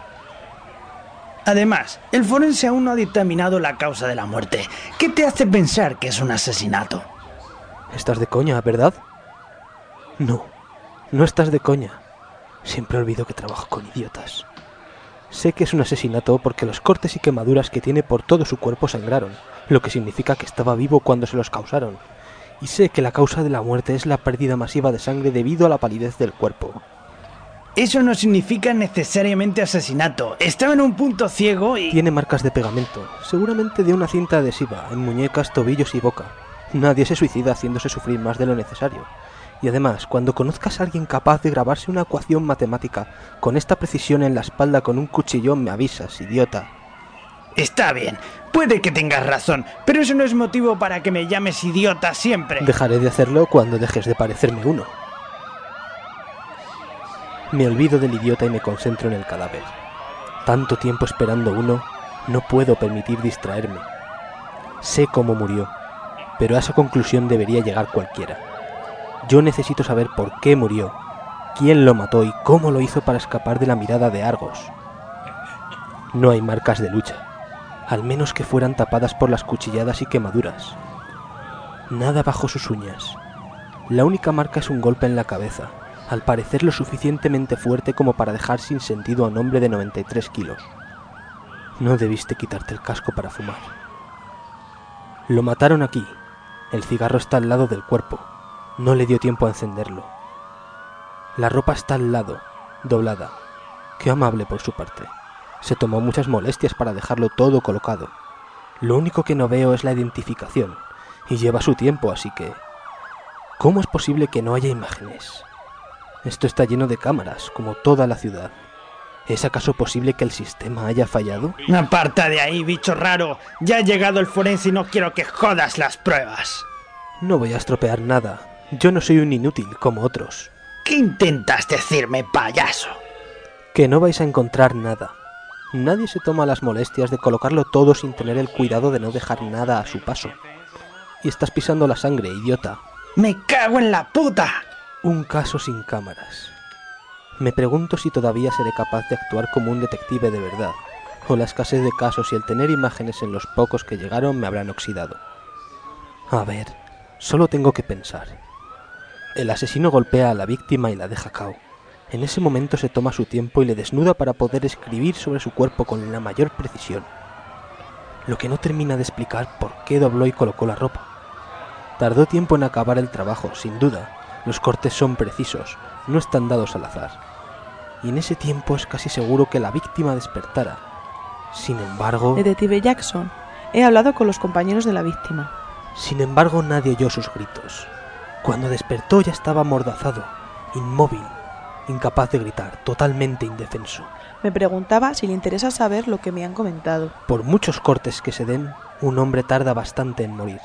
Speaker 18: Además, el forense aún no ha dictaminado la causa de la muerte. ¿Qué te hace pensar que es un asesinato?
Speaker 17: Estás de coña, ¿verdad? No, no estás de coña. Siempre olvido que trabajo con idiotas. Sé que es un asesinato porque los cortes y quemaduras que tiene por todo su cuerpo sangraron, lo que significa que estaba vivo cuando se los causaron. Y sé que la causa de la muerte es la pérdida masiva de sangre debido a la palidez del cuerpo.
Speaker 18: Eso no significa necesariamente asesinato. Estaba en un punto ciego y...
Speaker 17: Tiene marcas de pegamento, seguramente de una cinta adhesiva, en muñecas, tobillos y boca. Nadie se suicida haciéndose sufrir más de lo necesario. Y además, cuando conozcas a alguien capaz de grabarse una ecuación matemática con esta precisión en la espalda con un cuchillón, me avisas, idiota.
Speaker 18: Está bien. Puede que tengas razón, pero eso no es motivo para que me llames idiota siempre.
Speaker 17: Dejaré de hacerlo cuando dejes de parecerme uno. Me olvido del idiota y me concentro en el cadáver. Tanto tiempo esperando uno, no puedo permitir distraerme. Sé cómo murió, pero a esa conclusión debería llegar cualquiera. Yo necesito saber por qué murió, quién lo mató y cómo lo hizo para escapar de la mirada de Argos. No hay marcas de lucha, al menos que fueran tapadas por las cuchilladas y quemaduras. Nada bajo sus uñas. La única marca es un golpe en la cabeza, al parecer lo suficientemente fuerte como para dejar sin sentido a un hombre de 93 kilos. No debiste quitarte el casco para fumar. Lo mataron aquí. El cigarro está al lado del cuerpo. No le dio tiempo a encenderlo. La ropa está al lado, doblada. Qué amable por su parte. Se tomó muchas molestias para dejarlo todo colocado. Lo único que no veo es la identificación, y lleva su tiempo, así que... ¿Cómo es posible que no haya imágenes? Esto está lleno de cámaras, como toda la ciudad. ¿Es acaso posible que el sistema haya fallado?
Speaker 18: Aparta de ahí, bicho raro. Ya ha llegado el forense y no quiero que jodas las pruebas.
Speaker 17: No voy a estropear nada. Yo no soy un inútil como otros.
Speaker 18: ¿Qué intentas decirme, payaso?
Speaker 17: Que no vais a encontrar nada. Nadie se toma las molestias de colocarlo todo sin tener el cuidado de no dejar nada a su paso. Y estás pisando la sangre, idiota.
Speaker 18: ¡Me cago en la puta!
Speaker 17: Un caso sin cámaras. Me pregunto si todavía seré capaz de actuar como un detective de verdad, o la escasez de casos y el tener imágenes en los pocos que llegaron me habrán oxidado. A ver, solo tengo que pensar. El asesino golpea a la víctima y la deja cao. En ese momento se toma su tiempo y le desnuda para poder escribir sobre su cuerpo con la mayor precisión. Lo que no termina de explicar por qué dobló y colocó la ropa. Tardó tiempo en acabar el trabajo, sin duda. Los cortes son precisos, no están dados al azar. Y en ese tiempo es casi seguro que la víctima despertara. Sin embargo...
Speaker 19: Detective Jackson, he hablado con los compañeros de la víctima.
Speaker 17: Sin embargo, nadie oyó sus gritos. Cuando despertó ya estaba amordazado, inmóvil, incapaz de gritar, totalmente indefenso.
Speaker 19: Me preguntaba si le interesa saber lo que me han comentado.
Speaker 17: Por muchos cortes que se den, un hombre tarda bastante en morir.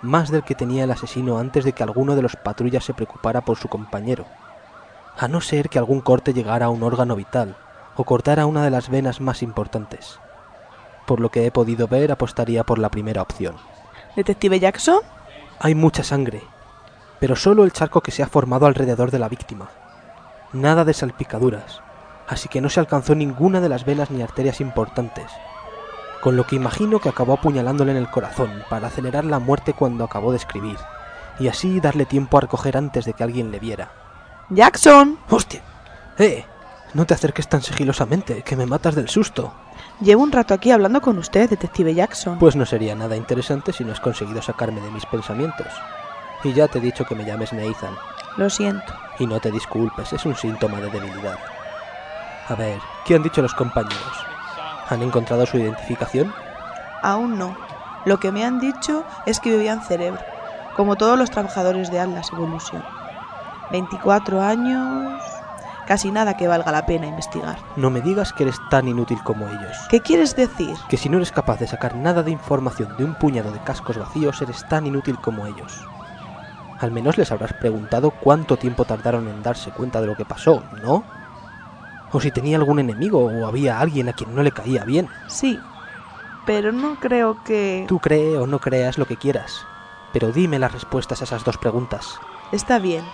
Speaker 17: Más del que tenía el asesino antes de que alguno de los patrullas se preocupara por su compañero. A no ser que algún corte llegara a un órgano vital o cortara una de las venas más importantes. Por lo que he podido ver, apostaría por la primera opción.
Speaker 19: ¿Detective Jackson?
Speaker 17: Hay mucha sangre, pero solo el charco que se ha formado alrededor de la víctima. Nada de salpicaduras, así que no se alcanzó ninguna de las venas ni arterias importantes, con lo que imagino que acabó apuñalándole en el corazón para acelerar la muerte cuando acabó de escribir, y así darle tiempo a recoger antes de que alguien le viera.
Speaker 19: ¡Jackson!
Speaker 17: ¡Hostia! ¡Eh! No te acerques tan sigilosamente, que me matas del susto.
Speaker 19: Llevo un rato aquí hablando con usted, detective Jackson.
Speaker 17: Pues no sería nada interesante si no has conseguido sacarme de mis pensamientos. Y ya te he dicho que me llames Nathan.
Speaker 19: Lo siento.
Speaker 17: Y no te disculpes, es un síntoma de debilidad. A ver, ¿qué han dicho los compañeros? ¿Han encontrado su identificación?
Speaker 19: Aún no. Lo que me han dicho es que vivían cerebro, como todos los trabajadores de Atlas Evolution. 24 años... Casi nada que valga la pena investigar.
Speaker 17: No me digas que eres tan inútil como ellos.
Speaker 19: ¿Qué quieres decir?
Speaker 17: Que si no eres capaz de sacar nada de información de un puñado de cascos vacíos, eres tan inútil como ellos. Al menos les habrás preguntado cuánto tiempo tardaron en darse cuenta de lo que pasó, ¿no? O si tenía algún enemigo o había alguien a quien no le caía bien.
Speaker 19: Sí, pero no creo que...
Speaker 17: Tú cree o no creas lo que quieras, pero dime las respuestas a esas dos preguntas.
Speaker 19: Está bien.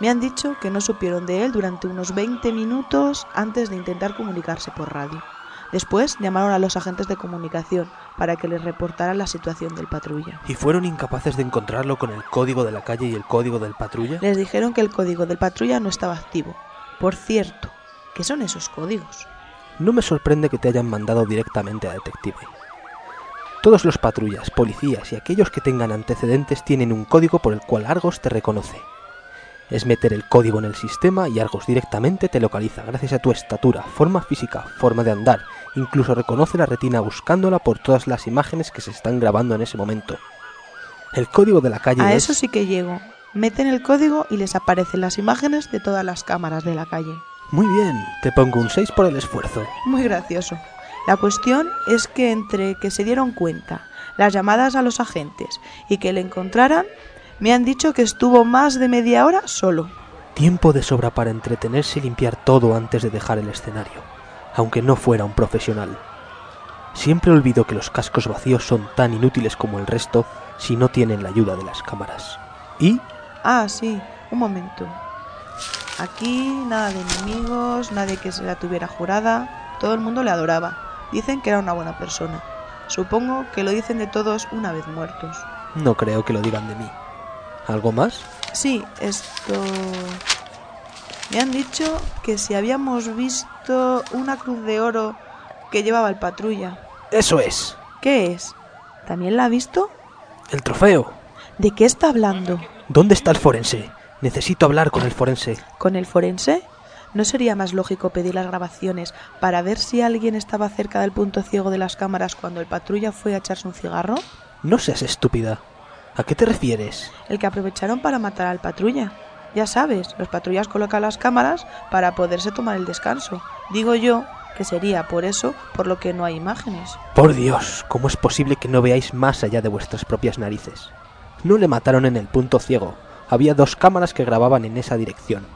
Speaker 19: Me han dicho que no supieron de él durante unos 20 minutos antes de intentar comunicarse por radio. Después llamaron a los agentes de comunicación para que les reportaran la situación del patrulla.
Speaker 17: ¿Y fueron incapaces de encontrarlo con el código de la calle y el código del patrulla?
Speaker 19: Les dijeron que el código del patrulla no estaba activo. Por cierto, ¿qué son esos códigos?
Speaker 17: No me sorprende que te hayan mandado directamente a detective. Todos los patrullas, policías y aquellos que tengan antecedentes tienen un código por el cual Argos te reconoce. Es meter el código en el sistema y Argos directamente te localiza gracias a tu estatura, forma física, forma de andar, incluso reconoce la retina buscándola por todas las imágenes que se están grabando en ese momento. El código de la calle
Speaker 19: A
Speaker 17: es...
Speaker 19: eso sí que llego. Meten el código y les aparecen las imágenes de todas las cámaras de la calle.
Speaker 17: Muy bien, te pongo un 6 por el esfuerzo.
Speaker 19: Muy gracioso. La cuestión es que entre que se dieron cuenta, las llamadas a los agentes y que le encontraran, me han dicho que estuvo más de media hora solo.
Speaker 17: Tiempo de sobra para entretenerse y limpiar todo antes de dejar el escenario, aunque no fuera un profesional. Siempre olvido que los cascos vacíos son tan inútiles como el resto si no tienen la ayuda de las cámaras. ¿Y?
Speaker 19: Ah, sí, un momento. Aquí nada de enemigos, nadie que se la tuviera jurada, todo el mundo le adoraba. Dicen que era una buena persona. Supongo que lo dicen de todos una vez muertos.
Speaker 17: No creo que lo digan de mí. ¿Algo más?
Speaker 19: Sí, esto... Me han dicho que si habíamos visto una cruz de oro que llevaba el patrulla.
Speaker 17: Eso es.
Speaker 19: ¿Qué es? ¿También la ha visto?
Speaker 17: El trofeo.
Speaker 19: ¿De qué está hablando?
Speaker 17: ¿Dónde está el forense? Necesito hablar con el forense.
Speaker 19: ¿Con el forense? ¿No sería más lógico pedir las grabaciones para ver si alguien estaba cerca del punto ciego de las cámaras cuando el patrulla fue a echarse un cigarro?
Speaker 17: No seas estúpida. ¿A qué te refieres?
Speaker 19: El que aprovecharon para matar al patrulla. Ya sabes, los patrullas colocan las cámaras para poderse tomar el descanso. Digo yo que sería por eso por lo que no hay imágenes.
Speaker 17: Por Dios, ¿cómo es posible que no veáis más allá de vuestras propias narices? No le mataron en el punto ciego. Había dos cámaras que grababan en esa dirección.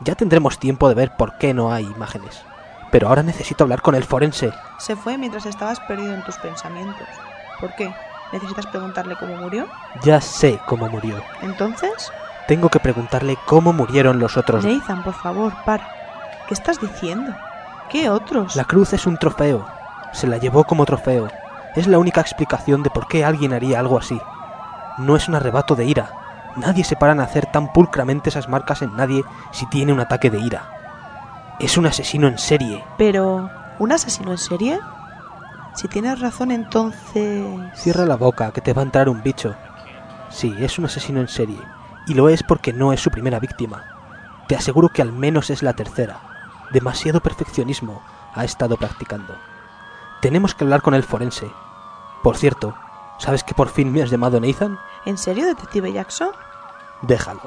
Speaker 17: Ya tendremos tiempo de ver por qué no hay imágenes. Pero ahora necesito hablar con el forense.
Speaker 19: Se fue mientras estabas perdido en tus pensamientos. ¿Por qué? ¿Necesitas preguntarle cómo murió?
Speaker 17: Ya sé cómo murió.
Speaker 19: Entonces,
Speaker 17: Tengo que preguntarle cómo murieron los otros.
Speaker 19: Nathan, por favor, para. ¿Qué estás diciendo? ¿Qué otros?
Speaker 17: La cruz es un trofeo. Se la llevó como trofeo. Es la única explicación de por qué alguien haría algo así. No es un arrebato de ira. Nadie se para en hacer tan pulcramente esas marcas en nadie si tiene un ataque de ira. Es un asesino en serie.
Speaker 19: Pero, ¿un asesino en serie? Si tienes razón, entonces...
Speaker 17: Cierra la boca, que te va a entrar un bicho. Sí, es un asesino en serie. Y lo es porque no es su primera víctima. Te aseguro que al menos es la tercera. Demasiado perfeccionismo ha estado practicando. Tenemos que hablar con el forense. Por cierto, ¿sabes que por fin me has llamado Nathan?
Speaker 19: ¿En serio, detective Jackson?
Speaker 17: Déjalo.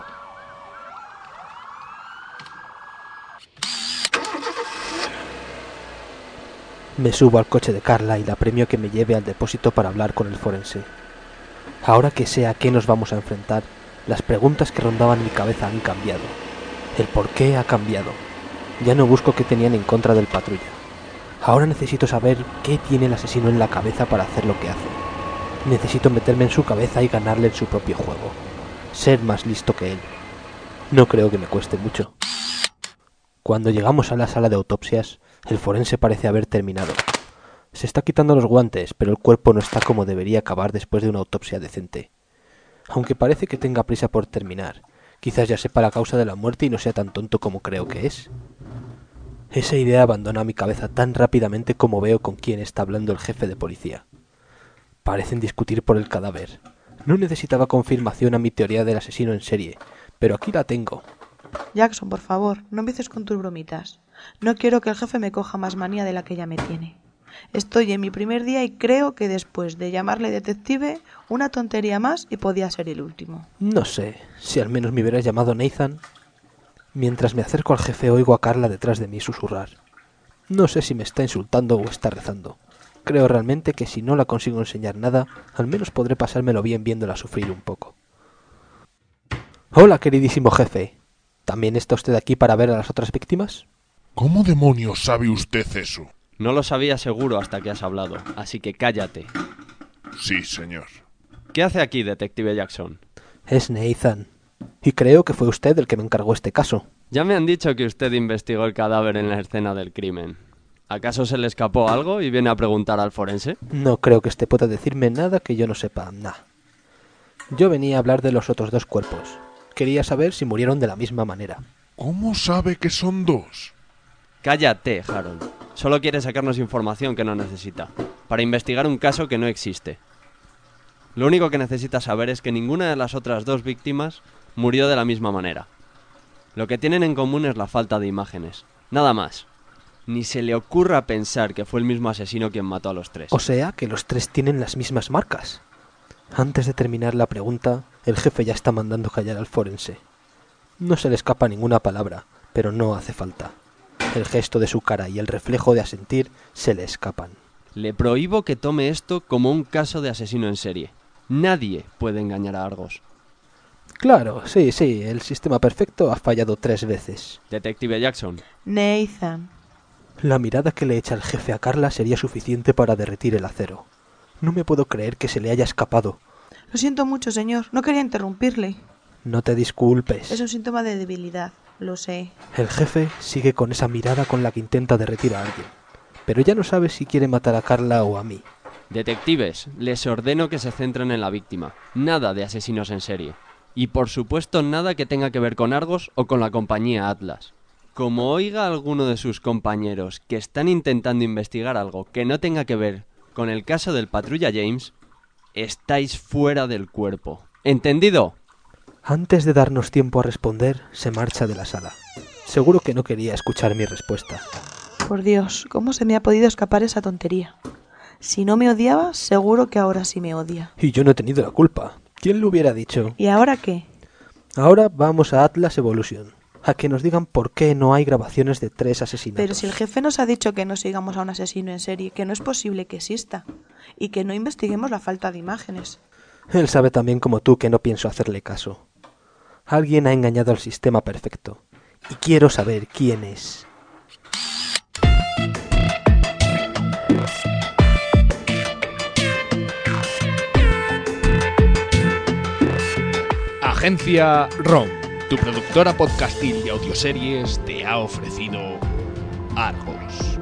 Speaker 17: Me subo al coche de Carla y la premio que me lleve al depósito para hablar con el forense. Ahora que sé a qué nos vamos a enfrentar, las preguntas que rondaban mi cabeza han cambiado. El por qué ha cambiado. Ya no busco qué tenían en contra del patrulla. Ahora necesito saber qué tiene el asesino en la cabeza para hacer lo que hace. Necesito meterme en su cabeza y ganarle en su propio juego. Ser más listo que él. No creo que me cueste mucho. Cuando llegamos a la sala de autopsias, el forense parece haber terminado. Se está quitando los guantes, pero el cuerpo no está como debería acabar después de una autopsia decente. Aunque parece que tenga prisa por terminar, quizás ya sepa la causa de la muerte y no sea tan tonto como creo que es. Esa idea abandona mi cabeza tan rápidamente como veo con quién está hablando el jefe de policía. Parecen discutir por el cadáver. No necesitaba confirmación a mi teoría del asesino en serie, pero aquí la tengo.
Speaker 19: Jackson, por favor, no empieces con tus bromitas. No quiero que el jefe me coja más manía de la que ya me tiene. Estoy en mi primer día y creo que después de llamarle detective, una tontería más y podía ser el último.
Speaker 17: No sé, si al menos me hubieras llamado Nathan. Mientras me acerco al jefe oigo a Carla detrás de mí susurrar. No sé si me está insultando o está rezando. Creo realmente que si no la consigo enseñar nada, al menos podré pasármelo bien viéndola sufrir un poco. Hola, queridísimo jefe. ¿También está usted aquí para ver a las otras víctimas?
Speaker 13: ¿Cómo demonios sabe usted eso?
Speaker 20: No lo sabía seguro hasta que has hablado, así que cállate.
Speaker 13: Sí, señor.
Speaker 20: ¿Qué hace aquí, detective Jackson?
Speaker 17: Es Nathan. Y creo que fue usted el que me encargó este caso.
Speaker 20: Ya me han dicho que usted investigó el cadáver en la escena del crimen. ¿Acaso se le escapó algo y viene a preguntar al forense?
Speaker 17: No creo que este pueda decirme nada que yo no sepa, nada. Yo venía a hablar de los otros dos cuerpos. Quería saber si murieron de la misma manera.
Speaker 13: ¿Cómo sabe que son dos?
Speaker 20: Cállate, Harold. Solo quiere sacarnos información que no necesita, para investigar un caso que no existe. Lo único que necesita saber es que ninguna de las otras dos víctimas murió de la misma manera. Lo que tienen en común es la falta de imágenes. Nada más. Ni se le ocurra pensar que fue el mismo asesino quien mató a los tres.
Speaker 17: O sea que los tres tienen las mismas marcas. Antes de terminar la pregunta, el jefe ya está mandando callar al forense. No se le escapa ninguna palabra, pero no hace falta. El gesto de su cara y el reflejo de asentir se le escapan.
Speaker 20: Le prohíbo que tome esto como un caso de asesino en serie. Nadie puede engañar a Argos.
Speaker 17: Claro, sí, sí, el sistema perfecto ha fallado tres veces.
Speaker 20: Detective Jackson,
Speaker 19: Nathan.
Speaker 17: La mirada que le echa el jefe a Carla sería suficiente para derretir el acero. No me puedo creer que se le haya escapado.
Speaker 19: Lo siento mucho, señor. No quería interrumpirle.
Speaker 17: No te disculpes.
Speaker 19: Es un síntoma de debilidad. Lo sé.
Speaker 17: El jefe sigue con esa mirada con la que intenta derretir a alguien, pero ya no sabe si quiere matar a Carla o a mí.
Speaker 20: detectives, les ordeno que se centren en la víctima. Nada de asesinos en serie. Y por supuesto nada que tenga que ver con Argos o con la compañía Atlas. Como oiga a alguno de sus compañeros que están intentando investigar algo que no tenga que ver con el caso del patrulla James, estáis fuera del cuerpo. ¿Entendido?
Speaker 17: Antes de darnos tiempo a responder, se marcha de la sala. Seguro que no quería escuchar mi respuesta.
Speaker 19: Por Dios, ¿cómo se me ha podido escapar esa tontería? Si no me odiaba, seguro que ahora sí me odia.
Speaker 17: Y yo no he tenido la culpa. ¿Quién lo hubiera dicho?
Speaker 19: ¿Y ahora qué?
Speaker 17: Ahora vamos a Atlas Evolution, a que nos digan por qué no hay grabaciones de tres asesinatos.
Speaker 19: Pero si el jefe nos ha dicho que no sigamos a un asesino en serie, que no es posible que exista, y que no investiguemos la falta de imágenes.
Speaker 17: Él sabe también como tú que no pienso hacerle caso. Alguien ha engañado al sistema perfecto. Y quiero saber quién es.
Speaker 16: Agencia ROM, tu productora podcastil de audioseries, te ha ofrecido Argos.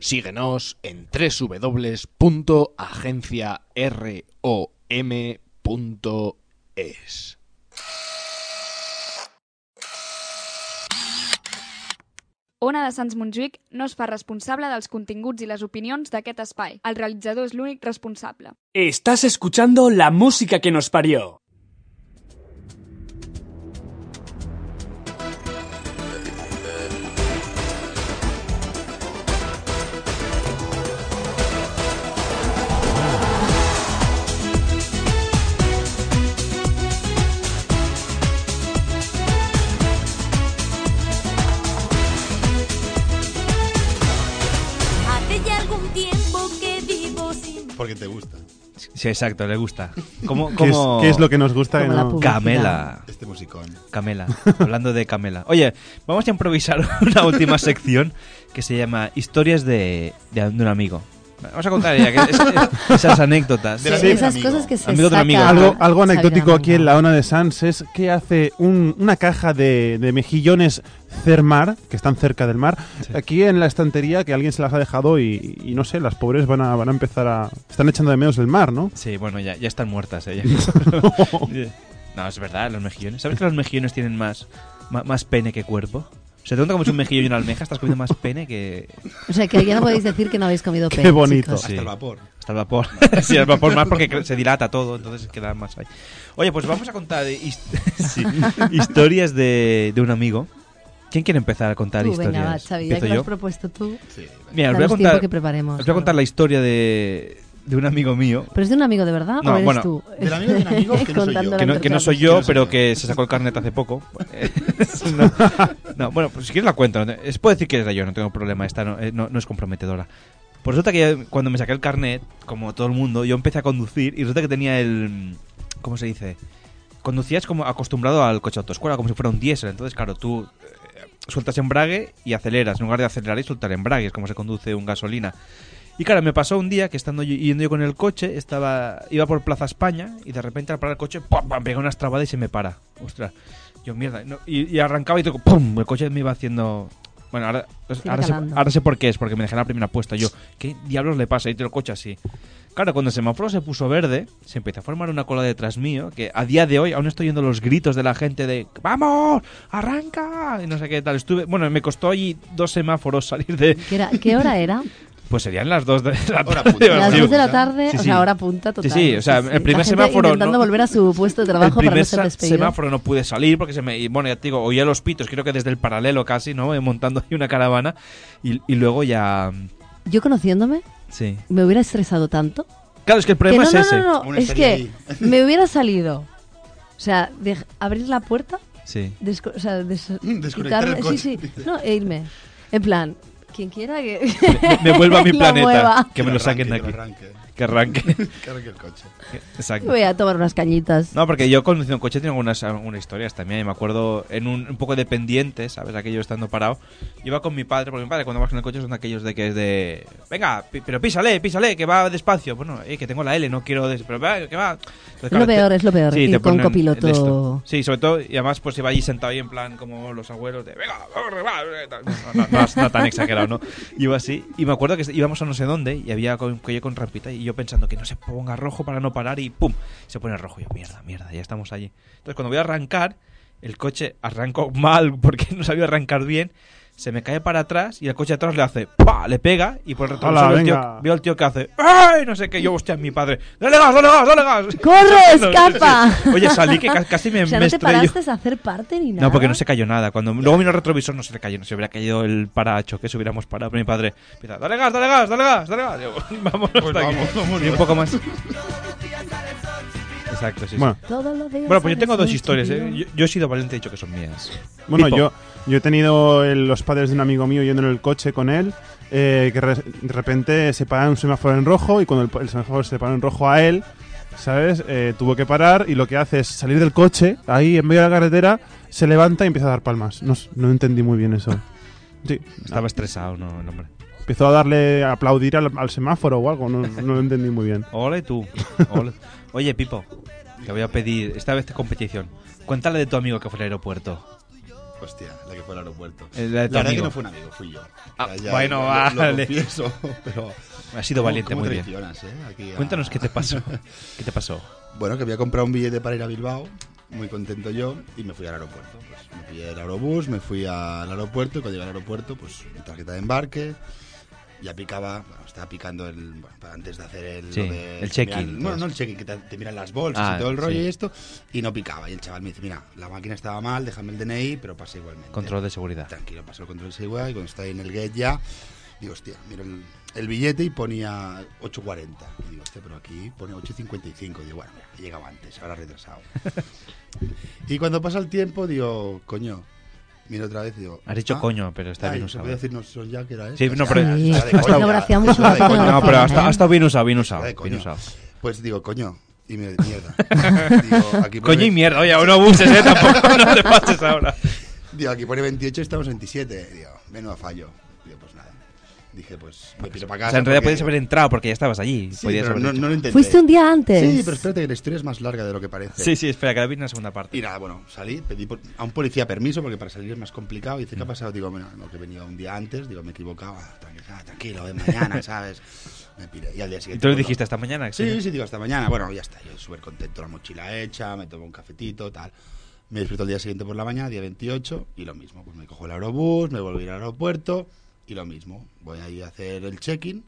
Speaker 16: Síguenos en www.agenciarom.es.
Speaker 3: Ona de Sants Montjuïc no es fa responsable dels continguts i les opinions d'aquest espai. El realitzador és l'únic responsable.
Speaker 21: Estás escuchando la música que nos parió.
Speaker 22: Hace ya algún tiempo que vivo sin...
Speaker 9: Porque te gusta.
Speaker 7: Sí, exacto, le gusta. ¿Cómo,
Speaker 10: ¿Qué es-
Speaker 7: cómo-
Speaker 10: qué es lo que nos gusta que Como la no- publicidad.
Speaker 7: Camela.
Speaker 9: Este musicón.
Speaker 7: Camela. Hablando de Camela. Oye, vamos a improvisar una última sección que se llama Historias de, de un amigo. Vamos a contar ya que es- es- esas anécdotas.
Speaker 10: De la Sí, vida de un esas amigo. cosas que
Speaker 8: se
Speaker 7: Amigo de un amigo.
Speaker 10: Algo, algo anecdótico aquí en la ONA de Sans es que hace un- una caja de, de mejillones Cermar, que están cerca del mar, aquí en la estantería que alguien se las ha dejado y, y no sé, las pobres van a, van a empezar a... Están echando de menos el mar, ¿no?
Speaker 7: Sí, bueno, ya, ya están muertas. eh, ya. no, es verdad, los mejillones. ¿Sabes que los mejillones tienen más, ma- más, pene que cuerpo? O sea, ¿te como es un mejillo y una almeja? Estás comiendo más pene que...
Speaker 8: O sea, que ya no podéis decir que no habéis comido pene, chicos.
Speaker 7: Sí. Hasta el vapor. sí, el vapor más porque cre- se dilata todo, entonces queda más ahí. Oye, pues vamos a contar eh, his- sí, historias de, de un amigo. ¿Quién quiere empezar a contar
Speaker 8: Tú,
Speaker 7: historias?
Speaker 8: venga, va, Xavi, ya
Speaker 7: ¿Empiezo
Speaker 8: que lo
Speaker 7: yo?
Speaker 8: has propuesto tú.
Speaker 7: Mira, os voy a
Speaker 8: danos
Speaker 7: contar,
Speaker 8: tiempo que preparemos.
Speaker 7: os voy a contar la historia de, de un amigo mío.
Speaker 8: ¿Pero es de un amigo de verdad
Speaker 7: No,
Speaker 8: o eres
Speaker 7: bueno.
Speaker 8: tú?
Speaker 9: Del amigo de un amigo que no soy yo.
Speaker 8: Contándola
Speaker 7: Que no,
Speaker 8: entre
Speaker 7: que no soy
Speaker 8: todos.
Speaker 7: yo, pero que se sacó el carnet hace poco. no, no, bueno, pues si quieres la cuento. no te- es- Puedo decir que era yo, no tengo problema. Esta no, eh, no- no es comprometedora. Pues resulta que yo, cuando me saqué el carnet, como todo el mundo, yo empecé a conducir y resulta que tenía el... ¿Cómo se dice? Conducías como acostumbrado al coche de autoescuela, como si fuera un diésel. Entonces, claro, tú eh, sueltas embrague y aceleras. En lugar de acelerar y soltar embrague, es como se conduce un gasolina. Y claro, me pasó un día que estando yo, yendo yo con el coche, estaba iba por Plaza España y de repente al parar el coche, ¡pum! pam, pega una estrabada y se me para. Ostras, yo mierda. no, y, y arrancaba y todo, ¡pum! El coche me iba haciendo... Bueno, ahora, pues, ahora, sé,
Speaker 23: calando.
Speaker 7: ahora sé por qué es, porque me dejé la primera apuesta. Yo, ¿qué diablos le pasa? Y el coche así. Claro, cuando el semáforo se puso verde, se empezó a formar una cola detrás mío, que a día de hoy aún estoy oyendo los gritos de la gente de ¡Vamos! ¡Arranca! Y no sé qué tal. Estuve, bueno, me costó allí dos semáforos salir de,
Speaker 8: ¿Qué, era- qué hora era?
Speaker 7: pues serían las 2 de la tarde.
Speaker 8: Las
Speaker 7: Sí,
Speaker 8: dos de la
Speaker 7: sí.
Speaker 8: tarde,
Speaker 7: Sí,
Speaker 8: o
Speaker 7: sí.
Speaker 8: sea, hora punta total.
Speaker 7: Sí, sí, o sea, el primer
Speaker 8: La gente
Speaker 7: semáforo.
Speaker 8: Intentando
Speaker 7: no-
Speaker 8: volver a su puesto de trabajo
Speaker 7: el
Speaker 8: para
Speaker 7: primer
Speaker 8: no ser
Speaker 7: sa-
Speaker 8: despedido.
Speaker 7: semáforo no pude salir porque se me. y bueno, ya te digo, oía los pitos, creo que desde el paralelo casi, ¿no? Eh, Montando ahí una caravana. Y, y luego ya.
Speaker 8: Yo conociéndome,
Speaker 7: Sí.
Speaker 8: me hubiera estresado tanto.
Speaker 7: Claro, es que el problema
Speaker 8: que no,
Speaker 7: es
Speaker 8: no,
Speaker 7: ese.
Speaker 8: No, no, es que me hubiera salido. O sea, de abrir la puerta,
Speaker 7: Sí.
Speaker 8: desco- o sea, des-
Speaker 9: desconectar el
Speaker 8: quitarme-
Speaker 9: coche.
Speaker 8: Sí, sí, no, e irme. En plan, quien quiera que.
Speaker 7: Me vuelvo a mi
Speaker 8: lo
Speaker 7: planeta.
Speaker 8: mueva.
Speaker 7: Que me lo saquen de aquí. Que arranque.
Speaker 9: Que arranque el coche.
Speaker 7: Exacto.
Speaker 8: Voy a tomar unas cañitas.
Speaker 7: No, porque yo conduciendo un coche tengo algunas, algunas historias también. y Me acuerdo en un, un poco de pendiente, ¿sabes? Aquello estando parado. Iba con mi padre, porque mi padre cuando vas con el coche son aquellos de que es de... Venga, pi- pero písale, písale, que va despacio. Bueno, eh, que tengo la L, no quiero... des- Pero va, que va... Entonces,
Speaker 8: lo peor, es lo peor, ir
Speaker 7: te
Speaker 8: con
Speaker 7: ponen
Speaker 8: copiloto.
Speaker 7: de esto. Sí, sobre todo, y además pues iba allí sentado ahí en plan como los abuelos de... Venga, corre, va", No, no, no, no, no tan exagerado, ¿no? Iba así. Y me acuerdo que íbamos a no sé dónde y había con- que yo con rampita y yo pensando que no se ponga rojo para no parar y ¡pum! Se pone rojo. Y yo, mierda, mierda, ya estamos allí. Entonces, cuando voy a arrancar, el coche arrancó mal porque no sabía arrancar bien. se me cae para atrás y el coche de atrás le hace ¡pa! le pega y por el retrovisor
Speaker 10: Hola,
Speaker 7: veo, el
Speaker 10: venga.
Speaker 7: tío, veo al tío que hace ¡ay! no sé qué yo hostia es mi padre ¡dale gas! ¡dale gas! ¡dale gas!
Speaker 8: ¡Corre!
Speaker 7: No,
Speaker 8: ¡Escapa!
Speaker 7: sí, sí. Oye salí que ca- casi me,
Speaker 8: O sea,
Speaker 7: me
Speaker 8: no te
Speaker 7: estrello
Speaker 8: paraste a hacer parte ni nada.
Speaker 7: no, porque no se cayó nada. Cuando luego vino el retrovisor no se le cayó, no se hubiera caído el parachoques, hubiéramos parado. Pero mi padre empieza, dale gas, dale gas, dale gas, dale gas. Digo, vámonos de aquí.
Speaker 10: Pues vamos, vámonos.
Speaker 7: Y un poco más. Exacto, sí. sí.
Speaker 10: Bueno.
Speaker 8: Todos los días
Speaker 7: Bueno, pues yo tengo
Speaker 8: sale
Speaker 7: dos
Speaker 8: sol,
Speaker 7: historias, ¿eh?
Speaker 8: chiquillo.
Speaker 7: Yo, yo he sido valiente y he dicho que son mías.
Speaker 10: Bueno,
Speaker 7: Pipo.
Speaker 10: yo, yo he tenido el- los padres de un amigo mío yendo en el coche con él, eh, que re- de repente se para un semáforo en rojo y cuando el, po- el semáforo se paró en rojo a él, ¿sabes? Eh, tuvo que parar y lo que hace es salir del coche, ahí en medio de la carretera, se levanta y empieza a dar palmas. No, s- no entendí muy bien eso. Sí.
Speaker 7: Estaba estresado, ¿no? El hombre.
Speaker 10: Empezó a darle, a aplaudir al, al semáforo o algo, no, no lo entendí muy bien.
Speaker 7: Ole tú. Ole. Oye, Pipo, te voy a pedir, esta vez te competición. Cuéntale de tu amigo que fue al aeropuerto.
Speaker 9: Hostia, la que fue al aeropuerto.
Speaker 7: Eh, la
Speaker 9: la
Speaker 7: de tu
Speaker 9: verdad
Speaker 7: amigo.
Speaker 9: que no fue un amigo, fui yo.
Speaker 7: Ah,
Speaker 9: Ya, ya,
Speaker 7: bueno,
Speaker 9: lo- lo
Speaker 7: vale.
Speaker 9: confieso, pero...
Speaker 7: Ha sido
Speaker 9: ¿Cómo-
Speaker 7: valiente,
Speaker 9: cómo
Speaker 7: muy bien.
Speaker 9: traicionas, eh? Aquí a-
Speaker 7: Cuéntanos qué te pasó. ¿Qué te pasó?
Speaker 9: Bueno, que había comprado un billete para ir a Bilbao, muy contento yo, y me fui al aeropuerto. Pues me pillé el Eurobús, me fui al aeropuerto, y cuando llegué al aeropuerto, pues mi tarjeta de embarque, ya picaba, bueno, estaba picando el, bueno, para antes de hacer el,
Speaker 7: Sí,
Speaker 9: lo de-
Speaker 7: el check-in,
Speaker 9: miran-
Speaker 7: todo
Speaker 9: Bueno,
Speaker 7: eso.
Speaker 9: no el check-in, que te, te miran las bolsas
Speaker 7: Ah,
Speaker 9: y todo el rollo
Speaker 7: sí.
Speaker 9: y esto, y no picaba. Y el chaval me dice, mira, la máquina estaba mal, déjame el DNI, pero pasé igualmente.
Speaker 7: Control de seguridad.
Speaker 9: Tranquilo, pasó el control de seguridad y cuando estaba en el gate ya, digo, hostia, miro el, el billete y ponía 8.40. Y digo, hostia, pero aquí pone 8.55. Digo, bueno, mira, he llegado antes, ahora retrasado. y cuando pasa el tiempo, digo, coño, miro otra vez y digo... "Ah,
Speaker 7: Has dicho coño, pero está bien
Speaker 9: Se
Speaker 7: usado. eh.
Speaker 9: puede decir no soy ya que era eso.
Speaker 7: Sí, no, pero.
Speaker 9: Ya, ya, ya, de
Speaker 7: Hasta-
Speaker 9: coña, eso era de coña.
Speaker 7: No, pero hasta, hasta bien usado, bien usado.
Speaker 9: Era de
Speaker 7: Bien
Speaker 9: coño.
Speaker 7: usado.
Speaker 9: Pues digo, coño. Y me- mierda. Digo, aquí pone-
Speaker 7: Coño y mierda. Oye, ahora abuses, ¿eh? Tampoco no te pases ahora.
Speaker 9: Digo, aquí pone 28 estamos en 27. Digo, menudo fallo. Digo, pues nada. Dije, pues me piro para
Speaker 7: O
Speaker 9: casa.
Speaker 7: sea, en realidad
Speaker 9: porque-
Speaker 7: podías haber entrado porque ya estabas allí.
Speaker 9: Sí,
Speaker 7: podías
Speaker 9: pero
Speaker 7: haber
Speaker 9: no,
Speaker 7: dicho.
Speaker 9: no lo intenté.
Speaker 8: Fuiste un día antes.
Speaker 9: Sí, pero espérate, que la historia es más larga de lo que parece.
Speaker 7: Sí, sí, espera, que ahora viene la segunda parte.
Speaker 9: Y nada, bueno, salí, pedí por- a un policía permiso porque para salir es más complicado. Y dice, ¿qué
Speaker 7: Mm.
Speaker 9: ha pasado? Digo, bueno, no, que venía un día antes. Digo, me equivocaba. Tranquilo, ah, tranquilo, es mañana, ¿sabes? Me piré. Y al día siguiente.
Speaker 7: Y tú le
Speaker 9: pues,
Speaker 7: dijiste, "Hasta mañana",
Speaker 9: Sí,
Speaker 7: sí.
Speaker 9: sí, digo, hasta mañana. Bueno, ya está. Yo súper contento, la mochila hecha, me tomo un cafetito, tal. Me despierto el día siguiente por la mañana, día 28, y lo mismo. Pues me cojo el aerobús, me vuelvo a ir al aeropuerto, y lo mismo. Voy a ir a hacer el check-in.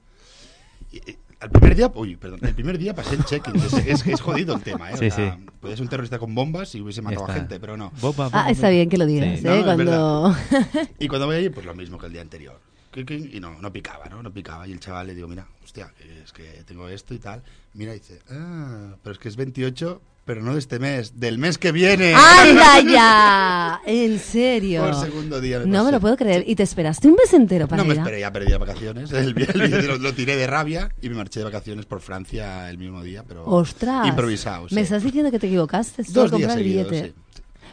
Speaker 9: Y- y Al primer día, uy, perdón, el primer día pasé el check-in. Es, es, es jodido el tema, ¿eh?
Speaker 7: Sí,
Speaker 9: O sea,
Speaker 7: sí.
Speaker 9: podía ser un terrorista con bombas y hubiese
Speaker 7: Ya
Speaker 9: matado a
Speaker 7: está.
Speaker 9: gente, pero no.
Speaker 7: Bomba, bomba,
Speaker 8: Ah, está bien que lo digas,
Speaker 9: Sí. No,
Speaker 8: ¿eh?
Speaker 9: es
Speaker 8: Cuando...
Speaker 9: Y cuando voy allí, pues lo mismo que el día anterior. Clic, clic, Y no, no picaba, ¿no? No picaba. Y el chaval le digo, mira, hostia, es que tengo esto y tal. Mira, y dice, ah, pero es que es 28, pero no de este mes, del mes que viene.
Speaker 8: ¡Anda ya! En serio.
Speaker 9: Por segundo día me
Speaker 8: No me
Speaker 9: pasé.
Speaker 8: lo puedo creer. ¿Y te esperaste un mes entero para
Speaker 9: No me
Speaker 8: ir a-
Speaker 9: esperé, ya perdí las vacaciones. El, vi- el vídeo lo, lo tiré de rabia y me marché de vacaciones por Francia el mismo día, pero
Speaker 8: ¡Ostras!
Speaker 9: Oh. improvisado. sí.
Speaker 8: Me estás diciendo que te equivocaste solo
Speaker 9: Dos días
Speaker 8: comprar el
Speaker 9: seguidos,
Speaker 8: billete.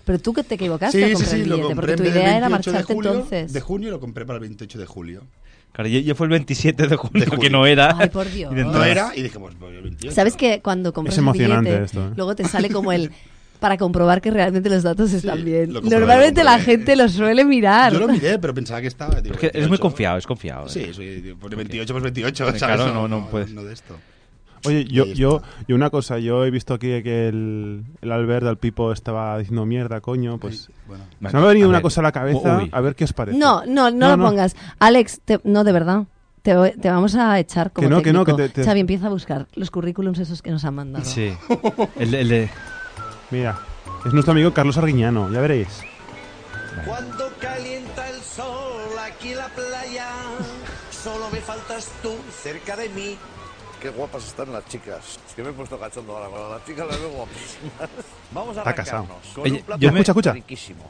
Speaker 8: Pero tú que te equivocaste
Speaker 9: Sí,
Speaker 8: al
Speaker 9: sí,
Speaker 8: comprar
Speaker 9: sí,
Speaker 8: el
Speaker 9: lo
Speaker 8: billete,
Speaker 9: compré
Speaker 8: porque tu
Speaker 9: en vez del
Speaker 8: idea
Speaker 9: 28
Speaker 8: era
Speaker 9: de
Speaker 8: marcharte
Speaker 9: julio,
Speaker 8: entonces.
Speaker 9: De junio lo compré para el 28 de julio.
Speaker 7: Claro, yo, yo fue el 27 de julio, que no era.
Speaker 8: Ay, por Dios.
Speaker 7: Y de
Speaker 9: No
Speaker 7: entrada.
Speaker 9: era, y dije, pues voy el 28.
Speaker 8: ¿Sabes que cuando compras
Speaker 7: Es emocionante
Speaker 8: un billete,
Speaker 7: esto, ¿eh?
Speaker 8: luego te sale como el para comprobar que realmente los datos están bien?
Speaker 9: lo comprobé,
Speaker 8: Normalmente
Speaker 9: lo
Speaker 8: la
Speaker 9: comprobé.
Speaker 8: gente lo suele mirar.
Speaker 9: Yo lo miré, pero pensaba que estaba. digo,
Speaker 7: Porque es muy
Speaker 9: 28.
Speaker 7: confiado, es confiado. ¿eh?
Speaker 9: Sí, soy, digo, pone 28 pues 28.
Speaker 7: Claro,
Speaker 9: ¿sabes?
Speaker 7: no, no puedes.
Speaker 9: No de esto.
Speaker 10: Oye, yo, yo, yo una cosa, yo he visto aquí que el, el Albert del Pipo estaba diciendo mierda, coño, pues...
Speaker 9: bueno.
Speaker 10: Se me ha venido
Speaker 7: A
Speaker 10: una
Speaker 7: ver.
Speaker 10: cosa a la cabeza,
Speaker 7: Uy.
Speaker 10: a ver qué os parece.
Speaker 8: No, no, no, lo pongas. Alex, te- no, de verdad. Te, voy- te vamos a echar como
Speaker 10: Que no, que no, que
Speaker 8: técnico.
Speaker 10: te- te-
Speaker 8: Xavi, empieza a buscar los currículums esos que nos han mandado.
Speaker 7: Sí. El, el de.
Speaker 10: Mira, es nuestro amigo Carlos Arguiñano, ya veréis.
Speaker 4: Cuando calienta el sol aquí la playa, solo me faltas tú cerca de mí.
Speaker 5: Qué guapas están las chicas. Es que me he puesto cachondo ahora. Con las chicas las veo guapísimas.
Speaker 4: Vamos a
Speaker 10: Está casado.
Speaker 4: arrancarnos con
Speaker 10: Oye,
Speaker 4: un plato
Speaker 10: yo me- Escucha, escucha.
Speaker 4: riquísimo.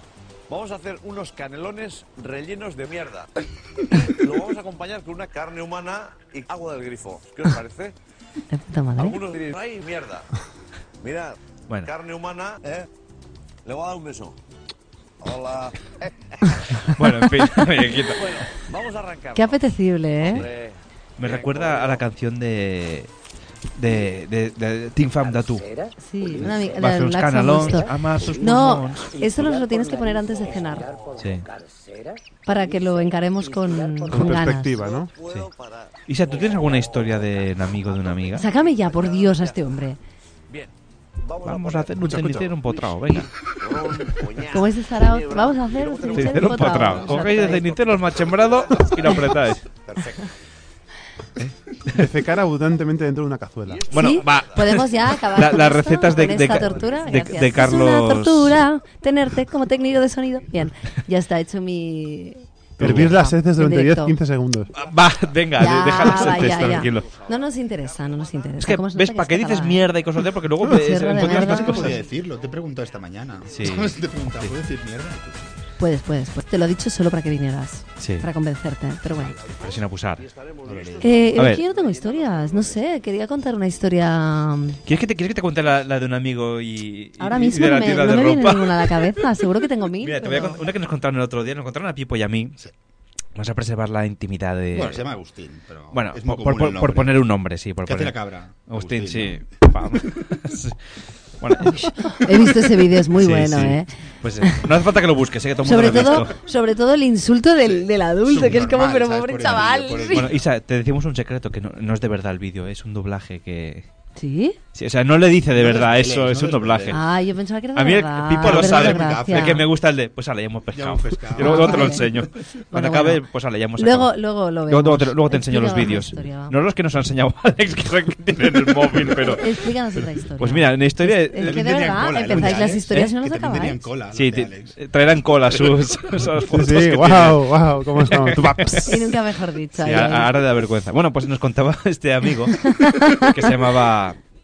Speaker 4: Vamos a hacer unos canelones rellenos de mierda. Lo vamos a acompañar con una carne humana y agua del grifo. ¿Qué os parece?
Speaker 8: De puta
Speaker 7: ¿Eh?
Speaker 8: madre.
Speaker 4: Algunos diréis, ¡ay, mierda! Mira,
Speaker 8: Bueno.
Speaker 4: carne humana, ¿eh? Le voy a dar un beso. Hola.
Speaker 7: Bueno, en fin, oye, quita.
Speaker 4: Bueno, vamos a arrancar.
Speaker 8: Qué apetecible, ¿eh?
Speaker 7: Me recuerda a la canción de. de. de. de Team Fam Datu.
Speaker 8: Sí, una amiga-
Speaker 7: Pues Va a hacer
Speaker 8: la-
Speaker 7: uns
Speaker 8: la-
Speaker 7: canalons,
Speaker 8: justo.
Speaker 7: ama sus
Speaker 8: No,
Speaker 7: pulmons.
Speaker 8: eso los lo tienes que poner antes de cenar.
Speaker 7: Sí.
Speaker 8: Para que lo encaremos con, con ganas.
Speaker 10: ¿no?
Speaker 7: Sí. Isa, ¿tú tienes alguna historia de un amigo de una amiga?
Speaker 8: Sácame ya, por Dios, a este hombre.
Speaker 4: Bien, Vamos,
Speaker 7: Vamos a hacer un
Speaker 4: Escucha, escucha.
Speaker 7: cenicero empotrado, venga.
Speaker 8: Como es de Sarao, vamos a hacer un cenicero
Speaker 7: Cenicero empotrado.
Speaker 8: empotrado.
Speaker 7: Cogéis el cenicero, el machembrado y lo apretáis.
Speaker 4: Perfecto.
Speaker 10: Defecar abundantemente dentro de una cazuela.
Speaker 7: Bueno,
Speaker 8: Sí, va. podemos ya acabar
Speaker 10: La-
Speaker 8: con
Speaker 10: las
Speaker 8: esto,
Speaker 10: recetas de,
Speaker 8: con
Speaker 10: de
Speaker 8: esta
Speaker 10: Ca-
Speaker 8: tortura.
Speaker 10: de-
Speaker 8: Gracias.
Speaker 10: de Carlos.
Speaker 8: Es una tortura tenerte como técnico de sonido. Bien, ya está hecho mi.
Speaker 10: Hervir las heces
Speaker 8: En
Speaker 10: durante
Speaker 8: directo.
Speaker 10: 10-15 segundos.
Speaker 7: Ah, Va, venga,
Speaker 8: Ya,
Speaker 7: de- déjala
Speaker 8: va,
Speaker 7: ser
Speaker 8: ya, ya.
Speaker 7: tranquilo.
Speaker 8: No nos interesa, no nos interesa.
Speaker 7: Es que,
Speaker 8: ¿Cómo se
Speaker 7: ¿ves?
Speaker 8: nota
Speaker 7: ¿Para qué
Speaker 8: es
Speaker 7: dices
Speaker 8: catalán?
Speaker 7: mierda y cosas de Porque luego
Speaker 8: eh? Cierra
Speaker 7: ves-
Speaker 8: de
Speaker 7: encuentras
Speaker 8: mierda.
Speaker 7: más cosas.
Speaker 9: podía decirlo, te he preguntado esta mañana.
Speaker 7: Sí.
Speaker 9: te he preguntado, ¿puedo decir mierda? Y tú,
Speaker 8: Puedes, puedes, puedes. Te lo he dicho solo para que vinieras.
Speaker 7: Sí.
Speaker 8: Para convencerte, pero bueno.
Speaker 7: Pero sin abusar.
Speaker 8: Eh,
Speaker 7: a ver,
Speaker 8: aquí yo no tengo historias, no sé, quería contar una historia... mm,
Speaker 7: ¿quieres que te, quieres que te cuente la, la de un amigo y, y-
Speaker 8: Ahora
Speaker 7: y
Speaker 8: mismo
Speaker 7: de la
Speaker 8: no me,
Speaker 7: tienda
Speaker 8: no
Speaker 7: de
Speaker 8: me viene
Speaker 7: ropa?
Speaker 8: ninguna a la cabeza, seguro que tengo mil.
Speaker 7: Mira, te voy a
Speaker 8: pero-
Speaker 7: contar una que nos contaron el otro día, nos contaron a Pipo y a mí. Vamos a preservar la intimidad de.
Speaker 9: Bueno, se llama Agustín, pero
Speaker 7: Bueno,
Speaker 9: es muy
Speaker 7: por,
Speaker 9: común
Speaker 7: por-
Speaker 9: el nombre.
Speaker 7: por poner un nombre, sí. Por
Speaker 9: ¿Qué hace
Speaker 7: poner-
Speaker 9: la cabra?
Speaker 7: Agustín,
Speaker 9: Agustín,
Speaker 7: sí. Vamos. Sí. Bueno.
Speaker 8: He visto ese vídeo, es muy bueno, ¿eh?
Speaker 7: Pues eh, no hace falta que lo busques, sé que todo el mundo
Speaker 8: Sobre
Speaker 7: lo ha
Speaker 8: todo,
Speaker 7: visto.
Speaker 8: sobre todo el insulto del, del adulto, que es como,
Speaker 9: Subnormal,
Speaker 8: pero
Speaker 9: ¿sabes?
Speaker 8: pobre
Speaker 9: Por el
Speaker 8: chaval.
Speaker 9: vídeo, por el
Speaker 8: sí.
Speaker 7: Bueno, Isa, te decimos un secreto que no, no es de verdad el vídeo, ¿eh? es un doblaje que.
Speaker 8: ¿Sí?
Speaker 7: o sea, no le dice de
Speaker 9: No
Speaker 7: verdad
Speaker 9: desveles,
Speaker 7: eso,
Speaker 9: no
Speaker 7: es un
Speaker 9: desveles.
Speaker 7: doblaje.
Speaker 8: Ah, yo pensaba que era de
Speaker 7: A mí el
Speaker 8: verdad,
Speaker 7: Pipo lo
Speaker 8: pero
Speaker 7: sabe.
Speaker 8: no es de
Speaker 7: El que me
Speaker 8: verdad.
Speaker 7: gusta el de, pues ahora ya hemos pescado.
Speaker 9: hemos pescado.
Speaker 7: Y luego, luego te lo
Speaker 8: Vale.
Speaker 7: enseño. Cuando
Speaker 8: Bueno,
Speaker 7: acabe,
Speaker 8: bueno.
Speaker 7: pues ahora ya hemos
Speaker 8: Luego-
Speaker 7: acabado.
Speaker 8: luego lo
Speaker 7: Luego, te,
Speaker 8: vemos.
Speaker 7: luego te enseño los vídeos.
Speaker 8: Explícanos la historia, va.
Speaker 7: no los que nos ha enseñado Alex, que son que tienen el móvil, pero.
Speaker 8: Explícanos otra historia.
Speaker 7: Pues mira, una historia.
Speaker 8: Es- es que de verdad, empezáis las historias y no las acabáis.
Speaker 7: Sí, te- eh, traerán cola sus, sus fotos.
Speaker 10: Sí,
Speaker 7: que
Speaker 10: wow,
Speaker 7: tienen.
Speaker 10: wow, cómo estamos.
Speaker 8: Y nunca mejor dicho. ¿eh?
Speaker 7: Sí,
Speaker 8: ay, ay.
Speaker 7: a- ahora de la vergüenza. Bueno, pues nos contaba este amigo que se llamaba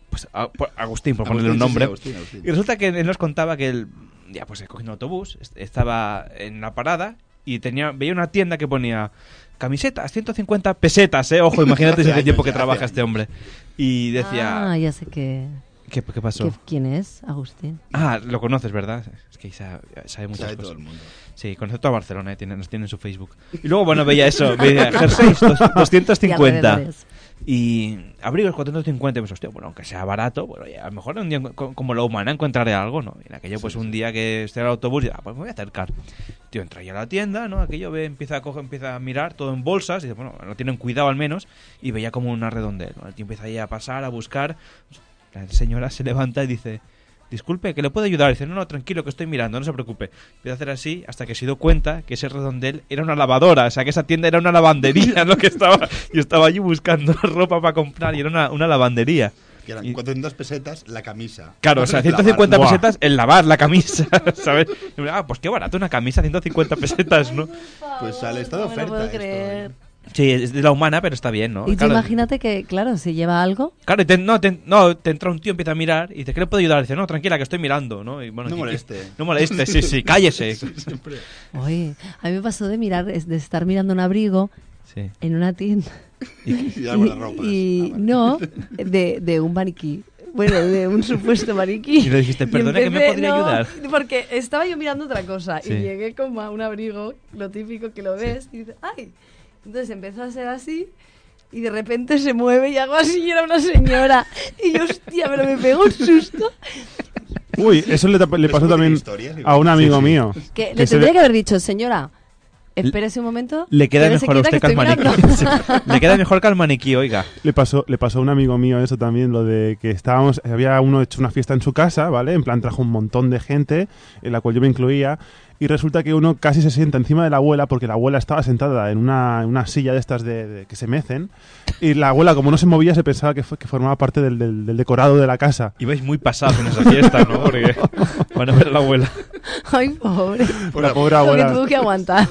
Speaker 7: pues, a- por- Agustín, por ponerle un
Speaker 9: Agustín, sí,
Speaker 7: nombre.
Speaker 9: Agustín, Agustín.
Speaker 7: Y resulta que él nos contaba que él, ya pues, cogiendo autobús, est- estaba en la parada y tenía veía una tienda que ponía camisetas, 150 pesetas, ¿eh? Ojo, imagínate
Speaker 8: Hace
Speaker 7: si hace
Speaker 8: años,
Speaker 7: tiempo que
Speaker 8: hace
Speaker 7: trabaja
Speaker 8: años.
Speaker 7: este hombre. Y decía...
Speaker 8: Ah, ya sé que...
Speaker 7: ¿Qué, qué pasó?
Speaker 8: que- ¿Quién es Agustín?
Speaker 7: Ah, lo conoces, ¿verdad? Es que Isa sabe muchas
Speaker 9: Sabe
Speaker 7: cosas.
Speaker 9: todo el mundo.
Speaker 7: Sí, conoce toda Barcelona, eh, tiene- nos tiene en su Facebook. Y luego, bueno, veía eso, veía jerseys dos- 250.
Speaker 8: alrededores.
Speaker 7: Y abrigos 450, y pues, hostia, bueno, aunque sea barato, bueno, ya, a lo mejor un día co- co- como la humana encontraré algo, ¿no? Y en aquello, pues un día que esté en el autobús, ya, pues me voy a acercar. Tío, entra yo a la tienda, ¿no? Aquello ve, empieza a coger, empieza a mirar todo en bolsas, y dice, bueno, lo tienen cuidado al menos, y veía como una redondel, ¿no? El tío empieza ahí a pasar, a buscar. La señora se levanta y dice, disculpe, que le puedo ayudar. Y dice, no, no, tranquilo, que estoy mirando, no se preocupe. Empieza a hacer así hasta que se dio cuenta que ese redondel era una lavadora, o sea, que esa tienda era una lavandería, lo que estaba. Yo estaba allí buscando ropa para comprar y era una, una lavandería.
Speaker 9: Que eran 400 pesetas la camisa.
Speaker 7: Claro, o sea, 150 pesetas el lavar la camisa, ¿sabes? Y, Ah, pues qué barato una camisa, 150 pesetas, ¿no?
Speaker 9: Pues sale, está de
Speaker 8: No me lo
Speaker 9: oferta.
Speaker 8: puedo creer.
Speaker 7: Sí, es de la humana, pero está bien, ¿no?
Speaker 8: Y tú
Speaker 7: Claro,
Speaker 8: imagínate que, claro, si lleva algo...
Speaker 7: Claro, y te, no, te, no, te entra un tío, empieza a mirar y dice, ¿qué le puedo ayudar? Y dice, no, tranquila, que estoy mirando, ¿no? Y, bueno,
Speaker 9: No
Speaker 7: y- y-
Speaker 9: moleste.
Speaker 7: No moleste, sí, sí, cállese.
Speaker 8: Oye, a mí me pasó de mirar, es- de estar mirando un abrigo
Speaker 7: Sí.
Speaker 8: en una tienda.
Speaker 7: pues,
Speaker 9: Y algo en las ropas.
Speaker 8: y no, de, de un maniquí. Bueno, de un supuesto maniquí.
Speaker 7: Y le dijiste, "Perdone, ¿qué me podría
Speaker 8: no,
Speaker 7: ayudar?"
Speaker 8: Porque estaba yo mirando otra cosa
Speaker 7: Sí.
Speaker 8: y llegué como a un abrigo, lo típico que lo ves, y dices, ¡ay! Entonces empezó a ser así y de repente se mueve y hago así y era una señora. Y yo, hostia, pero me pegó un susto.
Speaker 10: Uy, eso le, tap- le pasó también a un amigo mío.
Speaker 8: Que le
Speaker 10: que se
Speaker 8: tendría
Speaker 10: le-
Speaker 8: que haber dicho, señora, espérese un momento.
Speaker 7: Le queda
Speaker 8: quédese
Speaker 7: mejor a
Speaker 8: quieta
Speaker 7: usted que al
Speaker 8: estoy
Speaker 7: maniquí.
Speaker 8: mirando".
Speaker 7: Le queda mejor que al maniquí, oiga.
Speaker 10: Le pasó, le pasó a un amigo mío eso también, lo de que estábamos, había uno hecho una fiesta en su casa, ¿vale? En plan trajo un montón de gente, en la cual yo me incluía, y resulta que uno casi se sienta encima de la abuela porque la abuela estaba sentada en una, en una silla de estas de, de- que se mecen, y la abuela como no se movía se pensaba que, fue- que formaba parte del, del- del decorado de la casa.
Speaker 7: Ibais muy pasados en esa fiesta, ¿no? Porque van a ver a la abuela.
Speaker 8: Ay, pobre.
Speaker 10: La pobre
Speaker 8: Lo
Speaker 10: abuela.
Speaker 8: que tuvo que aguantar.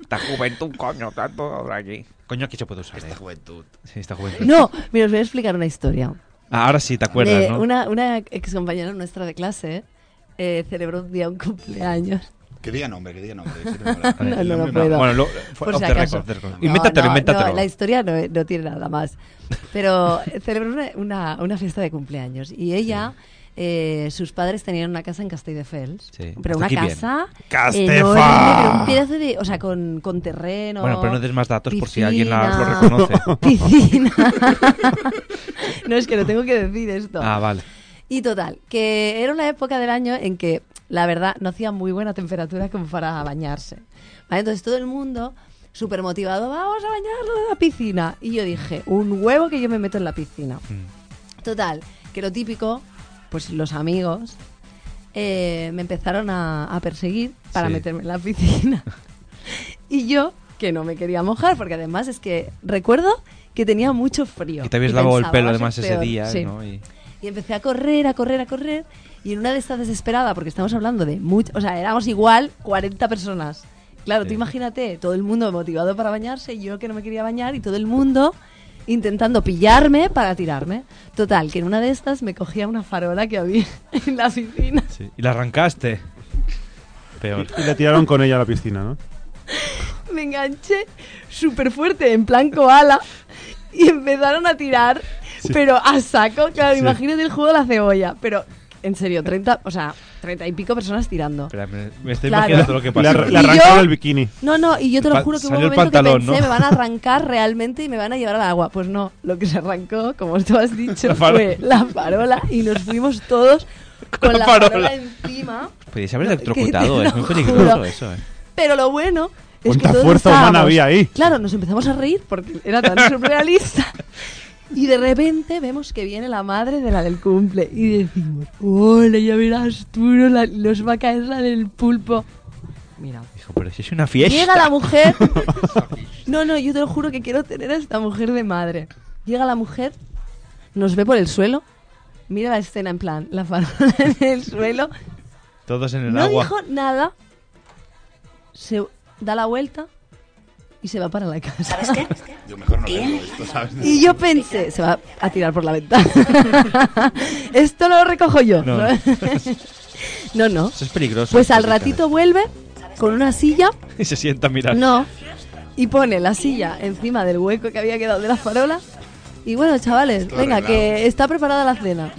Speaker 7: Esta juventud, coño, tanto ahora aquí. Coño, aquí se puede usar. Esta
Speaker 9: juventud.
Speaker 7: Sí, esta juventud.
Speaker 8: no, mira, os voy a explicar una historia.
Speaker 7: Ah, ahora sí, te acuerdas,
Speaker 8: De
Speaker 7: ¿no?
Speaker 8: Una, una ex compañera nuestra de clase eh, celebró un día un cumpleaños.
Speaker 9: Que diga nombre, que diga nombre.
Speaker 8: No, no, no puedo.
Speaker 7: Bueno, lo- fue
Speaker 8: Por
Speaker 7: off
Speaker 8: si
Speaker 7: the
Speaker 8: acaso.
Speaker 7: record, off the record.
Speaker 8: No,
Speaker 7: Invéntatelo,
Speaker 8: no,
Speaker 7: invéntatelo.
Speaker 8: no, la historia no, no tiene nada más. Pero celebró una, una- una fiesta de cumpleaños y ella, eh, sus padres tenían una casa en Castelldefels.
Speaker 7: Sí,
Speaker 8: Pero
Speaker 7: hasta
Speaker 8: una
Speaker 7: aquí bien.
Speaker 8: casa
Speaker 7: Castefa.
Speaker 8: enorme, pero un pedazo de, o sea, con, con terreno.
Speaker 7: Bueno, pero no des más datos por si alguien la- lo
Speaker 8: piscina,
Speaker 7: reconoce.
Speaker 8: Piscina. no, es que lo tengo que decir esto.
Speaker 7: Ah, vale.
Speaker 8: Y total, que era una época del año en que, la verdad, no hacía muy buena temperatura como para bañarse. ¿Vale? Entonces todo el mundo súper motivado, vamos a bañarnos en la piscina. Y yo dije, un huevo que yo me meto en la piscina. Total, que lo típico, pues los amigos eh, me empezaron a, a perseguir para
Speaker 1: Sí.
Speaker 8: meterme en la piscina. y yo, que no me quería mojar, porque además es que recuerdo que tenía mucho frío.
Speaker 7: Y te habías lavado el
Speaker 8: pensaba,
Speaker 7: pelo
Speaker 8: "Va a ser
Speaker 7: además ese
Speaker 8: peor".
Speaker 7: día,
Speaker 8: Sí.
Speaker 7: ¿no? Y-
Speaker 8: Y empecé a correr, a correr, a correr. Y en una de estas desesperada, porque estamos hablando de mucho, o sea, éramos igual 40 personas. Claro, tú
Speaker 1: Sí.
Speaker 8: imagínate, todo el mundo motivado para bañarse, y yo que no me quería bañar y todo el mundo intentando pillarme para tirarme. Total, que en una de estas me cogía una farola que había en la piscina.
Speaker 7: Sí. Y la arrancaste. Peor.
Speaker 10: Y la tiraron con ella a la piscina, ¿no?
Speaker 8: Me enganché súper fuerte, en plan koala, y empezaron a tirar,
Speaker 10: Sí.
Speaker 8: pero a saco. Claro,
Speaker 7: Sí.
Speaker 8: imagínate el juego de la cebolla, pero en serio, 30, o sea, 30 y pico personas tirando.
Speaker 7: Espera, me, me estoy
Speaker 8: Claro.
Speaker 7: imaginando lo que
Speaker 10: Le
Speaker 7: pasó.
Speaker 10: arran- le Y arrancaron yo- el bikini.
Speaker 8: No, no, y yo te lo
Speaker 7: Pa-
Speaker 8: juro que hubo un
Speaker 7: salió el
Speaker 8: momento
Speaker 7: pantalón,
Speaker 8: que pensé,
Speaker 7: ¿no?
Speaker 8: me van a arrancar realmente y me van a llevar al agua. Pues no, lo que se arrancó, como tú has dicho,
Speaker 7: La farola.
Speaker 8: fue la farola y nos fuimos todos con la,
Speaker 7: La
Speaker 8: farola.
Speaker 7: farola.
Speaker 8: encima.
Speaker 7: Podías haber
Speaker 8: No,
Speaker 7: electrocutado,
Speaker 8: que te
Speaker 7: es
Speaker 8: lo
Speaker 7: muy peligroso
Speaker 8: juro.
Speaker 7: eso, eh.
Speaker 8: Pero lo bueno es
Speaker 7: ¿Cuánta
Speaker 8: que todos
Speaker 7: fuerza humana
Speaker 8: estábamos-
Speaker 7: había ahí?
Speaker 8: Claro, nos empezamos a reír porque era tan surrealista. Y de repente vemos que viene la madre de la del cumple y decimos, hola, ya verás tú, no la- nos va a caer la del pulpo. Mira.
Speaker 7: Dijo, pero si es una fiesta.
Speaker 8: Llega la mujer. No, no, yo te lo juro que quiero tener a esta mujer de madre. Llega la mujer, nos ve por el suelo, mira la escena en plan, la farola en el suelo,
Speaker 7: Todos en el
Speaker 8: no
Speaker 7: agua.
Speaker 8: dijo nada, se da la vuelta y se va para la casa.
Speaker 9: Yo mejor no veo esto, ¿sabes?
Speaker 8: Y yo pensé, se va a tirar por la ventana. Esto lo recojo yo.
Speaker 7: No.
Speaker 8: No, no. no.
Speaker 7: Eso es peligroso.
Speaker 8: Pues al
Speaker 7: Cosita.
Speaker 8: ratito vuelve con una silla
Speaker 7: Y se sienta a mirar.
Speaker 8: no. Y pone la silla encima del hueco que había quedado de la farola. Y bueno, chavales,
Speaker 1: Todo
Speaker 8: venga,
Speaker 1: arreglado.
Speaker 8: que está preparada la cena.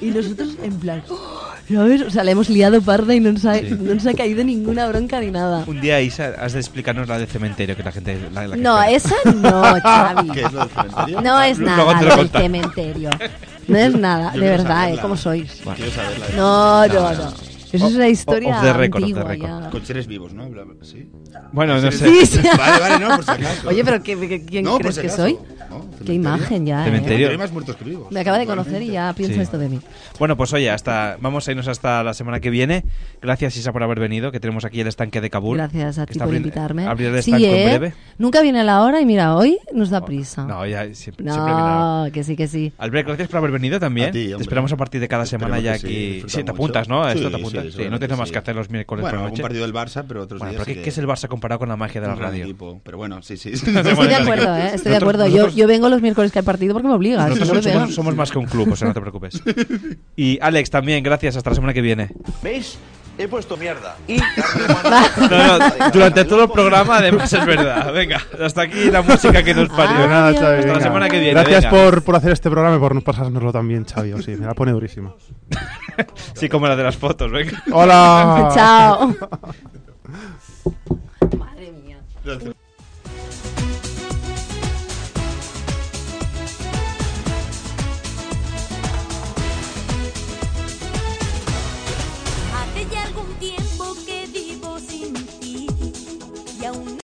Speaker 8: Y nosotros en plan, ¡oh! ¿sabes? O sea, le hemos liado parda y no nos ha,
Speaker 7: Sí.
Speaker 8: no nos ha caído ninguna bronca ni nada.
Speaker 7: Un día, Isa, has de explicarnos la de cementerio que la gente. la- la que
Speaker 8: No,
Speaker 7: espera.
Speaker 8: esa no, Xavi.
Speaker 7: ¿Qué es lo del cementerio?
Speaker 8: No es
Speaker 7: Luego te
Speaker 8: nada
Speaker 7: lo
Speaker 8: lo del
Speaker 7: contaré.
Speaker 8: cementerio. No es nada,
Speaker 7: Yo
Speaker 8: de
Speaker 7: quiero
Speaker 8: verdad, ¿eh?
Speaker 7: saberla.
Speaker 8: ¿Cómo sois?
Speaker 7: Bueno. Quiero saberla.
Speaker 8: No, no,
Speaker 7: No,
Speaker 8: no.
Speaker 7: no.
Speaker 8: Eso es una historia
Speaker 7: off the record, off the
Speaker 8: antigua
Speaker 7: record.
Speaker 8: ya.
Speaker 9: Con seres vivos, ¿no? Bla- bla- ¿Sí?
Speaker 7: Bueno, no
Speaker 9: Seres
Speaker 7: sé.
Speaker 9: vivos. Vale, vale, no, por si acaso.
Speaker 8: Oye, pero ¿qué- qué- ¿quién
Speaker 9: No, por
Speaker 8: crees
Speaker 9: si
Speaker 8: que
Speaker 9: acaso.
Speaker 8: soy?
Speaker 9: No,
Speaker 8: Qué
Speaker 9: cementerio.
Speaker 8: imagen ya. ¿eh?
Speaker 7: Cementerio.
Speaker 9: Hay más muertos que vivos.
Speaker 8: Me acaba de conocer y ya piensa
Speaker 7: Sí.
Speaker 8: esto de mí.
Speaker 7: Bueno, pues oye, hasta vamos a irnos hasta la semana que viene. Gracias, Isa, por haber venido, que tenemos aquí el estanque de Kabul.
Speaker 8: Gracias a
Speaker 7: que
Speaker 8: ti
Speaker 7: está
Speaker 8: por
Speaker 7: abriendo-
Speaker 8: invitarme.
Speaker 7: Abrir el
Speaker 8: Sí,
Speaker 7: estanque
Speaker 8: ¿eh?
Speaker 7: en breve.
Speaker 8: Nunca viene a la hora y mira, hoy nos da prisa.
Speaker 7: No, ya siempre,
Speaker 8: No,
Speaker 7: siempre viene a la hora.
Speaker 8: que sí, que sí.
Speaker 7: Albert, gracias por haber venido también.
Speaker 9: A ti,
Speaker 7: te
Speaker 9: hombre.
Speaker 7: esperamos a partir de cada semana ya
Speaker 9: Esperemos que sí,
Speaker 7: aquí. Sí,
Speaker 9: disfruta
Speaker 7: te
Speaker 9: mucho.
Speaker 7: apuntas, ¿no? A
Speaker 9: Sí,
Speaker 7: esto te
Speaker 9: sí,
Speaker 7: apuntas. Sí, no
Speaker 9: seguramente
Speaker 7: tienes más
Speaker 9: sí.
Speaker 7: que hacer los miércoles
Speaker 9: Bueno,
Speaker 7: por la
Speaker 9: algún
Speaker 7: noche.
Speaker 9: partido del Barça, pero otros
Speaker 7: Bueno,
Speaker 9: días
Speaker 7: pero
Speaker 9: sí
Speaker 7: ¿qué,
Speaker 9: que-
Speaker 7: qué es el Barça comparado con la magia de la
Speaker 9: Un gran
Speaker 7: radio?
Speaker 9: equipo. Pero bueno, sí, sí.
Speaker 8: Estoy de acuerdo, ¿eh? estoy de acuerdo. Yo, yo vengo los miércoles que hay partido porque me obligas.
Speaker 7: Nosotros
Speaker 8: no me
Speaker 7: somos,
Speaker 8: pegas.
Speaker 7: somos más que un club, o sea, no te preocupes. Y Alex, también, gracias. Hasta la semana que viene.
Speaker 4: ¿Veis? He puesto mierda. Y carne
Speaker 7: No,
Speaker 4: humana.
Speaker 7: no, durante todo el programa, además, es verdad. Venga, hasta aquí la música que nos parió.
Speaker 10: De nada, Xavi,
Speaker 7: Hasta la
Speaker 10: venga.
Speaker 7: semana que viene.
Speaker 10: Gracias
Speaker 7: venga.
Speaker 10: por, por hacer este programa y por no pasárnoslo también, Xavi. o Sí, me la pone durísimo.
Speaker 7: Sí, como la de las fotos, venga.
Speaker 10: ¡Hola!
Speaker 8: Chao. Madre mía.